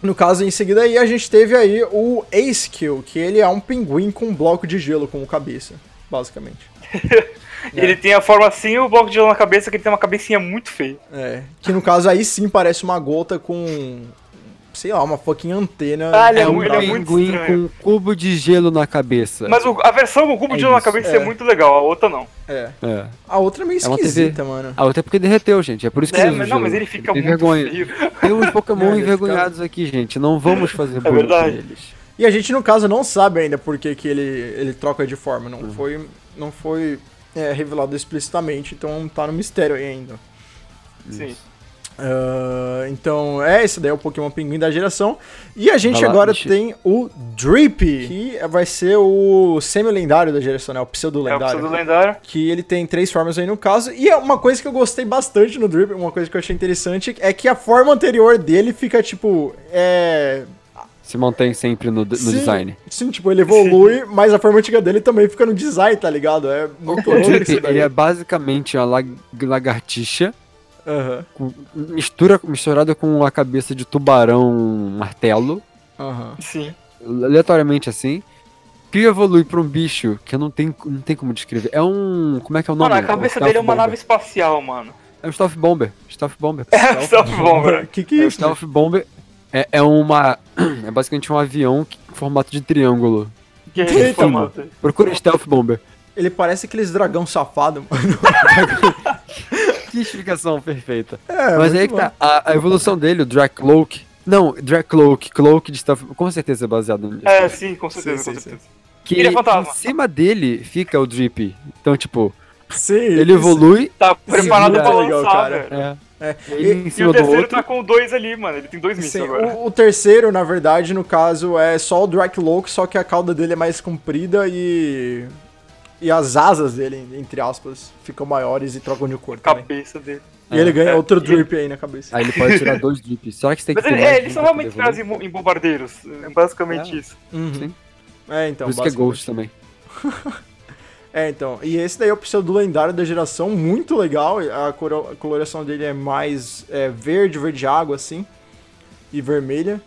[SPEAKER 1] No caso, em seguida aí, a gente teve aí o Ace Kill, que ele é um pinguim com um bloco de gelo como cabeça, basicamente.
[SPEAKER 2] Ele tem a forma assim e o bloco de gelo na cabeça, que ele tem uma cabecinha muito feia.
[SPEAKER 1] É. Que no caso aí sim parece uma gota com. Sei lá, uma fucking antena.
[SPEAKER 2] Ah, ele é
[SPEAKER 1] É
[SPEAKER 2] um- ele é
[SPEAKER 1] braço.
[SPEAKER 2] muito
[SPEAKER 3] pinguim
[SPEAKER 2] estranho.
[SPEAKER 3] com um cubo de gelo na cabeça.
[SPEAKER 2] Mas o- a versão com o cubo
[SPEAKER 3] É
[SPEAKER 2] de gelo na
[SPEAKER 3] isso.
[SPEAKER 2] cabeça
[SPEAKER 1] É.
[SPEAKER 2] é. muito legal, a outra não.
[SPEAKER 1] É.
[SPEAKER 3] É.
[SPEAKER 1] A outra é meio
[SPEAKER 3] É uma
[SPEAKER 1] esquisita, mano.
[SPEAKER 3] Ah, até porque derreteu, gente. É por isso que
[SPEAKER 2] É,
[SPEAKER 3] ele usa
[SPEAKER 2] mas, não,
[SPEAKER 3] gelo.
[SPEAKER 2] mas ele fica
[SPEAKER 3] tem
[SPEAKER 2] muito
[SPEAKER 3] vergonha.
[SPEAKER 2] feio.
[SPEAKER 3] Temos Pokémon
[SPEAKER 1] Ele fica-
[SPEAKER 3] envergonhados aqui, gente. Não vamos fazer bullying
[SPEAKER 2] É verdade.
[SPEAKER 3] com eles.
[SPEAKER 1] E a gente, no caso, não sabe ainda por que, que ele, ele troca de forma.
[SPEAKER 3] Uhum.
[SPEAKER 1] Não foi, não foi é, revelado explicitamente, então tá no mistério aí ainda.
[SPEAKER 2] Sim.
[SPEAKER 1] Ah, então, é, esse daí é o Pokémon Pinguim da geração. E a gente
[SPEAKER 3] Vai lá,
[SPEAKER 1] agora
[SPEAKER 3] Michi.
[SPEAKER 1] tem o Drip, que vai ser o semi-lendário da geração, né? O
[SPEAKER 2] É o
[SPEAKER 1] pseudo-lendário.
[SPEAKER 2] pseudo lendário.
[SPEAKER 1] que ele tem três formas aí no caso. E é uma coisa que eu gostei bastante no Drip, uma coisa que eu achei interessante, é que a forma anterior dele fica, tipo, é...
[SPEAKER 3] Se mantém sempre no, no
[SPEAKER 1] sim,
[SPEAKER 3] design.
[SPEAKER 1] Sim, tipo, ele evolui, mas a forma antiga dele também fica no design, tá ligado? É muito
[SPEAKER 3] O
[SPEAKER 1] louco
[SPEAKER 3] Drip,
[SPEAKER 1] isso daí.
[SPEAKER 3] ele é basicamente uma lag- lagartixa
[SPEAKER 1] Aham,
[SPEAKER 3] com- mistura, misturada com a cabeça de tubarão martelo,
[SPEAKER 1] aham.
[SPEAKER 2] Sim.
[SPEAKER 3] aleatoriamente assim, que evolui pra um bicho que eu não tem, não tem como descrever. É um... como é que é o nome?
[SPEAKER 2] Mano, a cabeça
[SPEAKER 3] um
[SPEAKER 2] dele é uma
[SPEAKER 3] stealth
[SPEAKER 2] nave
[SPEAKER 3] bomber.
[SPEAKER 2] espacial, mano.
[SPEAKER 3] É um Stealth Bomber. Stealth Bomber.
[SPEAKER 2] É o Stealth Bomber.
[SPEAKER 1] Que que é
[SPEAKER 3] O
[SPEAKER 1] isso?
[SPEAKER 3] Stealth Bomber é, é uma... é basicamente um avião que- em formato de triângulo.
[SPEAKER 2] Que é
[SPEAKER 1] Eita,
[SPEAKER 2] esse formato.
[SPEAKER 3] Procura Stealth Bomber.
[SPEAKER 1] Ele parece aqueles dragão safado, mano.
[SPEAKER 3] Que explicação perfeita.
[SPEAKER 1] É,
[SPEAKER 3] Mas
[SPEAKER 1] muito
[SPEAKER 3] aí que
[SPEAKER 1] bom.
[SPEAKER 3] tá, a, a evolução dele, o Dracloak. Não, Dracloak, Cloak de Stealth. Com certeza é baseado nisso.
[SPEAKER 2] É, sim, com certeza,
[SPEAKER 1] Sim,
[SPEAKER 2] com
[SPEAKER 1] sim,
[SPEAKER 2] certeza.
[SPEAKER 3] que
[SPEAKER 2] ele é fantasma.
[SPEAKER 3] em cima dele fica o Drip. Então, tipo,
[SPEAKER 1] Sim, isso-
[SPEAKER 3] ele evolui.
[SPEAKER 2] Tá preparado
[SPEAKER 1] muito
[SPEAKER 2] pra
[SPEAKER 1] legal,
[SPEAKER 2] lançar,
[SPEAKER 1] cara.
[SPEAKER 2] velho.
[SPEAKER 3] É.
[SPEAKER 1] É.
[SPEAKER 3] Ele em
[SPEAKER 2] E
[SPEAKER 3] cima
[SPEAKER 2] o
[SPEAKER 3] do
[SPEAKER 2] terceiro
[SPEAKER 3] outro.
[SPEAKER 2] tá com dois ali, mano. Ele tem dois mitos
[SPEAKER 1] Sim,
[SPEAKER 2] agora.
[SPEAKER 1] o, o terceiro, na verdade, no caso, é só o Dracloak, só que a cauda dele é mais comprida e. E as asas dele, entre aspas, ficam maiores e trocam de cor também.
[SPEAKER 2] Cabeça dele.
[SPEAKER 1] E ele ganha
[SPEAKER 2] É,
[SPEAKER 1] outro
[SPEAKER 2] e-
[SPEAKER 1] drip aí na cabeça.
[SPEAKER 3] Aí ele pode tirar dois Drips. Será que você tem que
[SPEAKER 2] Mas
[SPEAKER 3] ter
[SPEAKER 2] ele,
[SPEAKER 3] mais
[SPEAKER 2] é,
[SPEAKER 3] Drip
[SPEAKER 2] eles são
[SPEAKER 3] pra
[SPEAKER 2] realmente
[SPEAKER 3] poder
[SPEAKER 2] inspirados
[SPEAKER 3] evoluir?
[SPEAKER 2] em, bo- em bombardeiros. É basicamente
[SPEAKER 3] É.
[SPEAKER 2] isso.
[SPEAKER 1] Uhum.
[SPEAKER 3] sim.
[SPEAKER 1] É, então.
[SPEAKER 3] Por isso que é
[SPEAKER 1] basicamente.
[SPEAKER 3] Ghost também.
[SPEAKER 1] É, então. E esse daí é o pseudo lendário da geração, muito legal. A, coro- a coloração dele é mais é, verde, verde água, assim. E vermelha.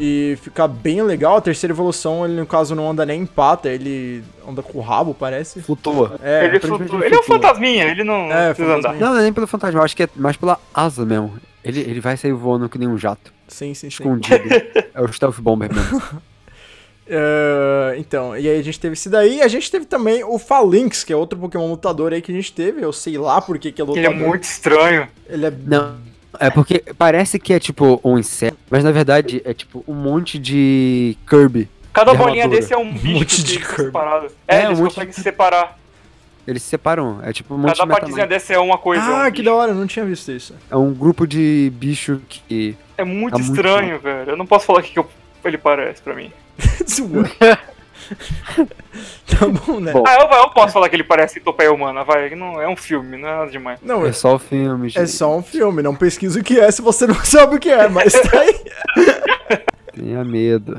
[SPEAKER 1] E fica bem legal. A terceira evolução, ele no caso não anda nem em pata, ele anda com o rabo, parece.
[SPEAKER 3] Flutua.
[SPEAKER 1] É,
[SPEAKER 2] ele,
[SPEAKER 3] aparentemente
[SPEAKER 2] flutua.
[SPEAKER 3] ele
[SPEAKER 2] ele é um
[SPEAKER 3] flutua.
[SPEAKER 2] fantasminha, ele não
[SPEAKER 1] É,
[SPEAKER 2] precisa andar.
[SPEAKER 1] fantasminha.
[SPEAKER 3] Não, não é nem pelo fantasma, eu acho que é mais pela asa mesmo. Ele, ele vai sair voando que nem um jato,
[SPEAKER 1] sim, sim, sim.
[SPEAKER 3] escondido. é o Stealth Bomber mesmo.
[SPEAKER 1] É, então, e aí a gente teve esse daí. E a gente teve também o Falinx, que é outro Pokémon lutador aí que a gente teve. Eu sei lá por que que é
[SPEAKER 2] Ele é
[SPEAKER 1] lutador.
[SPEAKER 2] muito estranho.
[SPEAKER 1] Ele é...
[SPEAKER 3] Não. É porque parece que é tipo um inseto, mas na verdade é tipo um monte de Kirby.
[SPEAKER 2] Cada
[SPEAKER 3] Ele é
[SPEAKER 2] bolinha
[SPEAKER 3] armadura.
[SPEAKER 2] desse é um bicho
[SPEAKER 1] monte
[SPEAKER 2] que
[SPEAKER 1] de
[SPEAKER 2] fica
[SPEAKER 1] curva.
[SPEAKER 2] separado.
[SPEAKER 3] É,
[SPEAKER 2] É,
[SPEAKER 3] um
[SPEAKER 2] eles
[SPEAKER 3] monte
[SPEAKER 2] conseguem
[SPEAKER 3] de-
[SPEAKER 2] se separar.
[SPEAKER 3] Eles se separam. É tipo um monte
[SPEAKER 2] Cada
[SPEAKER 3] de Meta
[SPEAKER 2] partezinha
[SPEAKER 3] Knight.
[SPEAKER 2] dessa é uma coisa. é um
[SPEAKER 1] Ah, que
[SPEAKER 2] bicho.
[SPEAKER 1] da hora, eu não tinha visto isso.
[SPEAKER 3] É um grupo de bicho que.
[SPEAKER 2] É muito
[SPEAKER 3] Tá muito
[SPEAKER 2] estranho, velho. Eu não posso falar o que, que eu- ele parece pra mim.
[SPEAKER 1] Zoando. tá bom, né?
[SPEAKER 3] Bom.
[SPEAKER 2] Ah, eu, eu posso falar que ele parece Topeia Humana, vai. Não, é um filme, não é nada demais.
[SPEAKER 1] Não,
[SPEAKER 3] É
[SPEAKER 1] é,
[SPEAKER 3] só o filme, gente.
[SPEAKER 1] é só um filme, não pesquisa o que é se você não sabe o que é, mas tá aí.
[SPEAKER 3] Tenha medo.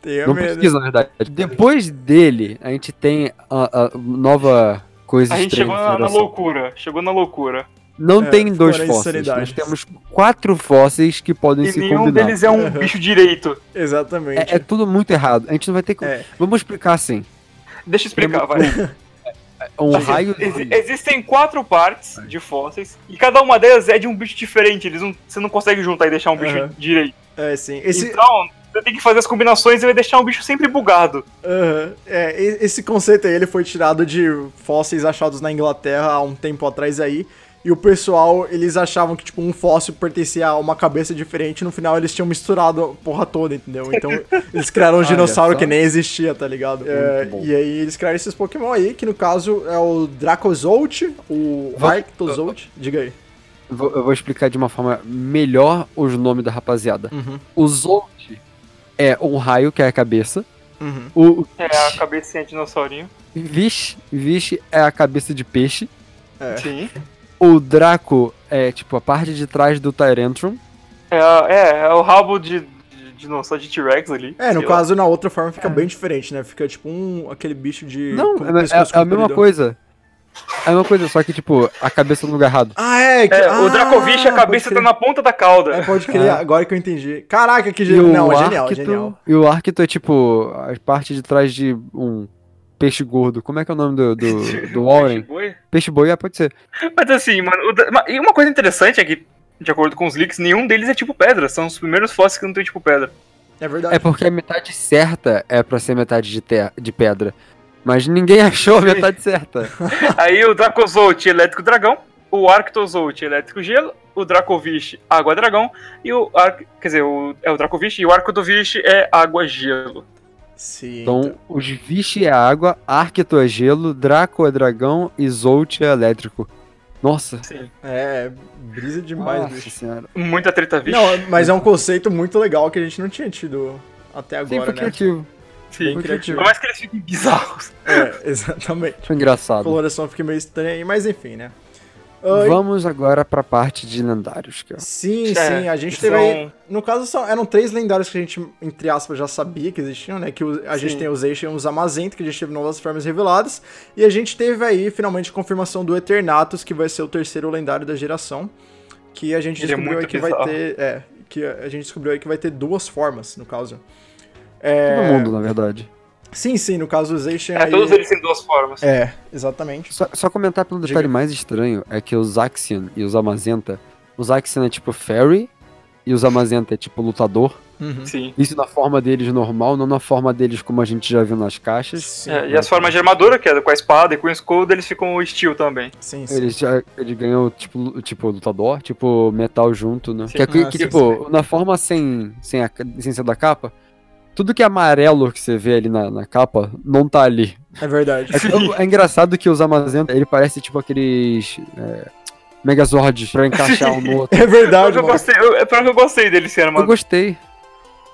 [SPEAKER 1] Tenha
[SPEAKER 3] Não
[SPEAKER 1] medo.
[SPEAKER 3] pesquisa, na verdade. Depois dele, a gente tem a, a nova coisa
[SPEAKER 2] A gente
[SPEAKER 3] estranha
[SPEAKER 2] chegou
[SPEAKER 3] da
[SPEAKER 2] na, na
[SPEAKER 3] geração.
[SPEAKER 2] loucura. Chegou na loucura.
[SPEAKER 3] Não
[SPEAKER 1] É,
[SPEAKER 3] tem dois
[SPEAKER 1] fora a
[SPEAKER 3] fósseis.
[SPEAKER 1] insanidade.
[SPEAKER 3] Nós temos quatro fósseis que podem
[SPEAKER 2] E
[SPEAKER 3] se
[SPEAKER 2] nenhum
[SPEAKER 3] combinar.
[SPEAKER 2] deles é um bicho direito.
[SPEAKER 1] Exatamente.
[SPEAKER 3] É, é tudo muito errado. A gente não vai ter como.
[SPEAKER 1] É.
[SPEAKER 3] Vamos explicar assim.
[SPEAKER 2] Deixa eu explicar, vai. Tipo assim,
[SPEAKER 3] Um raio.
[SPEAKER 2] Exi- existem quatro partes de fósseis e cada uma delas é de um bicho diferente. Eles não, você não consegue juntar e deixar um bicho
[SPEAKER 1] Aham.
[SPEAKER 2] direito.
[SPEAKER 1] É, sim. Esse,
[SPEAKER 2] Então, você tem que fazer as combinações e vai deixar um bicho sempre bugado.
[SPEAKER 1] aham. É, e- esse conceito aí ele foi tirado de fósseis achados na Inglaterra há um tempo atrás aí. E o pessoal, eles achavam que, tipo, um fóssil pertencia a uma cabeça diferente. e No final, eles tinham misturado a porra toda, entendeu? Então, eles criaram um
[SPEAKER 3] Olha
[SPEAKER 1] dinossauro
[SPEAKER 3] só.
[SPEAKER 1] que nem existia, tá ligado? É,
[SPEAKER 3] bom.
[SPEAKER 1] e aí, eles criaram esses Pokémon aí, que no caso é o Dracozolt, o
[SPEAKER 3] Vamos-
[SPEAKER 1] Arctozolt. Diga aí.
[SPEAKER 3] Vou- eu vou explicar de uma forma melhor os nomes da rapaziada.
[SPEAKER 1] Uhum.
[SPEAKER 3] O Zolt é um raio, que é a cabeça.
[SPEAKER 1] Uhum.
[SPEAKER 3] O
[SPEAKER 2] É a cabecinha de dinossaurinho.
[SPEAKER 3] Vish, Vish é a cabeça de peixe.
[SPEAKER 1] É.
[SPEAKER 2] Sim.
[SPEAKER 3] O Draco é tipo a parte de trás do Tyrantrum.
[SPEAKER 2] É, a- é, é o rabo de, de dinossauro de T-Rex ali.
[SPEAKER 1] É, no
[SPEAKER 2] sei lá.
[SPEAKER 1] caso, na outra forma fica bem diferente, né? Fica tipo um aquele bicho de.
[SPEAKER 3] É. Não,
[SPEAKER 1] com
[SPEAKER 3] é, é-
[SPEAKER 1] pescoço
[SPEAKER 3] é a mesma
[SPEAKER 1] comprido.
[SPEAKER 3] coisa. É a mesma coisa, só que tipo, a cabeça no lugar errado.
[SPEAKER 1] Ah, é. Que...
[SPEAKER 2] É, o
[SPEAKER 1] ah,
[SPEAKER 2] Dracovich, a
[SPEAKER 1] pode
[SPEAKER 2] cabeça tá
[SPEAKER 1] crer.
[SPEAKER 2] na ponta da cauda.
[SPEAKER 1] É, pode crer,
[SPEAKER 3] É.
[SPEAKER 1] agora que eu entendi. Caraca, que
[SPEAKER 3] E
[SPEAKER 1] genial.
[SPEAKER 3] o
[SPEAKER 1] Não, é
[SPEAKER 3] Arcto,
[SPEAKER 1] genial, genial.
[SPEAKER 3] E o Arcto é tipo a parte de trás de um peixe gordo. Como é que é o nome do, do, do Warren?
[SPEAKER 2] Boi?
[SPEAKER 3] Peixe boi, ah, pode ser.
[SPEAKER 2] Mas assim, mano, o Dra- ma- e uma coisa interessante é que, de acordo com os leaks, nenhum deles é tipo pedra. São os primeiros fósseis que não tem tipo pedra.
[SPEAKER 1] É verdade.
[SPEAKER 3] É porque a metade certa é pra ser metade de, ter- de pedra. Mas ninguém achou a metade certa.
[SPEAKER 2] Aí o Dracozolt, elétrico dragão. O Arctozolt, elétrico gelo. O Dracovish, água dragão. E o Arc... Quer dizer, o... é o Dracovish. E o Arctovish é água gelo.
[SPEAKER 1] Sim.
[SPEAKER 3] Então, os Vish é água, Arcto é gelo, Draco é dragão e Zolt é elétrico. Nossa.
[SPEAKER 2] Sim.
[SPEAKER 1] É, brisa demais,
[SPEAKER 3] Nossa
[SPEAKER 1] bicho.
[SPEAKER 3] senhora.
[SPEAKER 2] Muita treta vish.
[SPEAKER 1] Não, mas é um conceito muito legal que a gente não tinha tido até
[SPEAKER 3] Sim,
[SPEAKER 1] agora,
[SPEAKER 3] foi
[SPEAKER 1] né?
[SPEAKER 3] criativo.
[SPEAKER 2] Sim.
[SPEAKER 1] Bem criativo.
[SPEAKER 2] Por mais que eles fiquem bizarros.
[SPEAKER 1] É, exatamente.
[SPEAKER 3] Foi
[SPEAKER 1] A
[SPEAKER 3] engraçado.
[SPEAKER 1] coloração fica meio estranha aí, mas enfim, né? Ah,
[SPEAKER 3] Vamos agora pra parte de lendários, cara.
[SPEAKER 1] Sim,
[SPEAKER 2] É,
[SPEAKER 1] sim, a gente
[SPEAKER 2] são-
[SPEAKER 1] teve aí, no caso são- eram três lendários que a gente, entre aspas, já sabia que existiam, né, que o- a gente
[SPEAKER 2] Sim.
[SPEAKER 1] tem os Eishen e os Amazento, que a gente teve novas formas reveladas, e a gente teve aí, finalmente, a confirmação do Eternatus, que vai ser o terceiro lendário da geração, que a gente
[SPEAKER 2] Ele é
[SPEAKER 1] descobriu aí
[SPEAKER 2] muito
[SPEAKER 1] que vai
[SPEAKER 2] bizarro.
[SPEAKER 1] ter, é, que a a gente descobriu aí que vai ter duas formas, no caso.
[SPEAKER 3] Todo
[SPEAKER 1] É.
[SPEAKER 3] mundo, na verdade.
[SPEAKER 1] Sim, sim, no caso os Eishen
[SPEAKER 2] É,
[SPEAKER 1] aí...
[SPEAKER 2] todos eles têm duas formas.
[SPEAKER 1] É, exatamente.
[SPEAKER 3] Só, só comentar pelo detalhe mais estranho é que os Axion e os Amazenta. Os Axion é tipo fairy e os Amazenta é tipo lutador.
[SPEAKER 1] Uhum.
[SPEAKER 2] Sim.
[SPEAKER 3] Isso na forma deles normal, não na forma deles como a gente já viu nas caixas.
[SPEAKER 1] Sim,
[SPEAKER 2] É, e as formas de armadura, que é com a espada e com o escudo, eles ficam steel também.
[SPEAKER 1] sim, sim.
[SPEAKER 3] Ele, já, ele ganhou, tipo, lu- tipo, lutador, tipo, metal junto, né?
[SPEAKER 2] Sim.
[SPEAKER 3] Que, é que,
[SPEAKER 1] Ah,
[SPEAKER 3] que,
[SPEAKER 1] sim,
[SPEAKER 3] tipo, na forma sem, sem, a, ca- sem ser da capa, tudo que é amarelo que você vê ali na, na capa, não tá ali.
[SPEAKER 1] É verdade.
[SPEAKER 3] É, que- é engraçado que os Amazenta, ele parece, tipo, aqueles é, Megazords pra encaixar um no outro.
[SPEAKER 1] É verdade,
[SPEAKER 2] Mas eu
[SPEAKER 1] mano.
[SPEAKER 2] gostei, eu, é pra que eu gostei dele ser
[SPEAKER 3] Eu
[SPEAKER 2] armadura.
[SPEAKER 3] gostei.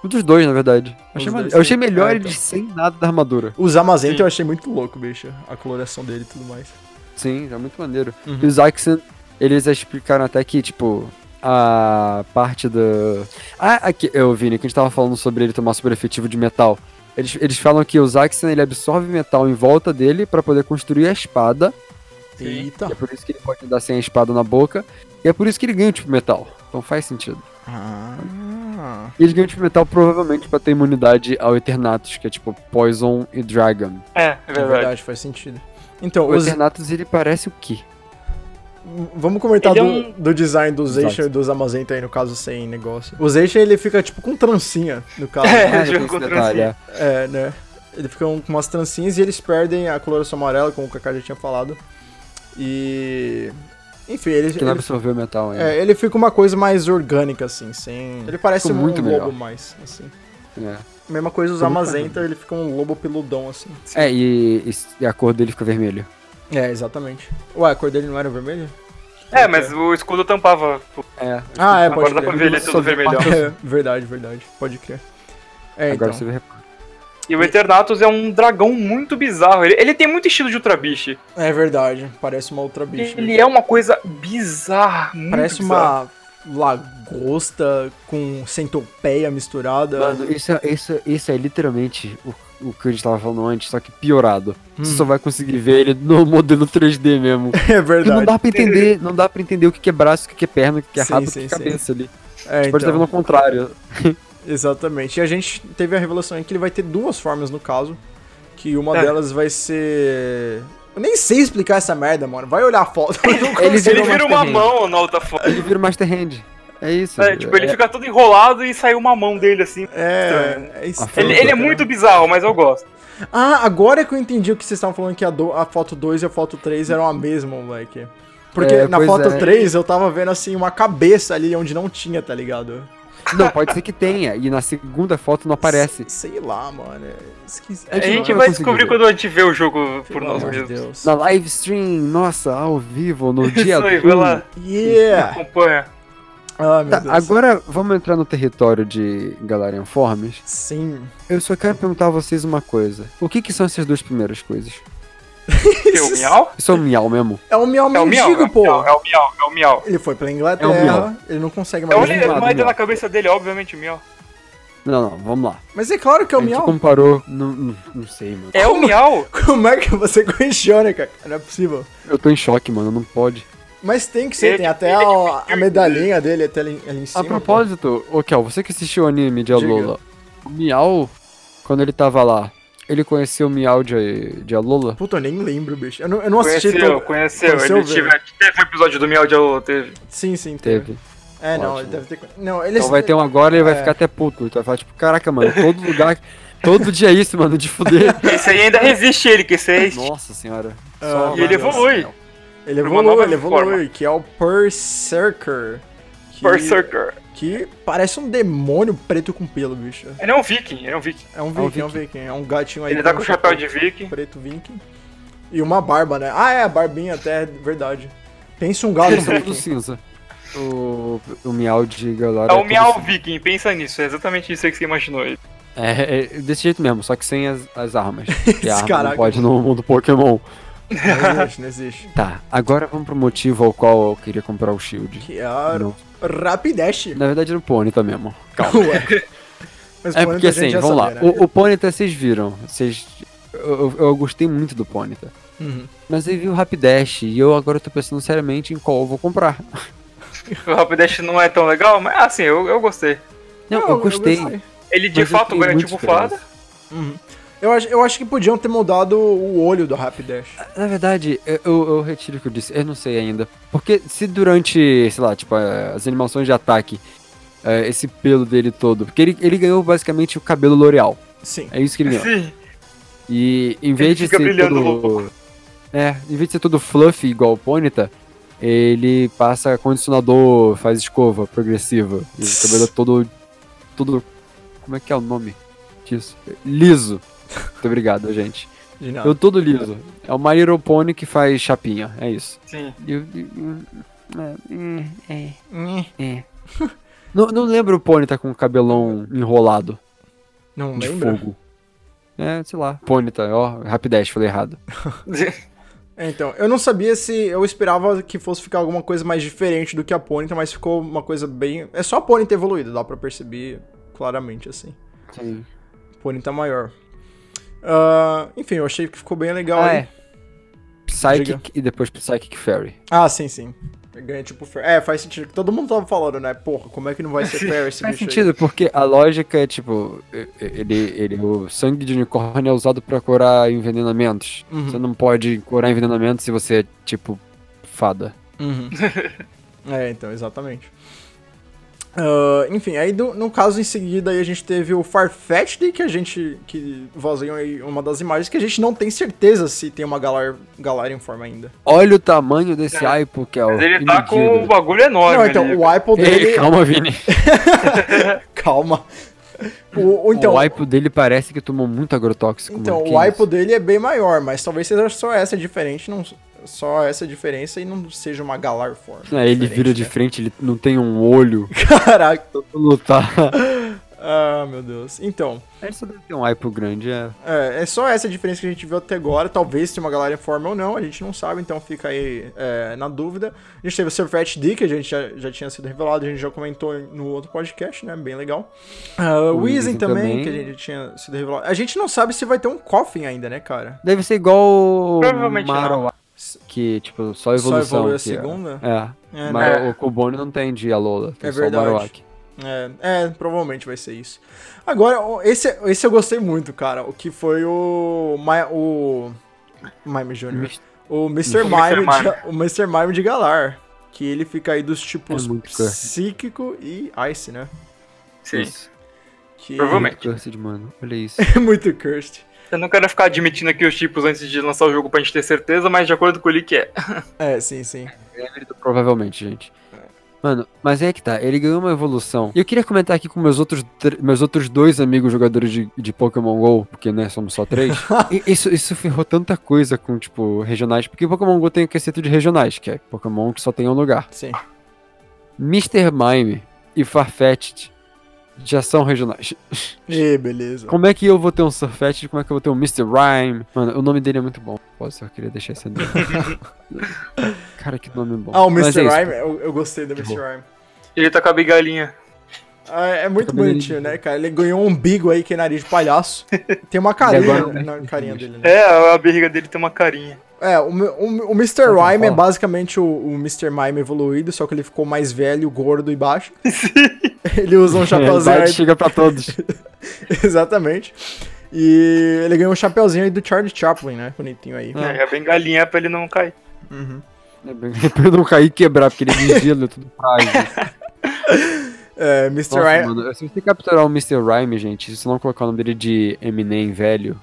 [SPEAKER 3] Um dos dois, na verdade.
[SPEAKER 1] Os
[SPEAKER 3] Achei
[SPEAKER 1] dois,
[SPEAKER 3] mane- eu achei
[SPEAKER 1] sim.
[SPEAKER 3] melhor
[SPEAKER 1] Ah,
[SPEAKER 3] eles
[SPEAKER 1] então.
[SPEAKER 3] sem nada da armadura.
[SPEAKER 1] Os Amazento
[SPEAKER 2] Sim.
[SPEAKER 1] eu achei muito louco, bicho. A coloração dele e tudo mais.
[SPEAKER 3] Sim, é muito maneiro.
[SPEAKER 1] Uhum.
[SPEAKER 3] E os Axan, eles explicaram até que, tipo, a parte do. Ah, aqui, eu, Vini, que a gente tava falando sobre ele tomar super efetivo de metal. Eles, eles falam que o Zaxxon ele absorve metal em volta dele pra poder construir a espada.
[SPEAKER 2] Sim.
[SPEAKER 1] Eita.
[SPEAKER 3] É por isso que ele pode andar sem a espada na boca. E é por isso que ele ganha o tipo metal. Então faz sentido.
[SPEAKER 1] Ah.
[SPEAKER 3] E ele ganha o tipo metal provavelmente pra ter imunidade ao Eternatus, que é tipo Poison e Dragon.
[SPEAKER 2] É, é
[SPEAKER 1] É
[SPEAKER 2] verdade.
[SPEAKER 1] verdade, faz sentido. Então,
[SPEAKER 3] O
[SPEAKER 1] os-
[SPEAKER 3] Eternatus ele parece o quê?
[SPEAKER 1] vamos comentar do,
[SPEAKER 2] Ele é
[SPEAKER 1] do design dos
[SPEAKER 3] Exato.
[SPEAKER 1] Zeisha e dos Amazenta aí, no caso, sem negócio. O Zeisha, ele fica tipo com trancinha, no caso.
[SPEAKER 2] É.
[SPEAKER 3] Ah,
[SPEAKER 2] jogo
[SPEAKER 3] tem esse
[SPEAKER 2] contra
[SPEAKER 3] detalhe,
[SPEAKER 2] o
[SPEAKER 3] é.
[SPEAKER 1] é, né? Ele fica um- com umas trancinhas e eles perdem a coloração amarela, como o Kaká já tinha falado. E... Enfim, ele,
[SPEAKER 3] Que não
[SPEAKER 1] ele,
[SPEAKER 3] absorveu metal ainda.
[SPEAKER 1] é, ele fica uma coisa mais orgânica, assim, sem... Ele parece
[SPEAKER 3] Ficou
[SPEAKER 1] um
[SPEAKER 3] muito
[SPEAKER 1] lobo
[SPEAKER 3] melhor.
[SPEAKER 1] mais, assim.
[SPEAKER 3] É.
[SPEAKER 1] Mesma coisa os
[SPEAKER 3] Ficou muito
[SPEAKER 1] Amazenta, ele fica um lobo peludão, assim.
[SPEAKER 3] É, e, e a cor dele fica vermelha.
[SPEAKER 1] É, exatamente. Ué, a cor dele não era vermelha?
[SPEAKER 2] É, mas o escudo tampava. tipo,
[SPEAKER 3] É,
[SPEAKER 1] Ah, é, pode
[SPEAKER 2] Agora dá pra
[SPEAKER 1] crer.
[SPEAKER 2] ver ele
[SPEAKER 3] Só
[SPEAKER 2] todo
[SPEAKER 3] vi
[SPEAKER 2] vermelhão.
[SPEAKER 1] É, verdade, verdade. Pode crer. É,
[SPEAKER 3] agora
[SPEAKER 1] então.
[SPEAKER 3] você vê.
[SPEAKER 2] E o Eternatus é um dragão muito bizarro. Ele, ele tem muito estilo de Ultra Beast.
[SPEAKER 1] É verdade. Parece uma outra bicha.
[SPEAKER 2] Ele é uma coisa bizarra. Muito
[SPEAKER 1] Parece
[SPEAKER 2] bizarra.
[SPEAKER 1] uma lagosta, lagosta com centopeia misturada.
[SPEAKER 3] Mano, isso é, isso, é- isso é literalmente o, o que a gente tava falando antes, só que piorado.
[SPEAKER 2] Hum.
[SPEAKER 3] Você só vai conseguir ver ele no modelo 3D mesmo.
[SPEAKER 1] é
[SPEAKER 3] Porque
[SPEAKER 1] verdade.
[SPEAKER 3] não dá pra entender, não dá pra entender o que que é braço, o que que é perna, o que que é
[SPEAKER 1] Sim,
[SPEAKER 3] rabo, o
[SPEAKER 1] sim,
[SPEAKER 3] que que
[SPEAKER 1] sim.
[SPEAKER 3] é cabeça ali.
[SPEAKER 1] É,
[SPEAKER 3] Você pode estar
[SPEAKER 1] então.
[SPEAKER 3] vendo ao contrário.
[SPEAKER 2] um-
[SPEAKER 1] Exatamente. E a gente teve a revelação aí que ele vai ter duas formas no caso. Que uma
[SPEAKER 2] É.
[SPEAKER 1] delas vai ser. Eu nem sei explicar essa merda, mano. Vai olhar a foto. Eu não
[SPEAKER 3] Ele
[SPEAKER 1] consigo-
[SPEAKER 2] Ele
[SPEAKER 3] virou
[SPEAKER 2] vira
[SPEAKER 3] mais
[SPEAKER 2] uma
[SPEAKER 3] terreno.
[SPEAKER 2] mão na outra foto.
[SPEAKER 3] Ele vira o Master Hand. É isso.
[SPEAKER 2] É, tipo, ele
[SPEAKER 3] É-
[SPEAKER 2] fica todo enrolado e sai uma mão dele assim.
[SPEAKER 1] É, é estranho,
[SPEAKER 2] Ele, ele é
[SPEAKER 1] né?
[SPEAKER 2] muito bizarro, mas eu gosto.
[SPEAKER 1] Ah, agora que eu entendi o que vocês estavam falando que a, do- a foto 2 e a foto 3 eram a mesma, moleque. Porque
[SPEAKER 3] É,
[SPEAKER 1] na
[SPEAKER 3] pois
[SPEAKER 1] foto
[SPEAKER 3] é.
[SPEAKER 1] 3 eu tava vendo assim uma cabeça ali onde não tinha, tá ligado?
[SPEAKER 3] Não, pode ser que tenha. E na segunda foto não aparece.
[SPEAKER 1] Sei lá, mano. É esquisito.
[SPEAKER 3] É
[SPEAKER 2] A
[SPEAKER 3] que
[SPEAKER 2] gente
[SPEAKER 3] eu
[SPEAKER 2] vai
[SPEAKER 3] consegui
[SPEAKER 2] descobrir
[SPEAKER 3] ver.
[SPEAKER 2] quando a gente vê o jogo por
[SPEAKER 1] Pelo
[SPEAKER 2] nós
[SPEAKER 1] amor de
[SPEAKER 2] mesmos.
[SPEAKER 1] Deus.
[SPEAKER 3] Na live stream, nossa, ao vivo, no dia
[SPEAKER 2] Isso aí, vai
[SPEAKER 3] um.
[SPEAKER 2] lá,
[SPEAKER 1] Yeah!
[SPEAKER 2] acompanha.
[SPEAKER 1] Ah, meu
[SPEAKER 3] Tá,
[SPEAKER 1] Deus.
[SPEAKER 3] agora vamos entrar no território de Galarian Forms.
[SPEAKER 1] Sim.
[SPEAKER 3] Eu só quero perguntar a vocês uma coisa. O que que são essas duas primeiras coisas?
[SPEAKER 2] Tem o Miau?
[SPEAKER 3] Isso é o miau mesmo.
[SPEAKER 1] É o Miau
[SPEAKER 2] É o Miau, é
[SPEAKER 1] Mendigo,
[SPEAKER 2] o Miau,
[SPEAKER 1] pô.
[SPEAKER 2] é o Miau, é o Miau.
[SPEAKER 1] Ele foi pra
[SPEAKER 3] É o Miau.
[SPEAKER 1] Inglaterra, ele não consegue
[SPEAKER 2] É
[SPEAKER 1] mais.
[SPEAKER 2] o
[SPEAKER 3] Olha-
[SPEAKER 1] vir.
[SPEAKER 2] único
[SPEAKER 3] lado,
[SPEAKER 2] mais
[SPEAKER 3] Miau.
[SPEAKER 2] na cabeça dele, obviamente, o Miau.
[SPEAKER 3] Não, não, vamos lá.
[SPEAKER 1] Mas é claro que é o
[SPEAKER 3] a gente
[SPEAKER 1] Miau.
[SPEAKER 3] comparou. Não, não, não sei, mano.
[SPEAKER 2] É o Miau?
[SPEAKER 1] Como é que você questiona, cara? Não é possível.
[SPEAKER 3] Eu tô em choque, mano. Não pode.
[SPEAKER 1] Mas tem que ser,
[SPEAKER 2] Ele-
[SPEAKER 1] tem até a, a medalhinha dele até ali, ali em cima.
[SPEAKER 3] A propósito, ô Kel, você que assistiu o anime de
[SPEAKER 1] Diga.
[SPEAKER 3] Alola, o Miau, quando ele tava lá, ele conheceu o Miau de, de Alola?
[SPEAKER 1] Puta, eu nem lembro, bicho. Eu não, eu não assisti
[SPEAKER 2] Conheceu,
[SPEAKER 1] todo.
[SPEAKER 2] conheceu.
[SPEAKER 1] Conheceu,
[SPEAKER 2] Ele
[SPEAKER 1] velho.
[SPEAKER 2] tive- teve um episódio do Miau de Alô, teve.
[SPEAKER 1] Sim, sim, teve.
[SPEAKER 3] Teve.
[SPEAKER 1] É, não,
[SPEAKER 3] Ótimo.
[SPEAKER 1] ele deve ter. Não, ele
[SPEAKER 3] Então vai ter um agora e ele vai
[SPEAKER 1] É.
[SPEAKER 3] ficar até puto. Ele vai falar, tipo, caraca, mano, todo lugar, todo dia é isso, mano, de fuder.
[SPEAKER 2] Esse aí ainda resiste ele, que esse aí. é tipo
[SPEAKER 3] Nossa senhora.
[SPEAKER 1] Ah,
[SPEAKER 2] E ele
[SPEAKER 1] Nossa,
[SPEAKER 2] evolui.
[SPEAKER 1] Ele
[SPEAKER 2] pra uma nova
[SPEAKER 1] evolui, ele evolui,
[SPEAKER 2] forma.
[SPEAKER 1] que é o Berserker. Que,
[SPEAKER 2] Berserker.
[SPEAKER 1] Que parece um demônio preto com pelo, bicho.
[SPEAKER 2] Ele é um viking, ele é um viking.
[SPEAKER 1] É um viking, é um viking. É um gatinho aí.
[SPEAKER 2] Ele tá com o chapéu de
[SPEAKER 1] um
[SPEAKER 2] viking.
[SPEAKER 1] preto viking. E uma barba, né? Ah, é, a barbinha até, verdade. Pensa um galo
[SPEAKER 3] Eles são
[SPEAKER 1] viking.
[SPEAKER 3] tudo cinza. O, o Miau de Galar.
[SPEAKER 2] É o Miau viking, pensa nisso. É exatamente isso aí que você imaginou. ele.
[SPEAKER 3] É, é desse jeito mesmo, só que sem as, as armas. Que a arma
[SPEAKER 1] Caraca.
[SPEAKER 3] não pode no mundo Pokémon.
[SPEAKER 1] Não existe, não existe.
[SPEAKER 3] Tá, agora vamos pro motivo ao qual eu queria comprar o Shield.
[SPEAKER 1] Que é a
[SPEAKER 3] Não.
[SPEAKER 1] Rapidash.
[SPEAKER 3] Na verdade era um o Ponyta mesmo.
[SPEAKER 1] Ué. Mas
[SPEAKER 3] É
[SPEAKER 1] Ponyta
[SPEAKER 3] porque
[SPEAKER 1] a gente
[SPEAKER 3] assim,
[SPEAKER 1] já
[SPEAKER 3] vamos lá.
[SPEAKER 1] sabia, né?
[SPEAKER 3] O, o Ponyta vocês viram. Vocês. Eu, eu- eu gostei muito do Ponyta.
[SPEAKER 1] Uhum.
[SPEAKER 3] Mas aí vi o Rapidash e eu agora tô pensando seriamente em qual eu vou comprar.
[SPEAKER 2] O Rapidash não é tão legal, mas assim, eu, eu gostei.
[SPEAKER 3] Não,
[SPEAKER 1] Não,
[SPEAKER 3] eu gostei.
[SPEAKER 2] Ele de
[SPEAKER 3] mas eu
[SPEAKER 2] fato
[SPEAKER 3] fiquei
[SPEAKER 2] ganha
[SPEAKER 3] muito
[SPEAKER 2] tipo fada.
[SPEAKER 3] esperança.
[SPEAKER 1] Uhum. Eu, acho, eu acho que podiam ter moldado o olho do Rapidash.
[SPEAKER 3] Na verdade, eu, eu- eu retiro o que eu disse. Eu não sei ainda. Porque se durante, sei lá, tipo, eh, as animações de ataque, eh, esse pelo dele todo. Porque ele, ele ganhou basicamente o cabelo L'Oreal.
[SPEAKER 1] Sim.
[SPEAKER 3] É isso que ele ganhou.
[SPEAKER 2] Sim.
[SPEAKER 3] E em vez de
[SPEAKER 2] fica
[SPEAKER 3] ser
[SPEAKER 2] brilhando
[SPEAKER 3] todo... É, em vez de ser todo fluffy igual o Ponyta, ele passa condicionador, faz escova progressiva. E o cabelo é todo... todo... Como é que é o nome disso? Liso. Muito obrigado, gente.
[SPEAKER 1] De
[SPEAKER 3] Eu
[SPEAKER 1] nada.
[SPEAKER 3] todo liso. É uma Little Pony que faz chapinha, é isso.
[SPEAKER 2] Sim.
[SPEAKER 3] E eu- e- e- é, é,
[SPEAKER 1] Hum,
[SPEAKER 3] é. não, não lembro o Ponyta com o cabelão enrolado
[SPEAKER 1] Não
[SPEAKER 3] de
[SPEAKER 1] lembro.
[SPEAKER 3] fogo. É, sei lá. Ponyta, ó, Rapidash, falei errado.
[SPEAKER 1] Então, eu não sabia se eu esperava que fosse ficar alguma coisa mais diferente do que a Ponyta, mas ficou uma coisa bem. É só a Ponyta evoluída, dá pra perceber claramente assim.
[SPEAKER 3] Sim.
[SPEAKER 1] Ponyta maior. Ah, enfim, eu achei que ficou bem legal.
[SPEAKER 3] Ah,
[SPEAKER 1] aí.
[SPEAKER 3] é. Psychic
[SPEAKER 1] Então, Diga.
[SPEAKER 3] e depois Psychic Fairy.
[SPEAKER 1] ah sim, sim. Ganha tipo. fer- É, faz sentido. Todo mundo tava falando, né? Porra, como é que não vai ser fair esse
[SPEAKER 3] Faz
[SPEAKER 1] bicho aí?
[SPEAKER 3] sentido, porque a lógica é tipo: e- ele, ele, o sangue de unicórnio é usado pra curar envenenamentos.
[SPEAKER 1] Uhum.
[SPEAKER 3] Você não pode curar envenenamentos se você é tipo fada.
[SPEAKER 1] Uhum. é, então, exatamente. Ah, enfim, aí do- no caso em seguida aí a gente teve o Farfetch'd, que a gente que vazou aí uma das imagens que a gente não tem certeza se tem uma galar, galar em forma ainda.
[SPEAKER 3] Olha o tamanho desse aipo, que é o.
[SPEAKER 2] Mas ele tá com o bagulho enorme.
[SPEAKER 1] não, então,
[SPEAKER 2] ali.
[SPEAKER 1] o Apple dele,
[SPEAKER 3] Ei, calma, Vini.
[SPEAKER 1] calma. O, o- então,
[SPEAKER 3] o aipo dele parece que tomou muito agrotóxico.
[SPEAKER 1] então
[SPEAKER 3] mano. que
[SPEAKER 1] o aipo
[SPEAKER 3] isso?
[SPEAKER 1] dele é bem maior, mas talvez seja só essa diferente, não só essa diferença e não seja uma galar forma. né?
[SPEAKER 3] É, ele vira de
[SPEAKER 1] diferente,
[SPEAKER 3] frente, ele não tem um olho
[SPEAKER 1] né? Caraca.
[SPEAKER 3] pra lutar.
[SPEAKER 1] Ah, meu Deus. Então,
[SPEAKER 3] A gente só deve ter um hype grande, é.
[SPEAKER 1] é, é só essa diferença que a gente viu até agora. Talvez se uma galera informa ou não, a gente não sabe, então fica aí é, na dúvida. A gente teve o Surfet D, que a gente já, já tinha sido revelado, a gente já comentou em- no outro podcast, né? Bem legal. Ah, o
[SPEAKER 3] O
[SPEAKER 1] Weezing
[SPEAKER 3] Weezing
[SPEAKER 1] também,
[SPEAKER 3] também.
[SPEAKER 1] que a gente tinha sido revelado. A gente não sabe se vai ter um Coffin ainda, né, cara?
[SPEAKER 3] Deve ser igual o
[SPEAKER 2] Provavelmente não.
[SPEAKER 3] Marowak, que, tipo, só evolução.
[SPEAKER 1] só evolui a
[SPEAKER 3] que é-
[SPEAKER 1] segunda?
[SPEAKER 3] É.
[SPEAKER 1] É,
[SPEAKER 3] Mas
[SPEAKER 2] né?
[SPEAKER 3] o Cubone não tem de Alola, tem
[SPEAKER 1] É
[SPEAKER 3] só
[SPEAKER 1] verdade.
[SPEAKER 3] o Marowak.
[SPEAKER 1] É, é, provavelmente vai ser isso. Agora, o- esse, esse eu gostei muito, cara. O que foi o. Ma- o. Mime Jr.
[SPEAKER 3] Mis-
[SPEAKER 1] O Mr.
[SPEAKER 2] Mr.
[SPEAKER 1] Mime,
[SPEAKER 2] Mime.
[SPEAKER 1] de, o Mr. Mime de Galar. Que ele fica aí dos tipos
[SPEAKER 3] É muito curto.
[SPEAKER 1] psíquico e ice, né?
[SPEAKER 2] Sim.
[SPEAKER 3] Isso.
[SPEAKER 1] Que
[SPEAKER 2] Provavelmente.
[SPEAKER 3] Cursed, mano. Olha isso.
[SPEAKER 1] é muito cursed.
[SPEAKER 2] Eu não quero ficar admitindo aqui os tipos antes de lançar o jogo pra gente ter certeza, mas de acordo com o leak é.
[SPEAKER 1] É, sim, sim.
[SPEAKER 3] Ele do Provavelmente, gente. Mano, mas é que tá, ele ganhou uma evolução. E eu queria comentar aqui com meus outros, tr- meus outros dois amigos jogadores de, de Pokémon GO, porque né, somos só três. E isso, isso ferrou tanta coisa com, tipo, regionais, porque Pokémon GO tem o conceito de regionais, que é Pokémon que só tem um lugar.
[SPEAKER 1] Sim.
[SPEAKER 3] Mr. Mime e Farfetch'd já são regionais.
[SPEAKER 1] E beleza.
[SPEAKER 3] Como é que eu vou ter um Surfetch'd, como é que eu vou ter um Mr. Rhyme? Mano, o nome dele é muito bom. Posso, eu queria deixar esse nome. Cara, que nome bom.
[SPEAKER 1] Ah, o
[SPEAKER 3] Mas
[SPEAKER 1] Mr.
[SPEAKER 3] é isso.
[SPEAKER 1] Rhyme, eu, eu gostei do Mr.
[SPEAKER 3] bom.
[SPEAKER 1] Rhyme.
[SPEAKER 2] Ele tá com a bigalinha.
[SPEAKER 1] Ah, é muito
[SPEAKER 3] Também-
[SPEAKER 1] bonitinho, né, cara? Ele ganhou um umbigo aí, que é nariz de palhaço. Tem uma carinha
[SPEAKER 3] agora-
[SPEAKER 1] na carinha dele, né?
[SPEAKER 2] É, a barriga dele tem uma carinha.
[SPEAKER 1] É, o, mi- o, mi- o Mr.
[SPEAKER 3] que
[SPEAKER 1] Rhyme é
[SPEAKER 3] fala?
[SPEAKER 1] basicamente o, o Mr. Mime evoluído, só que ele ficou mais velho, gordo e baixo. ele usa um
[SPEAKER 3] É,
[SPEAKER 1] chapéuzinho
[SPEAKER 3] idade
[SPEAKER 1] aí,
[SPEAKER 3] chega pra todos.
[SPEAKER 1] exatamente. E ele ganhou um chapéuzinho aí do Charlie Chaplin, né? Bonitinho aí.
[SPEAKER 3] Ah.
[SPEAKER 2] É, a bengalinha pra ele não cair.
[SPEAKER 3] É, bem- pra eu não cair e quebrar, porque ele me gelo é tudo frágil.
[SPEAKER 1] É, Mr.
[SPEAKER 3] Nossa,
[SPEAKER 1] Rhyme.
[SPEAKER 3] mano, se você capturar o Mr. Rhyme, gente, se você não colocar o nome dele de Eminem velho,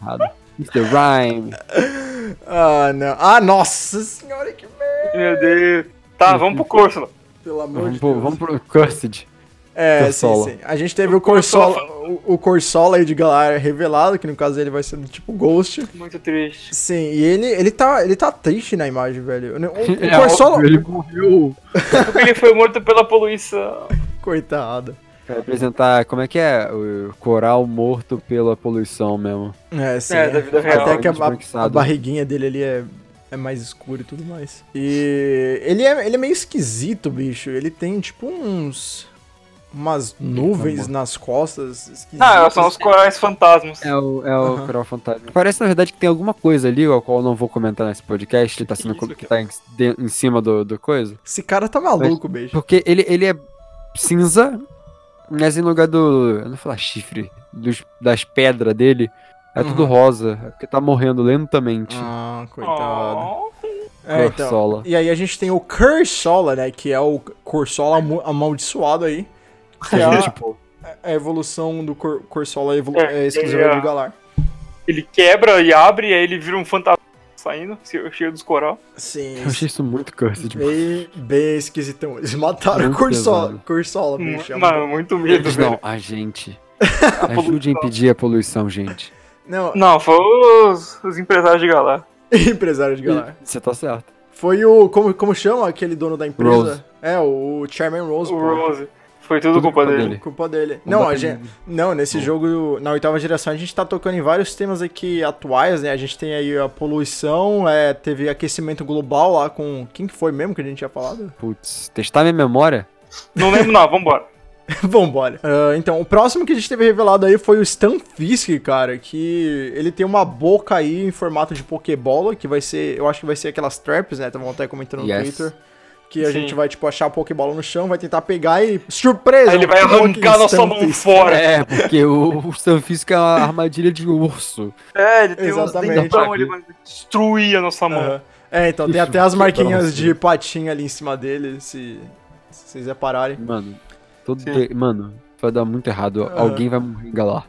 [SPEAKER 3] errado. Mr. Rhyme.
[SPEAKER 1] ah, não. Ah, nossa senhora, que merda.
[SPEAKER 2] Meu Deus. Tá, vamos pro Corsola.
[SPEAKER 1] Pelo amor
[SPEAKER 3] Vamos
[SPEAKER 1] de
[SPEAKER 3] pro,
[SPEAKER 1] Deus.
[SPEAKER 3] vamos pro Cursed.
[SPEAKER 1] É,
[SPEAKER 3] Corsola.
[SPEAKER 1] sim, sim. A gente teve o Corsola, o, o Corsola aí de Galar revelado, que no caso ele vai ser do tipo Ghost.
[SPEAKER 2] Muito triste.
[SPEAKER 1] Sim, e ele, ele, tá, ele tá triste na imagem, velho. O, o
[SPEAKER 3] É
[SPEAKER 1] Corsola.
[SPEAKER 3] óbvio, Ele morreu.
[SPEAKER 2] Porque ele foi morto pela poluição.
[SPEAKER 1] Coitado.
[SPEAKER 3] Pra apresentar, como é que é? O coral morto pela poluição mesmo.
[SPEAKER 1] É, sim.
[SPEAKER 2] É, da vida real,
[SPEAKER 1] Até que a, a- a
[SPEAKER 3] desbranquiçado.
[SPEAKER 1] barriguinha dele ali é, é mais escura e tudo mais. E ele é, ele é meio esquisito, bicho. Ele tem tipo uns. Umas nuvens
[SPEAKER 3] tá
[SPEAKER 1] nas
[SPEAKER 2] Ah,
[SPEAKER 1] costas. esquisitas.
[SPEAKER 2] Não, são os corais fantasmas.
[SPEAKER 3] É o, é o
[SPEAKER 1] Aham.
[SPEAKER 3] coral fantasma. Parece, na verdade, que tem alguma coisa ali, a qual eu não vou comentar nesse podcast, que tá, sendo,
[SPEAKER 2] Isso,
[SPEAKER 3] que tá em, de- em cima do, do coisa.
[SPEAKER 1] Esse cara tá maluco, bicho.
[SPEAKER 3] Porque ele, ele é cinza, mas em lugar do. Eu não vou falar chifre, dos- das pedras dele, é tudo
[SPEAKER 1] Uhum.
[SPEAKER 3] rosa, é porque tá morrendo lentamente.
[SPEAKER 1] Ah, coitado.
[SPEAKER 2] Oh,
[SPEAKER 1] É, então.
[SPEAKER 3] Corsola.
[SPEAKER 1] E aí a gente tem o Cursola, né? Que é o Corsola amu- amaldiçoado aí. Que é a,
[SPEAKER 3] tipo,
[SPEAKER 1] a evolução do Cor Corsola evolu
[SPEAKER 2] É,
[SPEAKER 1] é, exclusiva
[SPEAKER 2] ele é-
[SPEAKER 1] do Galar.
[SPEAKER 2] ele quebra e abre, e aí ele vira um fantasma saindo, che- cheio dos coral.
[SPEAKER 1] Sim,
[SPEAKER 3] eu achei isso muito cursed. Tipo,
[SPEAKER 1] bem, bem esquisitão. Eles mataram o
[SPEAKER 3] Muito
[SPEAKER 1] Cursola.
[SPEAKER 3] pesado.
[SPEAKER 1] Cursola, bicho. é
[SPEAKER 2] Hum, Mano,
[SPEAKER 1] muito-
[SPEAKER 2] muito medo, velho.
[SPEAKER 3] não, a gente. Ajude a
[SPEAKER 2] poluição.
[SPEAKER 3] impedir a poluição, gente.
[SPEAKER 1] Não,
[SPEAKER 2] Não, foi os, os empresários de galá.
[SPEAKER 1] empresário de Galar.
[SPEAKER 3] Você tá certo.
[SPEAKER 1] Foi o. Como, como chama aquele dono da empresa?
[SPEAKER 3] Rose.
[SPEAKER 1] É, o Chairman Rose.
[SPEAKER 2] O
[SPEAKER 1] pô.
[SPEAKER 2] Rose. Foi tudo, culpa dele.
[SPEAKER 1] Culpa dele.
[SPEAKER 3] Não
[SPEAKER 1] Não,
[SPEAKER 3] dá
[SPEAKER 1] a
[SPEAKER 3] pra
[SPEAKER 1] gente, não, nesse jogo, na oitava geração, a gente tá tocando em vários temas aqui atuais, né? A gente tem aí a poluição, é, teve aquecimento global lá com. Quem que foi mesmo que a gente tinha falado?
[SPEAKER 3] Putz, testar minha memória?
[SPEAKER 2] Não lembro, não, vambora.
[SPEAKER 1] Vambora. Ah, então, o próximo que a gente teve revelado aí foi o Stan Fisk, cara, que ele tem uma boca aí em formato de Pokébola, que vai ser, eu acho que vai ser aquelas traps, né? Estavam até comentando no
[SPEAKER 3] Yes.
[SPEAKER 1] Twitter. Que a
[SPEAKER 2] Sim.
[SPEAKER 1] gente vai, tipo, achar a Pokébola no chão, vai tentar pegar e. Surpresa!
[SPEAKER 2] Aí ele
[SPEAKER 1] um
[SPEAKER 2] vai
[SPEAKER 1] fucking
[SPEAKER 2] arrancar nossa
[SPEAKER 1] Stan
[SPEAKER 2] mão
[SPEAKER 1] Fisk.
[SPEAKER 2] fora.
[SPEAKER 3] É, porque o, o Sanfisco é uma armadilha de urso.
[SPEAKER 2] É, ele tem uns
[SPEAKER 1] Exatamente.
[SPEAKER 2] dentão, ele vai destruir a nossa mão.
[SPEAKER 1] Aham. É, então, tem
[SPEAKER 3] Isso,
[SPEAKER 1] até as
[SPEAKER 3] que
[SPEAKER 1] marquinhas
[SPEAKER 3] troço.
[SPEAKER 1] de patinha ali em cima dele, se, se vocês repararem.
[SPEAKER 3] Mano, todo
[SPEAKER 2] Sim.
[SPEAKER 3] de- mano, vai dar muito errado. Alguém vai morrer em galar.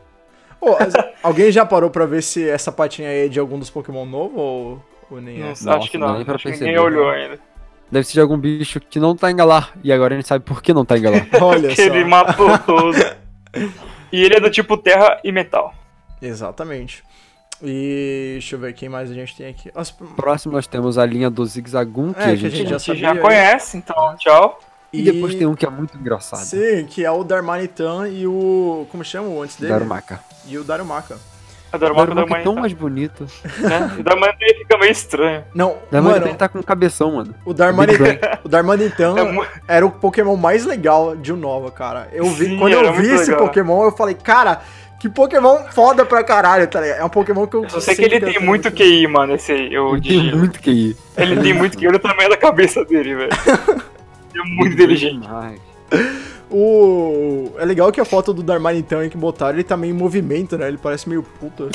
[SPEAKER 1] Ô, as- alguém já parou pra ver se essa patinha aí é de algum dos Pokémon novo ou, ou nem é?
[SPEAKER 2] Não,
[SPEAKER 3] Nossa,
[SPEAKER 2] acho que
[SPEAKER 3] não
[SPEAKER 2] não.
[SPEAKER 3] dá nem pra
[SPEAKER 2] acho que ninguém
[SPEAKER 3] perceber. né?
[SPEAKER 2] olhou ainda.
[SPEAKER 3] Deve ser de algum bicho que não tá em galar. E agora a gente sabe por que não tá em galar.
[SPEAKER 1] Olha
[SPEAKER 2] Porque ele
[SPEAKER 1] só.
[SPEAKER 2] matou todos. E ele é do tipo terra e metal.
[SPEAKER 1] Exatamente. E deixa eu ver quem mais a gente tem aqui. As-
[SPEAKER 3] Próximo nós temos a linha do Zigzagoon, que
[SPEAKER 1] É,
[SPEAKER 3] a gente,
[SPEAKER 2] A
[SPEAKER 1] já
[SPEAKER 2] gente já
[SPEAKER 1] sabia,
[SPEAKER 2] conhece, então tchau.
[SPEAKER 3] E, depois tem um que é muito engraçado.
[SPEAKER 1] Sim, que é o Darmanitan e o. Como chama o antes dele?
[SPEAKER 3] Darumaka.
[SPEAKER 1] E o Darumaka.
[SPEAKER 2] A
[SPEAKER 3] O Darumaka,
[SPEAKER 2] Darumaka da
[SPEAKER 3] é
[SPEAKER 2] mãe. então,
[SPEAKER 3] tão mais bonito.
[SPEAKER 2] né? O Darumaka fica meio estranho.
[SPEAKER 1] Não,
[SPEAKER 3] Darumaka
[SPEAKER 1] mano,
[SPEAKER 3] ele tá com um cabeção, mano.
[SPEAKER 1] o Darmanitan,
[SPEAKER 3] Big
[SPEAKER 1] o Darmanitan
[SPEAKER 2] É mu-
[SPEAKER 1] era o Pokémon mais legal de Unova, cara. Eu vi,
[SPEAKER 2] Sim,
[SPEAKER 1] quando eu
[SPEAKER 2] era
[SPEAKER 1] vi
[SPEAKER 2] muito
[SPEAKER 1] esse
[SPEAKER 2] legal.
[SPEAKER 1] Pokémon, eu falei, cara, que Pokémon foda pra caralho, tá ligado? É um Pokémon que eu.
[SPEAKER 2] Eu só sei que
[SPEAKER 1] sempre
[SPEAKER 2] ele tem
[SPEAKER 1] gostei
[SPEAKER 2] muito QI, mano, esse aí, o
[SPEAKER 3] Ele tem
[SPEAKER 2] Digilo.
[SPEAKER 3] muito QI.
[SPEAKER 2] Ele tem muito QI, olha o tamanho da cabeça dele, velho. Ele é muito inteligente.
[SPEAKER 3] Demais.
[SPEAKER 1] O... É legal que a foto do Darmanitan aí que botaram, ele tá meio em movimento, né? Ele parece meio puto.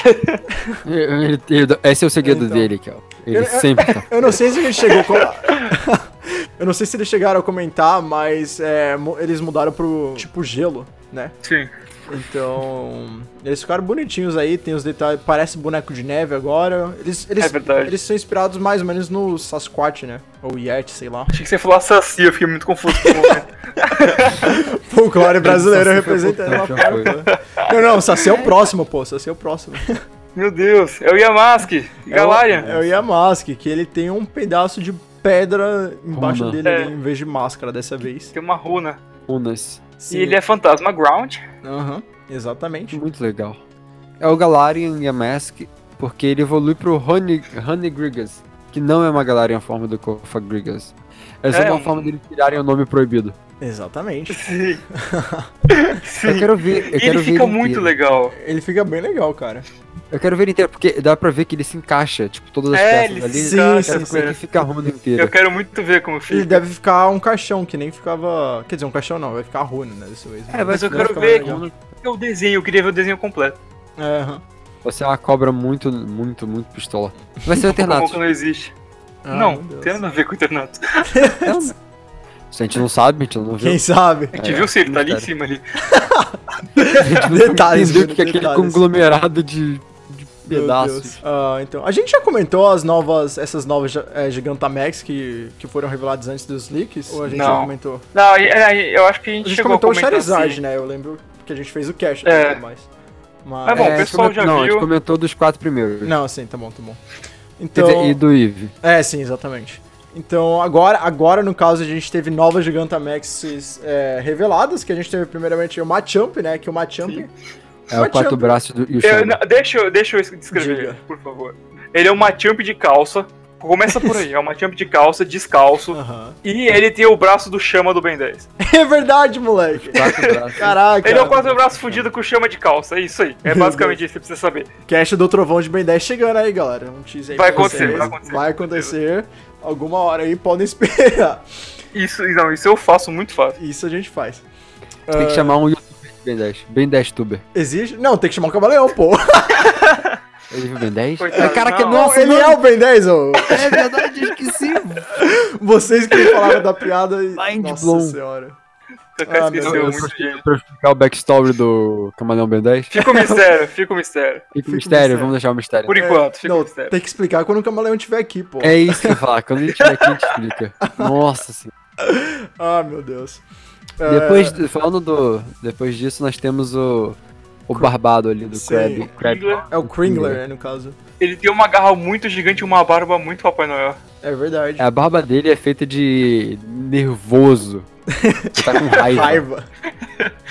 [SPEAKER 3] Ele- ele- esse é o segredo
[SPEAKER 1] Então.
[SPEAKER 3] dele, Kel. Ele
[SPEAKER 1] Eu- eu-
[SPEAKER 3] sempre tá.
[SPEAKER 1] Eu não sei se ele chegou. com- Eu não sei se eles chegaram a comentar, mas é, mu- eles mudaram pro tipo gelo, né?
[SPEAKER 2] Sim.
[SPEAKER 1] Então. Eles ficaram bonitinhos aí, tem os detalhes. Parece boneco de neve agora. Eles, eles,
[SPEAKER 2] É verdade.
[SPEAKER 1] eles são inspirados mais ou menos no Sasquatch, né? Ou Yeti, sei lá.
[SPEAKER 2] Achei que você falou assassino, eu fiquei muito confuso com o momento.
[SPEAKER 1] Folclore brasileiro
[SPEAKER 3] Saci foi
[SPEAKER 1] representando uma
[SPEAKER 3] puta, já foi.
[SPEAKER 1] porta. Não, não, Saci é o próximo, pô. Saci é o próximo.
[SPEAKER 2] Meu Deus, é o Yamask,
[SPEAKER 1] É o
[SPEAKER 2] Galarian.
[SPEAKER 1] Yamask, que ele tem um pedaço de pedra embaixo
[SPEAKER 3] Runa.
[SPEAKER 1] dele,
[SPEAKER 2] É.
[SPEAKER 1] ali, em vez de máscara dessa vez.
[SPEAKER 2] Tem uma runa.
[SPEAKER 3] Unas.
[SPEAKER 1] Sim.
[SPEAKER 2] E ele é fantasma ground.
[SPEAKER 1] Aham, exatamente.
[SPEAKER 3] Muito legal. É o Galarian e a Mask, porque ele evolui pro Honey, Honeygriggas, que não é uma Galarian forma do Cofagrigas. É só
[SPEAKER 2] É,
[SPEAKER 3] uma
[SPEAKER 2] um-
[SPEAKER 3] forma dele tirarem o nome proibido.
[SPEAKER 1] Exatamente.
[SPEAKER 2] Sim.
[SPEAKER 3] Eu quero ver, eu
[SPEAKER 2] E
[SPEAKER 3] quero
[SPEAKER 2] ele
[SPEAKER 3] ver
[SPEAKER 2] fica
[SPEAKER 3] ele
[SPEAKER 2] muito
[SPEAKER 3] inteiro.
[SPEAKER 2] legal.
[SPEAKER 1] Ele fica bem legal, cara.
[SPEAKER 3] Eu quero ver ele inteiro, porque dá pra ver que ele se encaixa, tipo, todas as
[SPEAKER 2] É,
[SPEAKER 3] peças
[SPEAKER 2] ele
[SPEAKER 3] ali.
[SPEAKER 2] se
[SPEAKER 1] Sim,
[SPEAKER 3] eu quero
[SPEAKER 2] encaixa,
[SPEAKER 3] ver como é que
[SPEAKER 2] certo.
[SPEAKER 3] fica a Honda inteira.
[SPEAKER 2] Eu quero muito ver como fica.
[SPEAKER 1] Ele deve ficar um caixão, que nem ficava. Quer dizer, um caixão não, vai ficar a runa, né? Dessa vez.
[SPEAKER 3] É,
[SPEAKER 2] mas eu
[SPEAKER 3] vai
[SPEAKER 2] quero
[SPEAKER 1] ficar
[SPEAKER 2] ver
[SPEAKER 1] legal.
[SPEAKER 2] como é o desenho, eu queria ver o desenho completo.
[SPEAKER 1] É, aham.
[SPEAKER 3] Você é uma cobra muito, muito, muito pistola. Vai ser
[SPEAKER 2] Como
[SPEAKER 3] alternato.
[SPEAKER 2] que é não existe.
[SPEAKER 1] Ah, meu
[SPEAKER 2] não,
[SPEAKER 1] Deus.
[SPEAKER 2] tem nada a ver com o internato.
[SPEAKER 3] É um- Se a gente não sabe, a gente não viu.
[SPEAKER 1] Quem sabe?
[SPEAKER 2] A gente
[SPEAKER 3] É,
[SPEAKER 2] viu se ele tá ali em
[SPEAKER 3] mistério.
[SPEAKER 2] cima ali.
[SPEAKER 3] A gente não
[SPEAKER 1] Detalhes,
[SPEAKER 3] entendeu o
[SPEAKER 1] mano,
[SPEAKER 3] que é aquele
[SPEAKER 1] detalhes.
[SPEAKER 3] conglomerado de, de
[SPEAKER 1] Meu
[SPEAKER 3] pedaços.
[SPEAKER 1] Deus. Ah, então. A gente já comentou as novas. Essas novas gi- eh, Gigantamax que, que foram reveladas antes dos leaks? Ou a gente já
[SPEAKER 2] Não.
[SPEAKER 1] comentou?
[SPEAKER 2] Não, e- é, eu acho que a
[SPEAKER 1] A
[SPEAKER 2] gente,
[SPEAKER 1] gente
[SPEAKER 2] chegou a
[SPEAKER 1] comentou o
[SPEAKER 2] comentar
[SPEAKER 1] Charizard,
[SPEAKER 2] assim.
[SPEAKER 1] né? Eu lembro que a gente fez o cash
[SPEAKER 2] É.
[SPEAKER 1] e tudo mais. Mas.
[SPEAKER 2] Tá bom,
[SPEAKER 3] É, a
[SPEAKER 2] o
[SPEAKER 3] gente
[SPEAKER 2] pessoal
[SPEAKER 3] comentou-
[SPEAKER 2] já
[SPEAKER 3] não, a gente
[SPEAKER 2] viu.
[SPEAKER 3] comentou dos quatro primeiros.
[SPEAKER 1] Não, sim, tá bom, tá bom.
[SPEAKER 3] Quer
[SPEAKER 1] Então.
[SPEAKER 3] dizer, e do Eve.
[SPEAKER 1] É, sim, exatamente. Então, agora, agora no caso, a gente teve novas Gigantamaxes é, reveladas, que a gente teve primeiramente o Machamp, né? Que o Machamp...
[SPEAKER 3] É o quatro braços do, e o
[SPEAKER 2] Eu-
[SPEAKER 3] Shadow.
[SPEAKER 2] não, deixa, eu- deixa eu descrever,
[SPEAKER 1] Diga.
[SPEAKER 2] por favor. Ele é um Machamp de calça. Começa por aí, é um Machamp de calça, descalço.
[SPEAKER 1] Aham.
[SPEAKER 2] E ele tem o braço do Chama do Ben 10.
[SPEAKER 1] É verdade, moleque!
[SPEAKER 3] Quatro braços.
[SPEAKER 1] Caraca!
[SPEAKER 2] Tá. Ele é o quatro braço fudido com Chama de calça, é isso aí. É basicamente isso que você precisa saber.
[SPEAKER 1] Cash do Trovão de Ben 10 chegando aí, galera. Um teaser aí
[SPEAKER 2] Vai
[SPEAKER 1] pra
[SPEAKER 2] acontecer,
[SPEAKER 1] vocês.
[SPEAKER 2] vai acontecer.
[SPEAKER 1] Vai acontecer alguma hora aí, podem esperar.
[SPEAKER 2] Isso, não, isso eu faço muito fácil.
[SPEAKER 1] Isso a gente faz. Ah,
[SPEAKER 3] Tem que chamar um youtuber de Ben 10. Ben 10 tuber.
[SPEAKER 1] Existe? Não, tem que chamar o Camaleão, pô.
[SPEAKER 3] Ele viu Ben 10?
[SPEAKER 2] Coitado, não.
[SPEAKER 3] nossa,
[SPEAKER 1] Ele é o Ben 10, ô.
[SPEAKER 3] É verdade, eu esqueci.
[SPEAKER 1] Vocês que falaram da piada. e-
[SPEAKER 3] Mind
[SPEAKER 1] Nossa
[SPEAKER 3] blown.
[SPEAKER 1] senhora.
[SPEAKER 2] Você cara
[SPEAKER 1] Ah, meu
[SPEAKER 2] esqueceu
[SPEAKER 1] Deus.
[SPEAKER 2] muito dele.
[SPEAKER 3] Pra eu explicar o backstory do Camaleão Ben 10. Fica
[SPEAKER 2] Fica o mistério, fica o mistério.
[SPEAKER 3] o mistério,
[SPEAKER 1] mistério.
[SPEAKER 3] vamos deixar o mistério.
[SPEAKER 2] Por enquanto, fica o
[SPEAKER 1] É, Não,
[SPEAKER 2] mistério.
[SPEAKER 1] tem que explicar quando o Camaleão estiver aqui, pô.
[SPEAKER 3] É isso que eu ia falar, quando ele estiver aqui a gente explica. Nossa senhora.
[SPEAKER 1] Ah, meu Deus. É,
[SPEAKER 3] Depois, de- falando do... Depois disso, nós temos o... O barbado ali do
[SPEAKER 1] Sim.
[SPEAKER 3] Krabby. Krabby.
[SPEAKER 2] Kingler,
[SPEAKER 1] É o Kringler, né, no caso.
[SPEAKER 2] Ele tem uma garra muito gigante e uma barba muito Papai Noel.
[SPEAKER 1] É verdade.
[SPEAKER 3] A barba dele é feita de nervoso. Ele tá com raiva.
[SPEAKER 1] é. Raiva.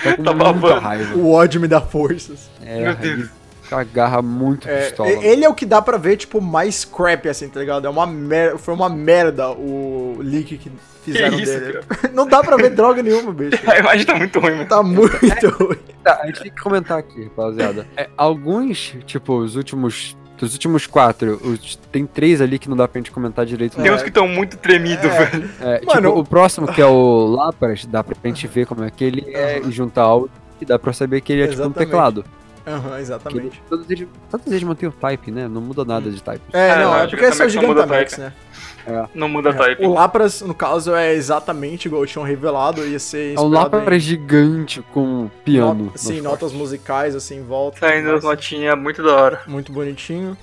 [SPEAKER 3] Tá com
[SPEAKER 2] Tá
[SPEAKER 3] muita
[SPEAKER 2] babando.
[SPEAKER 3] raiva.
[SPEAKER 1] O ódio me dá forças.
[SPEAKER 3] É,
[SPEAKER 2] Meu Deus.
[SPEAKER 3] ele tá com a garra muito
[SPEAKER 1] É,
[SPEAKER 3] pistola.
[SPEAKER 1] e- ele é o que dá pra ver, tipo, mais crap, assim, tá ligado? É uma merda. Foi uma merda o leak que fizeram
[SPEAKER 2] Que isso,
[SPEAKER 1] dele. Não dá pra ver droga nenhuma, bicho.
[SPEAKER 2] A imagem tá muito ruim, mano.
[SPEAKER 1] Tá muito ruim.
[SPEAKER 3] Tá, a gente tem que comentar aqui, rapaziada. É, alguns, tipo, os últimos. Dos últimos quatro, os- tem três ali que não dá pra gente comentar direito. né?
[SPEAKER 2] Tem uns que estão muito tremidos, velho.
[SPEAKER 3] É,
[SPEAKER 1] É. Mano,
[SPEAKER 3] tipo, o próximo, que é o Lapras, dá pra gente ver como é que ele é e juntar áudio. E dá pra saber que ele é tipo um
[SPEAKER 1] Exatamente.
[SPEAKER 3] teclado.
[SPEAKER 1] Aham,
[SPEAKER 3] Que ele-
[SPEAKER 1] exatamente.
[SPEAKER 3] todos, eles, todos eles mantêm o type, né? Não muda nada de type.
[SPEAKER 1] É,
[SPEAKER 2] É,
[SPEAKER 1] não,
[SPEAKER 2] não,
[SPEAKER 1] é porque esse é o
[SPEAKER 2] Gigantamax não muda
[SPEAKER 1] Gigantamax,
[SPEAKER 2] type.
[SPEAKER 1] né?
[SPEAKER 2] Não muda a type.
[SPEAKER 1] É. O Lapras, no caso, é exatamente igual tinham revelado, ia ser
[SPEAKER 3] É um
[SPEAKER 1] inspirado em-
[SPEAKER 3] Lapras gigante com piano.
[SPEAKER 1] Not- sim,
[SPEAKER 3] nas
[SPEAKER 1] notas musicais, assim, em volta.
[SPEAKER 2] Tá Saindo as
[SPEAKER 1] Nossa,
[SPEAKER 2] notinhas muito da hora.
[SPEAKER 1] Muito bonitinho.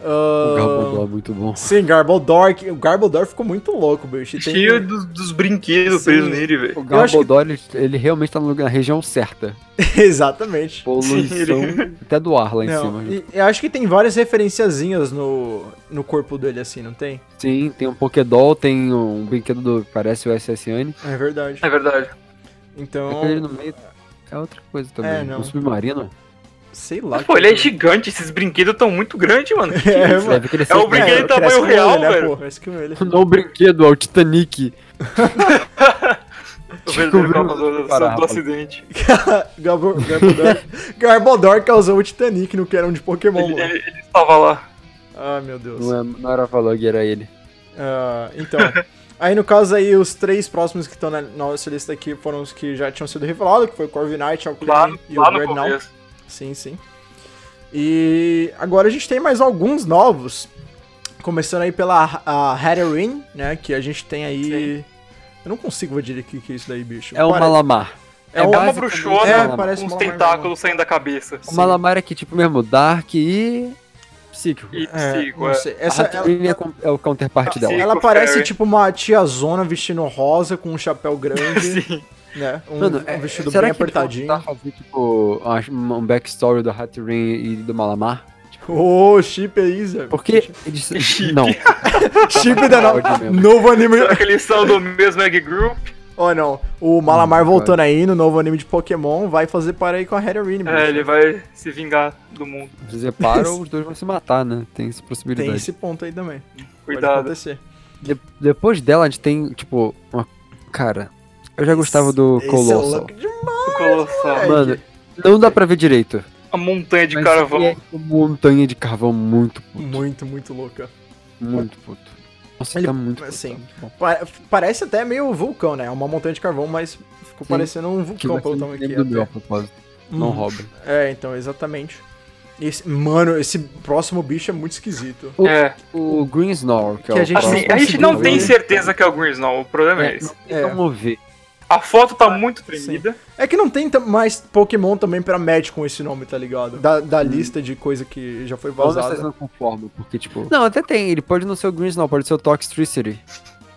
[SPEAKER 3] O
[SPEAKER 1] Ahn,
[SPEAKER 3] Gabodó, muito bom.
[SPEAKER 1] Sim, Garbodor. que- O Garbodor ficou muito louco, bicho. E tem- um-
[SPEAKER 2] Cheio dos, dos brinquedos
[SPEAKER 1] Sim.
[SPEAKER 2] preso nele, velho.
[SPEAKER 3] O
[SPEAKER 1] Eu acho que-
[SPEAKER 3] Gabodó, ele, ele realmente tá no lugar- na região certa.
[SPEAKER 1] Exatamente.
[SPEAKER 3] Poluição até do ar lá em
[SPEAKER 1] Não,
[SPEAKER 3] cima.
[SPEAKER 1] e- eu acho que tem várias referenciazinhas no, no corpo dele, assim, não tem?
[SPEAKER 3] Sim, tem um Pokédoll, tem um brinquedo do. Parece o SSN.
[SPEAKER 1] É verdade.
[SPEAKER 2] É verdade.
[SPEAKER 1] Então,
[SPEAKER 3] Aquele no meio é outra coisa também.
[SPEAKER 1] Ah. É, não.
[SPEAKER 3] Um submarino.
[SPEAKER 1] sei lá.
[SPEAKER 2] Mas, pô, ele é
[SPEAKER 1] cara.
[SPEAKER 2] gigante, esses brinquedos estão muito grandes, mano.
[SPEAKER 1] É, mano.
[SPEAKER 3] Deve crescer
[SPEAKER 2] É o
[SPEAKER 3] tanto.
[SPEAKER 2] brinquedo
[SPEAKER 1] É,
[SPEAKER 2] em tamanho
[SPEAKER 1] parece com
[SPEAKER 2] real,
[SPEAKER 1] ele, né,
[SPEAKER 2] velho.
[SPEAKER 1] pô? Parece com ele.
[SPEAKER 3] Não o brinquedo, é o Titanic.
[SPEAKER 2] O verdadeiro
[SPEAKER 3] Descobriu
[SPEAKER 2] causador do-
[SPEAKER 3] Pará,
[SPEAKER 2] do
[SPEAKER 3] rapaz.
[SPEAKER 2] acidente.
[SPEAKER 1] Gabo- Garbodor. Garbodor causou o Titanic no que era um de Pokémon,
[SPEAKER 2] Ele,
[SPEAKER 1] mano.
[SPEAKER 2] ele, ele estava lá.
[SPEAKER 1] Ah, meu Deus.
[SPEAKER 3] Não, é, não era Valog, era ele.
[SPEAKER 1] Ah, então. Aí no caso aí, os três próximos que estão na nossa lista aqui foram os que já tinham sido revelados, que foi o Corviknight, o
[SPEAKER 2] Lá,
[SPEAKER 1] Alclane e
[SPEAKER 2] lá
[SPEAKER 1] o
[SPEAKER 2] no
[SPEAKER 1] Red Now.
[SPEAKER 2] começo.
[SPEAKER 1] Sim, sim. E agora a gente tem mais alguns novos. Começando aí pela a Hatterene, né? Que a gente tem aí. Eu não consigo dizer o que, que é isso daí, bicho.
[SPEAKER 3] É o
[SPEAKER 1] Pare-
[SPEAKER 3] Malamar.
[SPEAKER 1] É uma
[SPEAKER 3] basicamente
[SPEAKER 2] bruxona,
[SPEAKER 3] o
[SPEAKER 1] É,
[SPEAKER 3] Malamar.
[SPEAKER 1] parece
[SPEAKER 2] Uns
[SPEAKER 1] uma
[SPEAKER 2] tentáculos saindo da cabeça. assim.
[SPEAKER 3] O Malamar é que, tipo, mesmo, Dark e. Psíquico.
[SPEAKER 2] E
[SPEAKER 1] É,
[SPEAKER 2] psico,
[SPEAKER 1] não
[SPEAKER 2] é.
[SPEAKER 1] sei. Essa,
[SPEAKER 3] a
[SPEAKER 1] ela,
[SPEAKER 3] Tatooine é com- é o counterpart
[SPEAKER 2] Ah,
[SPEAKER 3] dela.
[SPEAKER 2] sim.
[SPEAKER 1] ela
[SPEAKER 2] Rico
[SPEAKER 1] parece
[SPEAKER 2] Ferry.
[SPEAKER 1] tipo uma tiazona vestindo rosa com um chapéu grande,
[SPEAKER 2] Sim.
[SPEAKER 1] né? Um,
[SPEAKER 3] Mano, é-
[SPEAKER 1] um vestido
[SPEAKER 3] será
[SPEAKER 1] bem
[SPEAKER 3] que eles vão
[SPEAKER 1] apertadinho.
[SPEAKER 3] tentar fazer, tipo, uma- um backstory do Hatterin e do Malamar?
[SPEAKER 1] Ô, chip aí, Zé.
[SPEAKER 3] Porque eles... Não.
[SPEAKER 1] Chip da
[SPEAKER 3] Áudio
[SPEAKER 1] nova.
[SPEAKER 3] mesmo.
[SPEAKER 1] Novo anime.
[SPEAKER 2] Será que eles são do mesmo egg group?
[SPEAKER 1] Oh, não. O Malamar
[SPEAKER 3] Hum,
[SPEAKER 1] voltando aí no novo anime de Pokémon vai fazer para aí com a Hatterene, bicho.
[SPEAKER 2] É, ele vai se vingar do mundo.
[SPEAKER 3] Se separam, os dois vão se matar, né? Tem essa
[SPEAKER 1] Tem
[SPEAKER 3] possibilidade.
[SPEAKER 1] esse ponto aí também. Pode
[SPEAKER 2] Cuidado.
[SPEAKER 1] acontecer.
[SPEAKER 3] De- depois dela, a gente tem, tipo, uma... Cara, eu já gostava do
[SPEAKER 1] Esse É
[SPEAKER 3] Colossal.
[SPEAKER 1] louco demais.
[SPEAKER 2] O colossal.
[SPEAKER 1] moleque.
[SPEAKER 3] Mano, não dá pra ver direito.
[SPEAKER 2] A montanha de
[SPEAKER 3] É. mas
[SPEAKER 2] carvão.
[SPEAKER 3] É uma montanha de carvão muito puto.
[SPEAKER 1] Muito, muito louca.
[SPEAKER 3] Muito puto. Nossa,
[SPEAKER 1] Ele-
[SPEAKER 3] tá muito puto.
[SPEAKER 1] assim,
[SPEAKER 3] tá bom.
[SPEAKER 1] Pa- Parece até meio vulcão, né? É uma montanha de carvão, mas ficou
[SPEAKER 3] Sim.
[SPEAKER 1] parecendo um
[SPEAKER 3] Que
[SPEAKER 1] vulcão
[SPEAKER 3] vai ser
[SPEAKER 1] pelo
[SPEAKER 3] o
[SPEAKER 1] tamanho
[SPEAKER 3] nome
[SPEAKER 1] que
[SPEAKER 3] do meu, a
[SPEAKER 1] é.
[SPEAKER 3] propósito.
[SPEAKER 1] Hum.
[SPEAKER 3] Não Robin.
[SPEAKER 1] É, então, exatamente. Esse- mano, esse próximo bicho é muito esquisito.
[SPEAKER 2] É.
[SPEAKER 1] tipo,
[SPEAKER 3] O Green Snore,
[SPEAKER 1] Que
[SPEAKER 3] que, é
[SPEAKER 1] a
[SPEAKER 3] o
[SPEAKER 1] gente-
[SPEAKER 3] próximo.
[SPEAKER 2] Assim, a gente não tem
[SPEAKER 1] Conseguiu ver.
[SPEAKER 2] certeza que é o Grinsnow, o problema é
[SPEAKER 3] É,
[SPEAKER 2] esse.
[SPEAKER 3] não tem como ver.
[SPEAKER 2] A foto tá muito tremida.
[SPEAKER 1] É que não tem tam- mais Pokémon também pra match com esse nome, tá ligado? Da, da lista de coisa que já foi
[SPEAKER 3] Vamos vocês
[SPEAKER 1] vazada.
[SPEAKER 3] não conformam, porque, tipo... né? Não, até tem. Ele pode não ser o Green Snore, pode ser o Toxtricity.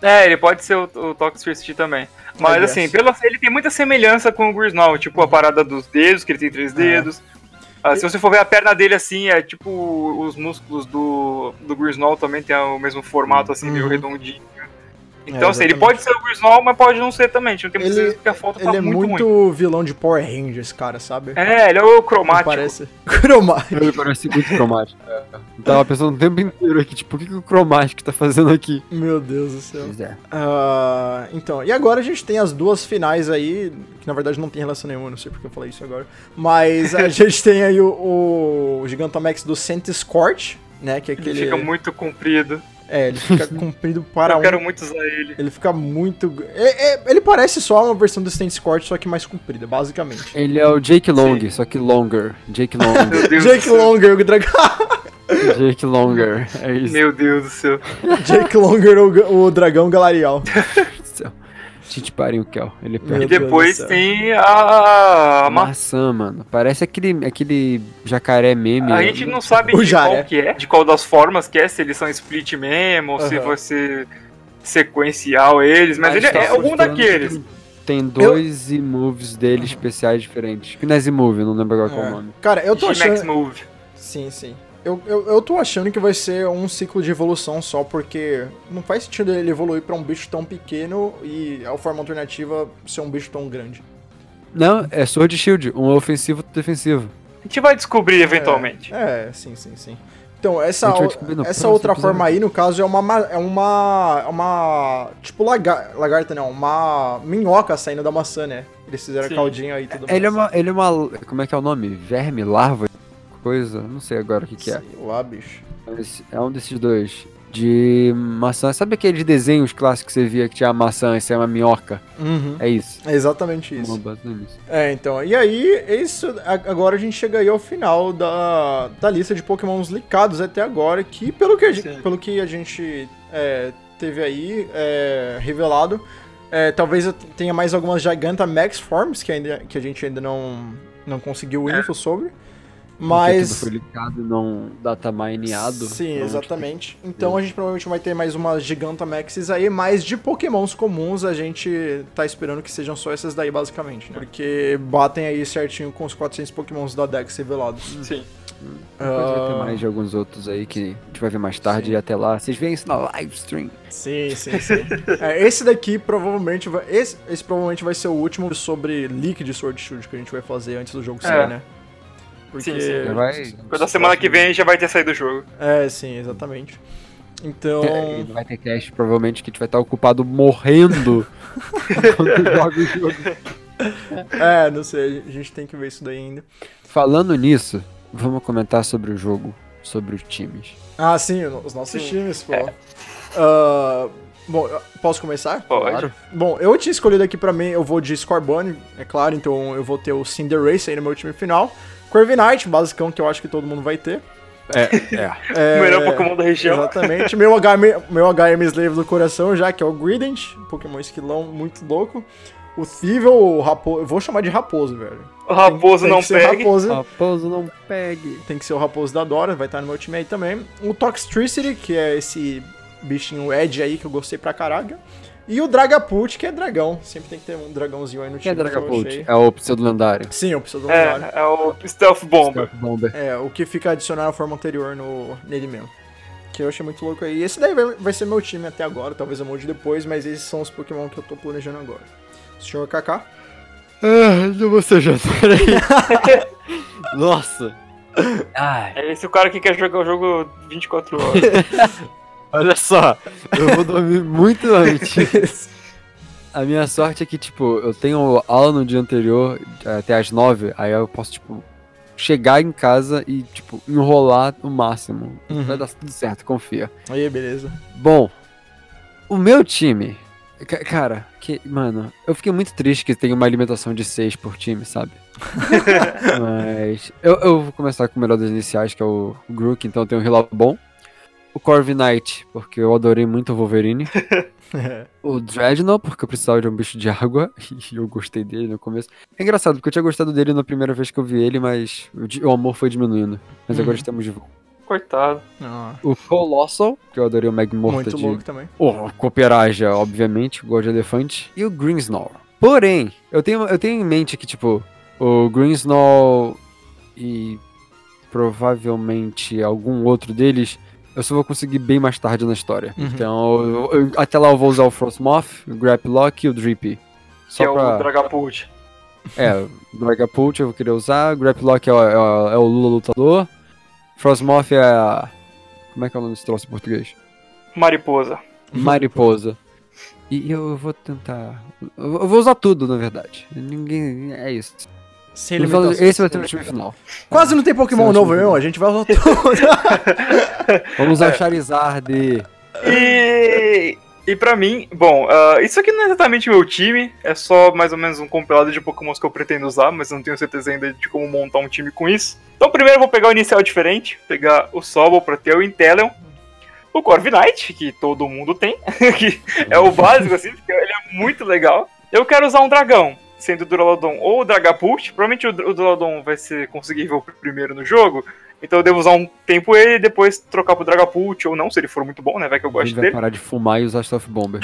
[SPEAKER 2] É, ele pode ser o, o Toxtricity também.
[SPEAKER 1] I
[SPEAKER 2] Mas
[SPEAKER 1] guess.
[SPEAKER 2] assim, pelo, ele tem muita semelhança com o Grinsnow, tipo
[SPEAKER 1] Uhum.
[SPEAKER 2] a parada dos dedos, que ele tem
[SPEAKER 1] É.
[SPEAKER 2] três dedos. Ah, se você for ver a perna dele assim, é tipo os músculos do, do Grinsnow também tem o mesmo formato, assim, meio
[SPEAKER 1] Uhum.
[SPEAKER 2] redondinho.
[SPEAKER 1] É,
[SPEAKER 2] Então, assim, ele
[SPEAKER 1] exatamente.
[SPEAKER 2] pode ser o Grinsnow, mas pode não ser também. A gente não tem
[SPEAKER 1] Ele-
[SPEAKER 2] certeza porque a foto tá
[SPEAKER 1] Ele é
[SPEAKER 2] muito,
[SPEAKER 1] muito
[SPEAKER 2] ruim.
[SPEAKER 1] vilão de Power Rangers, cara, sabe?
[SPEAKER 2] É, ele é o
[SPEAKER 1] Não
[SPEAKER 2] cromático.
[SPEAKER 1] parece. Cromático.
[SPEAKER 3] Ele parece muito cromático. Eu tava pensando o tempo inteiro aqui, tipo, o que, que o cromático tá fazendo aqui?
[SPEAKER 1] Meu Deus do céu.
[SPEAKER 3] Pois é.
[SPEAKER 1] Ah, então, e agora a gente tem as duas finais aí, que na verdade não tem relação nenhuma, não sei porque eu falei isso agora. Mas a gente tem aí o, o Gigantamax do Scorch, né? Que é
[SPEAKER 2] Ele
[SPEAKER 1] aquele.
[SPEAKER 2] fica muito comprido.
[SPEAKER 1] É, ele fica comprido para
[SPEAKER 2] Eu
[SPEAKER 1] um.
[SPEAKER 2] quero muito usar ele.
[SPEAKER 1] Ele fica muito. é- é- ele parece só uma versão do Scorch, só que mais comprida, basicamente.
[SPEAKER 3] Ele é o Jake Long, só que longer. Jake Long.
[SPEAKER 2] Meu Deus
[SPEAKER 1] Jake
[SPEAKER 2] do céu.
[SPEAKER 1] Longer, o dragão.
[SPEAKER 3] Jake Longer. É isso.
[SPEAKER 2] Meu Deus do céu.
[SPEAKER 1] Jake Longer, o, ga- o dragão galarial.
[SPEAKER 3] Tá do céu. Te parem o Kel. Ele é
[SPEAKER 1] Meu
[SPEAKER 2] E
[SPEAKER 3] perto.
[SPEAKER 1] Deus
[SPEAKER 2] depois
[SPEAKER 1] do céu.
[SPEAKER 2] tem a, a tá ma-
[SPEAKER 3] Maçã, mano. Parece aquele, aquele jacaré meme.
[SPEAKER 2] A gente não sabe
[SPEAKER 1] O
[SPEAKER 2] de
[SPEAKER 1] Jara.
[SPEAKER 2] qual que é, de qual das formas que é, se eles são split mesmo, ou se
[SPEAKER 1] Aham. você
[SPEAKER 2] você sequencial eles, mas ele
[SPEAKER 3] gente
[SPEAKER 2] é
[SPEAKER 3] tá
[SPEAKER 2] algum
[SPEAKER 3] suspeitando
[SPEAKER 2] daqueles.
[SPEAKER 3] que Tem dois moves dele especiais diferentes. Que não é Z-move, não lembro agora qual é
[SPEAKER 1] É.
[SPEAKER 3] o nome.
[SPEAKER 1] Cara, eu tô achando.
[SPEAKER 2] G-Max Move.
[SPEAKER 1] Sim, sim. Eu, eu, eu tô achando que vai ser um ciclo de evolução só, porque não faz sentido ele evoluir pra um bicho tão pequeno e a forma alternativa ser um bicho tão grande.
[SPEAKER 3] Não, é Sword Shield, um ofensivo outro defensivo.
[SPEAKER 2] A gente vai descobrir eventualmente.
[SPEAKER 1] É, sim, sim, sim. Então, essa,
[SPEAKER 3] A gente vai
[SPEAKER 1] o-
[SPEAKER 3] descobrir no
[SPEAKER 1] essa
[SPEAKER 3] próximo
[SPEAKER 1] outra
[SPEAKER 3] episódio.
[SPEAKER 1] forma aí, no caso, é uma. ma- É uma. É uma. Tipo, lagar, lagarta, não. Uma minhoca saindo da maçã, né? Eles fizeram
[SPEAKER 2] Sim.
[SPEAKER 1] caldinho aí e tudo
[SPEAKER 3] Ele é
[SPEAKER 1] mais.
[SPEAKER 3] uma. Ele é uma. Como é que é o nome? Verme, larva, coisa? Não sei agora o que, que é.
[SPEAKER 1] Sei lá, bicho.
[SPEAKER 3] Mas É um desses dois. De maçã. Sabe aqueles desenhos clássicos que você via que tinha a maçã e isso é uma minhoca?
[SPEAKER 1] Uhum.
[SPEAKER 3] É isso.
[SPEAKER 1] É exatamente isso.
[SPEAKER 3] Uma base nisso.
[SPEAKER 1] É, então, e aí, isso, a- agora a gente chega aí ao final da, da lista de pokémons licados até agora, que pelo que a gente,
[SPEAKER 2] Sim.
[SPEAKER 1] pelo que a gente é, teve aí é, revelado, é, talvez eu tenha mais algumas Gigantamax Forms que, ainda, que a gente ainda não, não conseguiu info sobre,
[SPEAKER 3] Tudo
[SPEAKER 1] Mas.
[SPEAKER 3] foi licado e não data mineado.
[SPEAKER 1] Sim,
[SPEAKER 3] Então,
[SPEAKER 1] exatamente. Então a gente provavelmente vai ter mais umas Gigantamaxes aí, mas de pokémons comuns a gente tá esperando que sejam só essas daí, basicamente, né? Porque batem aí certinho com os 400 pokémons da Dex revelados. Ah,
[SPEAKER 2] Sim.
[SPEAKER 3] tipo, depois vai ter mais de alguns outros aí que a gente vai ver mais tarde e até lá. Vocês veem isso na live stream.
[SPEAKER 1] Sim, sim, sim. É, esse daqui provavelmente vai. Esse, esse provavelmente vai ser o último sobre leak de Sword Shield que a gente vai fazer antes do jogo sair, né? Porque.
[SPEAKER 2] É. Sim, sim.
[SPEAKER 3] Já vai,
[SPEAKER 2] Da semana que vem já vai ter saído o jogo.
[SPEAKER 1] É, sim, exatamente. Então.
[SPEAKER 3] É, e não vai ter cast, provavelmente, que a gente vai estar ocupado morrendo quando joga o jogo.
[SPEAKER 1] É, não sei, a gente tem que ver isso daí ainda.
[SPEAKER 3] Falando nisso, vamos comentar sobre o jogo, sobre os times.
[SPEAKER 1] Ah, sim, os nossos
[SPEAKER 2] Sim. É.
[SPEAKER 1] times, pô. Ah, bom, eu- posso começar?
[SPEAKER 2] Pode.
[SPEAKER 1] Bom, eu tinha escolhido aqui pra mim, eu vou de Scorbunny, é claro, então eu vou ter o Cinder Race aí no meu time final. Corviknight, basicão, que eu acho que todo mundo vai ter.
[SPEAKER 3] É, é.
[SPEAKER 1] É,
[SPEAKER 2] O melhor Pokémon da região.
[SPEAKER 1] Exatamente. Meu HM, meu HM Slave do coração já, que é o Greedent, Pokémon esquilão muito louco. O Thivel, o Raposo, eu vou chamar de Raposo, velho.
[SPEAKER 2] O Raposo
[SPEAKER 1] Tem
[SPEAKER 2] não
[SPEAKER 1] que ser
[SPEAKER 2] pega.
[SPEAKER 1] Raposo,
[SPEAKER 3] Raposo não pegue.
[SPEAKER 1] tem que ser o Raposo da Dora, vai estar no meu time aí também. O Toxtricity, que é esse bichinho Edge aí que eu gostei pra caralho. E o Dragapult, que é dragão. Sempre tem que ter um dragãozinho aí no
[SPEAKER 3] Quem é
[SPEAKER 1] time. que eu
[SPEAKER 3] Dragapult?
[SPEAKER 1] achei.
[SPEAKER 3] É o pseudo lendário.
[SPEAKER 1] Sim, eu preciso do lendário.
[SPEAKER 2] É, é o Stealth Bomber.
[SPEAKER 3] Stealth Bomber.
[SPEAKER 1] É, o que fica adicionado à forma anterior no, nele mesmo. Que eu achei muito louco aí. Esse daí vai, vai ser meu time até agora, talvez eu mude depois, mas esses são os Pokémon que eu tô planejando agora. Senhor Kaká.
[SPEAKER 3] Ah, não vou ser jantar aí. Nossa. Ai,
[SPEAKER 2] É esse o cara que quer jogar o jogo 24 horas.
[SPEAKER 3] olha só. Eu vou dormir muito na mentira. A minha sorte é que, tipo, eu tenho aula no dia anterior, até às nove, aí eu posso, tipo, chegar em casa e, tipo, enrolar o máximo.
[SPEAKER 1] Uhum.
[SPEAKER 3] Vai dar tudo certo, confia.
[SPEAKER 1] Aí, beleza.
[SPEAKER 3] Bom, o meu time. ca- Cara, que. Mano, eu fiquei muito triste que tem uma alimentação de seis por time, sabe? Mas. Eu, eu vou começar com o melhor das iniciais, que é o Grook, então eu tenho o Hilabon. O Corviknight, porque eu adorei muito o Wolverine. O Dreadnought, porque eu precisava de um bicho de água, e eu gostei dele no começo. É engraçado, porque eu tinha gostado dele na primeira vez que eu vi ele, mas o, di- o amor foi diminuindo. Mas agora
[SPEAKER 1] Uhum.
[SPEAKER 3] estamos de volta.
[SPEAKER 2] Coitado.
[SPEAKER 1] Ah,
[SPEAKER 3] O Colossal, que eu adorei o Magmorta
[SPEAKER 1] muito
[SPEAKER 3] de
[SPEAKER 1] louco também.
[SPEAKER 3] o Cooperaja, obviamente, gosto de elefante. E o Greensnarl. Porém, eu tenho, eu tenho em mente que, tipo, o Greensnarl e provavelmente algum outro deles, eu só vou conseguir bem mais tarde na história.
[SPEAKER 1] Uhum.
[SPEAKER 3] Então, eu- eu- até lá eu vou usar o Frostmoth, o Graplock e o Drippy.
[SPEAKER 2] que
[SPEAKER 3] Só
[SPEAKER 2] é o
[SPEAKER 3] pra...
[SPEAKER 2] Dragapult.
[SPEAKER 3] É, o Dragapult eu vou querer usar, o Graplock é, o- é o- é o Lula lutador, Frostmoth é a... Como é que é o nome desse troço em português?
[SPEAKER 2] Mariposa.
[SPEAKER 3] Mariposa. E eu vou tentar. Eu vou usar tudo, na verdade. Ninguém. É isso.
[SPEAKER 1] Sem
[SPEAKER 3] Eu falo-
[SPEAKER 1] alimentação.
[SPEAKER 3] Esse vai ter o time final.
[SPEAKER 1] Quase não tem Pokémon
[SPEAKER 3] Esse é o
[SPEAKER 1] novo,
[SPEAKER 3] time
[SPEAKER 1] meu. A gente vai usar tudo.
[SPEAKER 3] Vamos
[SPEAKER 2] É.
[SPEAKER 3] usar o Charizard.
[SPEAKER 2] E, e pra mim, bom, ah, isso aqui não é exatamente meu time, é só mais ou menos um compilado de pokémons que eu pretendo usar, mas eu não tenho certeza ainda de como montar um time com isso. Então primeiro eu vou pegar o inicial diferente, pegar o Sobol pra ter o Inteleon, o Corviknight, que todo mundo tem, que é o básico assim, porque ele é muito legal. Eu quero usar um dragão, sendo o Duraludon ou o Dragapult, provavelmente o Dr- o Duraludon vai ser conseguível primeiro no jogo, então eu devo usar um tempo ele e depois trocar pro Dragapult, ou não, se ele for muito bom, né, vai que eu
[SPEAKER 3] A gente
[SPEAKER 2] gosto
[SPEAKER 3] vai
[SPEAKER 2] dele.
[SPEAKER 3] parar de fumar e usar Stealth Bomber.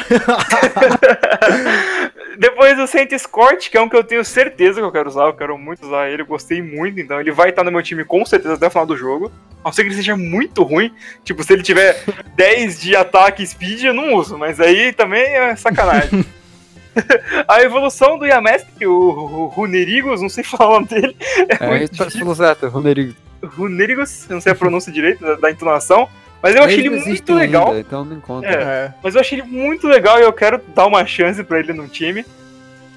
[SPEAKER 2] Depois o Saint Escort, que é um que eu tenho certeza que eu quero usar, eu quero muito usar ele, eu gostei muito, então ele vai estar no meu time com certeza até o final do jogo. A não ser que ele seja muito ruim, tipo, se ele tiver 10 de ataque e speed, eu não uso, mas aí também é sacanagem. A evolução do Yamestre, o, o Runerigos, não sei falar o nome dele, é,
[SPEAKER 3] É,
[SPEAKER 2] muito
[SPEAKER 3] isso tá- você falou certo, Runerigo.
[SPEAKER 2] Runerigos, eu não sei a pronúncia direito da, da entonação, mas eu achei ele muito legal.
[SPEAKER 3] então não encontra.
[SPEAKER 2] É.
[SPEAKER 1] É.
[SPEAKER 2] Mas eu achei ele muito legal e eu quero dar uma chance pra ele no time.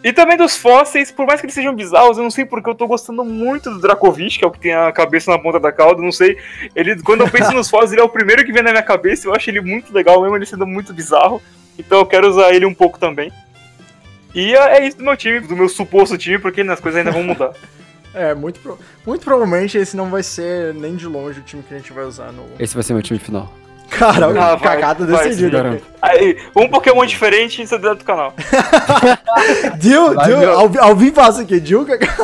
[SPEAKER 2] E também dos fósseis, por mais que eles sejam bizarros, eu não sei porque eu tô gostando muito do Dracovic, que é o que tem a cabeça na ponta da cauda, não sei. Ele, quando eu penso nos fósseis, ele é o primeiro que vem na minha cabeça, eu acho ele muito legal, mesmo ele sendo muito bizarro. Então eu quero usar ele um pouco também. E é é isso do meu time, do meu suposto time, porque né, as coisas ainda vão mudar.
[SPEAKER 1] É, muito, pro- muito provavelmente esse não vai ser nem de longe o time que a gente vai usar no.
[SPEAKER 3] Esse vai ser meu time final.
[SPEAKER 1] Cara,
[SPEAKER 2] Ah, vai,
[SPEAKER 1] cagada
[SPEAKER 2] vai,
[SPEAKER 1] decidida.
[SPEAKER 3] Garanto.
[SPEAKER 2] Aí, um Pokémon diferente você dentro do canal.
[SPEAKER 1] Dil,
[SPEAKER 3] Vai,
[SPEAKER 1] Dil,
[SPEAKER 3] meu.
[SPEAKER 1] ao, vi- ao vivo faça aqui, Dil. cagada.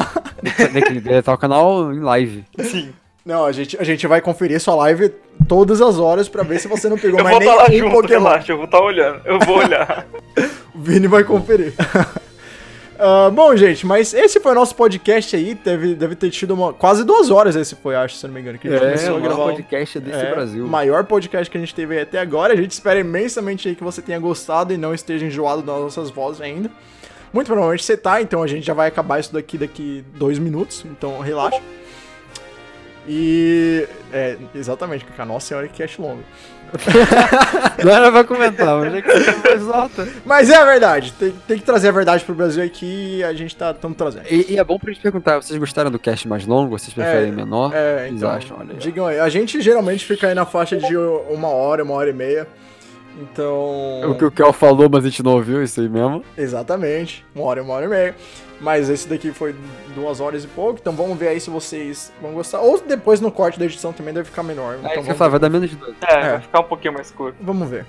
[SPEAKER 3] Tem que deletar o canal em live.
[SPEAKER 2] Sim.
[SPEAKER 1] Não, a gente, a gente vai conferir sua live todas as horas pra ver se você não pegou
[SPEAKER 2] Eu
[SPEAKER 1] mais
[SPEAKER 2] vou
[SPEAKER 1] nem
[SPEAKER 2] estar lá
[SPEAKER 1] um
[SPEAKER 2] junto,
[SPEAKER 1] Pokémon.
[SPEAKER 2] relaxa, eu vou estar olhando. Eu vou olhar.
[SPEAKER 1] O Vini vai conferir. Ah, bom, gente, mas esse foi o nosso podcast aí. Deve, deve ter tido uma, quase duas horas esse foi, acho, se eu não me engano. Que a gente
[SPEAKER 3] É,
[SPEAKER 1] começou a
[SPEAKER 3] o
[SPEAKER 1] gravar
[SPEAKER 3] maior
[SPEAKER 1] um-
[SPEAKER 3] podcast desse
[SPEAKER 1] É,
[SPEAKER 3] Brasil.
[SPEAKER 1] maior podcast que a gente teve aí até agora. A gente espera imensamente aí que você tenha gostado e não esteja enjoado das nossas vozes ainda. Muito provavelmente você tá, então a gente já vai acabar isso daqui daqui dois minutos, então relaxa. E. É, exatamente, Cacá. Nossa senhora, é que cast longo.
[SPEAKER 3] Agora vai comentar, mas é que você não exalta.
[SPEAKER 1] Mas é a verdade, tem, tem que trazer a verdade pro Brasil aqui e a gente tá tamo trazendo.
[SPEAKER 3] E, e é bom pra gente perguntar, vocês gostaram do cast mais longo? Vocês preferem menor?
[SPEAKER 1] É,
[SPEAKER 3] Vocês
[SPEAKER 1] então.
[SPEAKER 3] acham, olha aí.
[SPEAKER 1] digam aí. A gente geralmente fica aí na faixa de uma hora, uma hora e meia. Então.
[SPEAKER 3] É O que o Kel falou, mas a gente não ouviu isso aí mesmo.
[SPEAKER 1] Exatamente, uma hora, uma hora e meia. Mas esse daqui foi duas horas e pouco, então vamos ver aí se vocês vão gostar. Ou depois no corte da edição também deve ficar menor.
[SPEAKER 3] É
[SPEAKER 1] Então
[SPEAKER 3] isso que eu
[SPEAKER 1] vamos,
[SPEAKER 3] falo, vai dar menos de dois.
[SPEAKER 2] É,
[SPEAKER 1] É.
[SPEAKER 2] vai ficar um pouquinho mais curto.
[SPEAKER 1] vamos ver.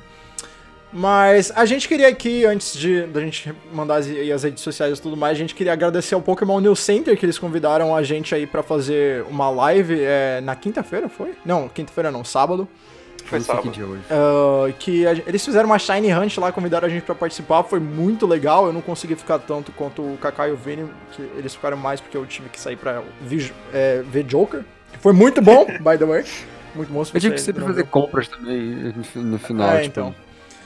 [SPEAKER 1] Mas a gente queria aqui, antes de da gente mandar as, aí as redes sociais e tudo mais, a gente queria agradecer ao Pokémon News Center que eles convidaram a gente aí pra fazer uma live é, na quinta-feira, foi? Não, quinta-feira não, sábado.
[SPEAKER 2] Foi
[SPEAKER 3] Não sei que
[SPEAKER 2] sábado.
[SPEAKER 3] dia hoje.
[SPEAKER 1] Ah, que a gen- eles fizeram uma Shiny Hunt lá, convidaram a gente pra participar, foi muito legal. Eu não consegui ficar tanto quanto o Kaká e o Vini, que eles ficaram mais porque eu tive que sair pra vi- é, ver Joker. que Foi muito bom, by the way. Muito bom se
[SPEAKER 3] Eu tive que
[SPEAKER 1] você
[SPEAKER 3] sempre
[SPEAKER 1] não
[SPEAKER 3] fazer
[SPEAKER 1] viu.
[SPEAKER 3] compras também no fi- no final,
[SPEAKER 1] É,
[SPEAKER 3] tipo,
[SPEAKER 1] então.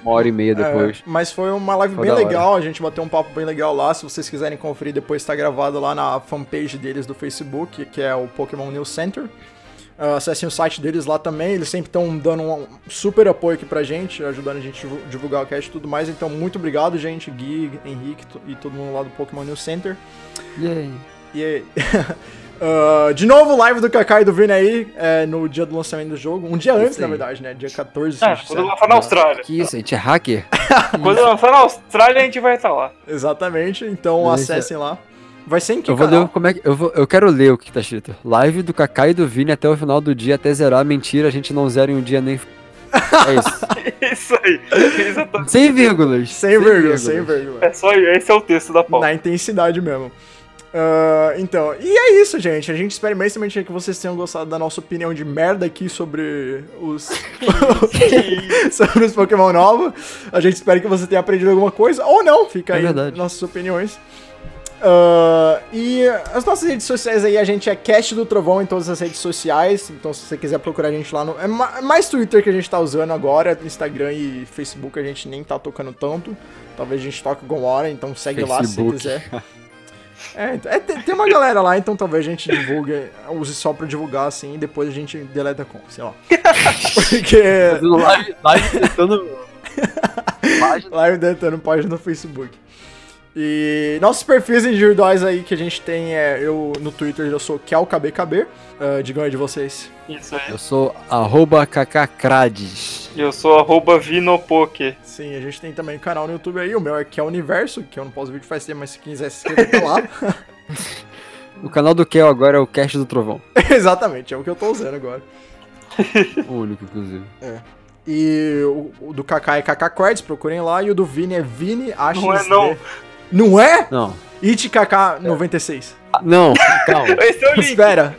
[SPEAKER 3] uma hora e meia depois.
[SPEAKER 1] É, mas foi uma live
[SPEAKER 3] Foi
[SPEAKER 1] bem
[SPEAKER 3] da hora.
[SPEAKER 1] legal, a gente bateu um papo bem legal lá. Se vocês quiserem conferir, depois tá gravado lá na fanpage deles do Facebook, que é o Pokémon News Center. Ah, acessem o site deles lá também, eles sempre estão dando um super apoio aqui pra gente, ajudando a gente a divu- divulgar o cast e tudo mais. Então, muito obrigado, gente, Gui, Henrique to- e todo mundo lá do Pokémon News Center.
[SPEAKER 3] E aí?
[SPEAKER 1] E aí? Ah, de novo, live do Kaká e do Vini aí, é, no dia do lançamento do jogo. Um dia antes,
[SPEAKER 3] Isso
[SPEAKER 1] na
[SPEAKER 3] aí.
[SPEAKER 1] verdade, né? Dia 14.
[SPEAKER 2] É,
[SPEAKER 1] de
[SPEAKER 2] quando eu
[SPEAKER 1] setembro.
[SPEAKER 2] lançar na Austrália.
[SPEAKER 3] Que isso, a gente é hacker?
[SPEAKER 2] Quando eu lançar na Austrália, a gente vai estar lá.
[SPEAKER 1] Exatamente, então
[SPEAKER 3] Beleza.
[SPEAKER 1] acessem lá. Vai ser em que
[SPEAKER 3] eu vou
[SPEAKER 1] canal?
[SPEAKER 3] ler como é que. Eu, vou, eu quero ler o que tá escrito. Live do Kaká e do Vini até o final do dia, até zerar. Mentira, a gente não zera em um dia nem. f- É isso.
[SPEAKER 2] Isso aí. Exatamente.
[SPEAKER 3] Sem vírgulas.
[SPEAKER 1] Sem vírgula, sem vírgula.
[SPEAKER 2] É só esse é o texto da pauta.
[SPEAKER 1] Na intensidade mesmo. Ah, então, e é isso, gente. A gente espera imensamente que vocês tenham gostado da nossa opinião de merda aqui sobre os. sobre os Pokémon novos. A gente espera que você tenha aprendido alguma coisa, ou não, fica
[SPEAKER 3] É
[SPEAKER 1] aí
[SPEAKER 3] verdade.
[SPEAKER 1] nossas opiniões. Ah, e as nossas redes sociais aí, a gente é Cast do Trovão em todas as redes sociais. Então, se você quiser procurar a gente lá no. É ma- mais Twitter que a gente tá usando agora, Instagram e Facebook a gente nem tá tocando tanto. Talvez a gente toque alguma hora, então segue lá se
[SPEAKER 3] Facebook.
[SPEAKER 1] quiser. É, então, é, tem, tem uma galera lá, então talvez a gente divulgue, use só pra divulgar assim, e depois a gente deleta com, sei lá. Porque
[SPEAKER 3] Fazendo live, live tentando. Página.
[SPEAKER 1] Live Dentando página no Facebook. E nossos perfis individuais aí que a gente tem é. Eu no Twitter eu sou KelKBKB. Uh, digam aí de vocês.
[SPEAKER 2] Isso aí.
[SPEAKER 3] Eu sou arroba kkkrades.
[SPEAKER 2] E eu sou arroba Vinopoke.
[SPEAKER 1] Sim, a gente tem também um canal no YouTube aí. O meu é Kel Universo, que eu não posso vídeo faz tempo, mas se quiser se inscrever tá lá.
[SPEAKER 3] O canal do Kel agora é o Cast do Trovão.
[SPEAKER 1] Exatamente, é o que eu tô usando agora.
[SPEAKER 3] O único, inclusive.
[SPEAKER 1] E o, o do Kaká é Kaká Cords, procurem lá. E o do Vini é Vini Acho
[SPEAKER 2] Não é, não. É.
[SPEAKER 1] Não é?
[SPEAKER 3] Não.
[SPEAKER 1] ItKK96.
[SPEAKER 3] Não, calma.
[SPEAKER 2] Esse é o link.
[SPEAKER 1] Espera.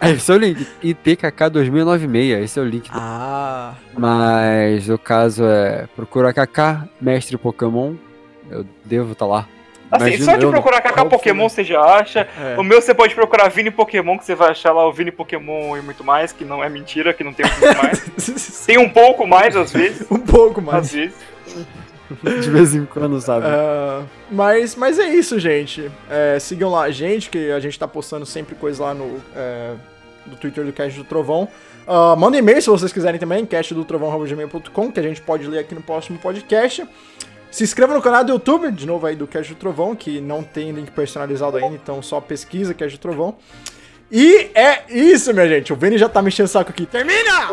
[SPEAKER 3] É, Esse é o link. ITKK2096, esse é o link.
[SPEAKER 1] Ah.
[SPEAKER 3] Mas o caso é procura KK, mestre Pokémon. Eu devo estar lá.
[SPEAKER 2] Assim,
[SPEAKER 3] Imagino
[SPEAKER 2] só de
[SPEAKER 3] eu, né?
[SPEAKER 2] procurar KK Pokémon você já acha.
[SPEAKER 1] É.
[SPEAKER 2] O meu você pode procurar Vini Pokémon, que você vai achar lá o Vini Pokémon e muito mais, que não é mentira, que não tem muito mais. Tem um pouco mais às vezes.
[SPEAKER 1] um pouco mais.
[SPEAKER 2] Às vezes.
[SPEAKER 3] né? De vez em quando, sabe?
[SPEAKER 1] Ah, mas, mas é isso, gente. É, sigam lá a gente, que a gente tá postando sempre coisa lá no, é, no Twitter do Cast do Trovão. Ah, mandem e-mail se vocês quiserem também, castdotrovão.gmail.com, que a gente pode ler aqui no próximo podcast. Se inscreva no canal do YouTube, de novo aí do Cast do Trovão, que não tem link personalizado ainda, então só pesquisa Cast do Trovão. E é isso, minha gente. O Vini já tá mexendo o saco aqui. Termina!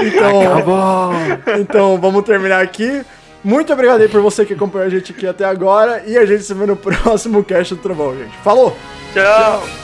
[SPEAKER 1] então,
[SPEAKER 3] bom!
[SPEAKER 1] então vamos terminar aqui. Muito obrigado aí por você que acompanhou a gente aqui até agora. E a gente se vê no próximo Cast do Trovão, gente. Falou!
[SPEAKER 2] Tchau.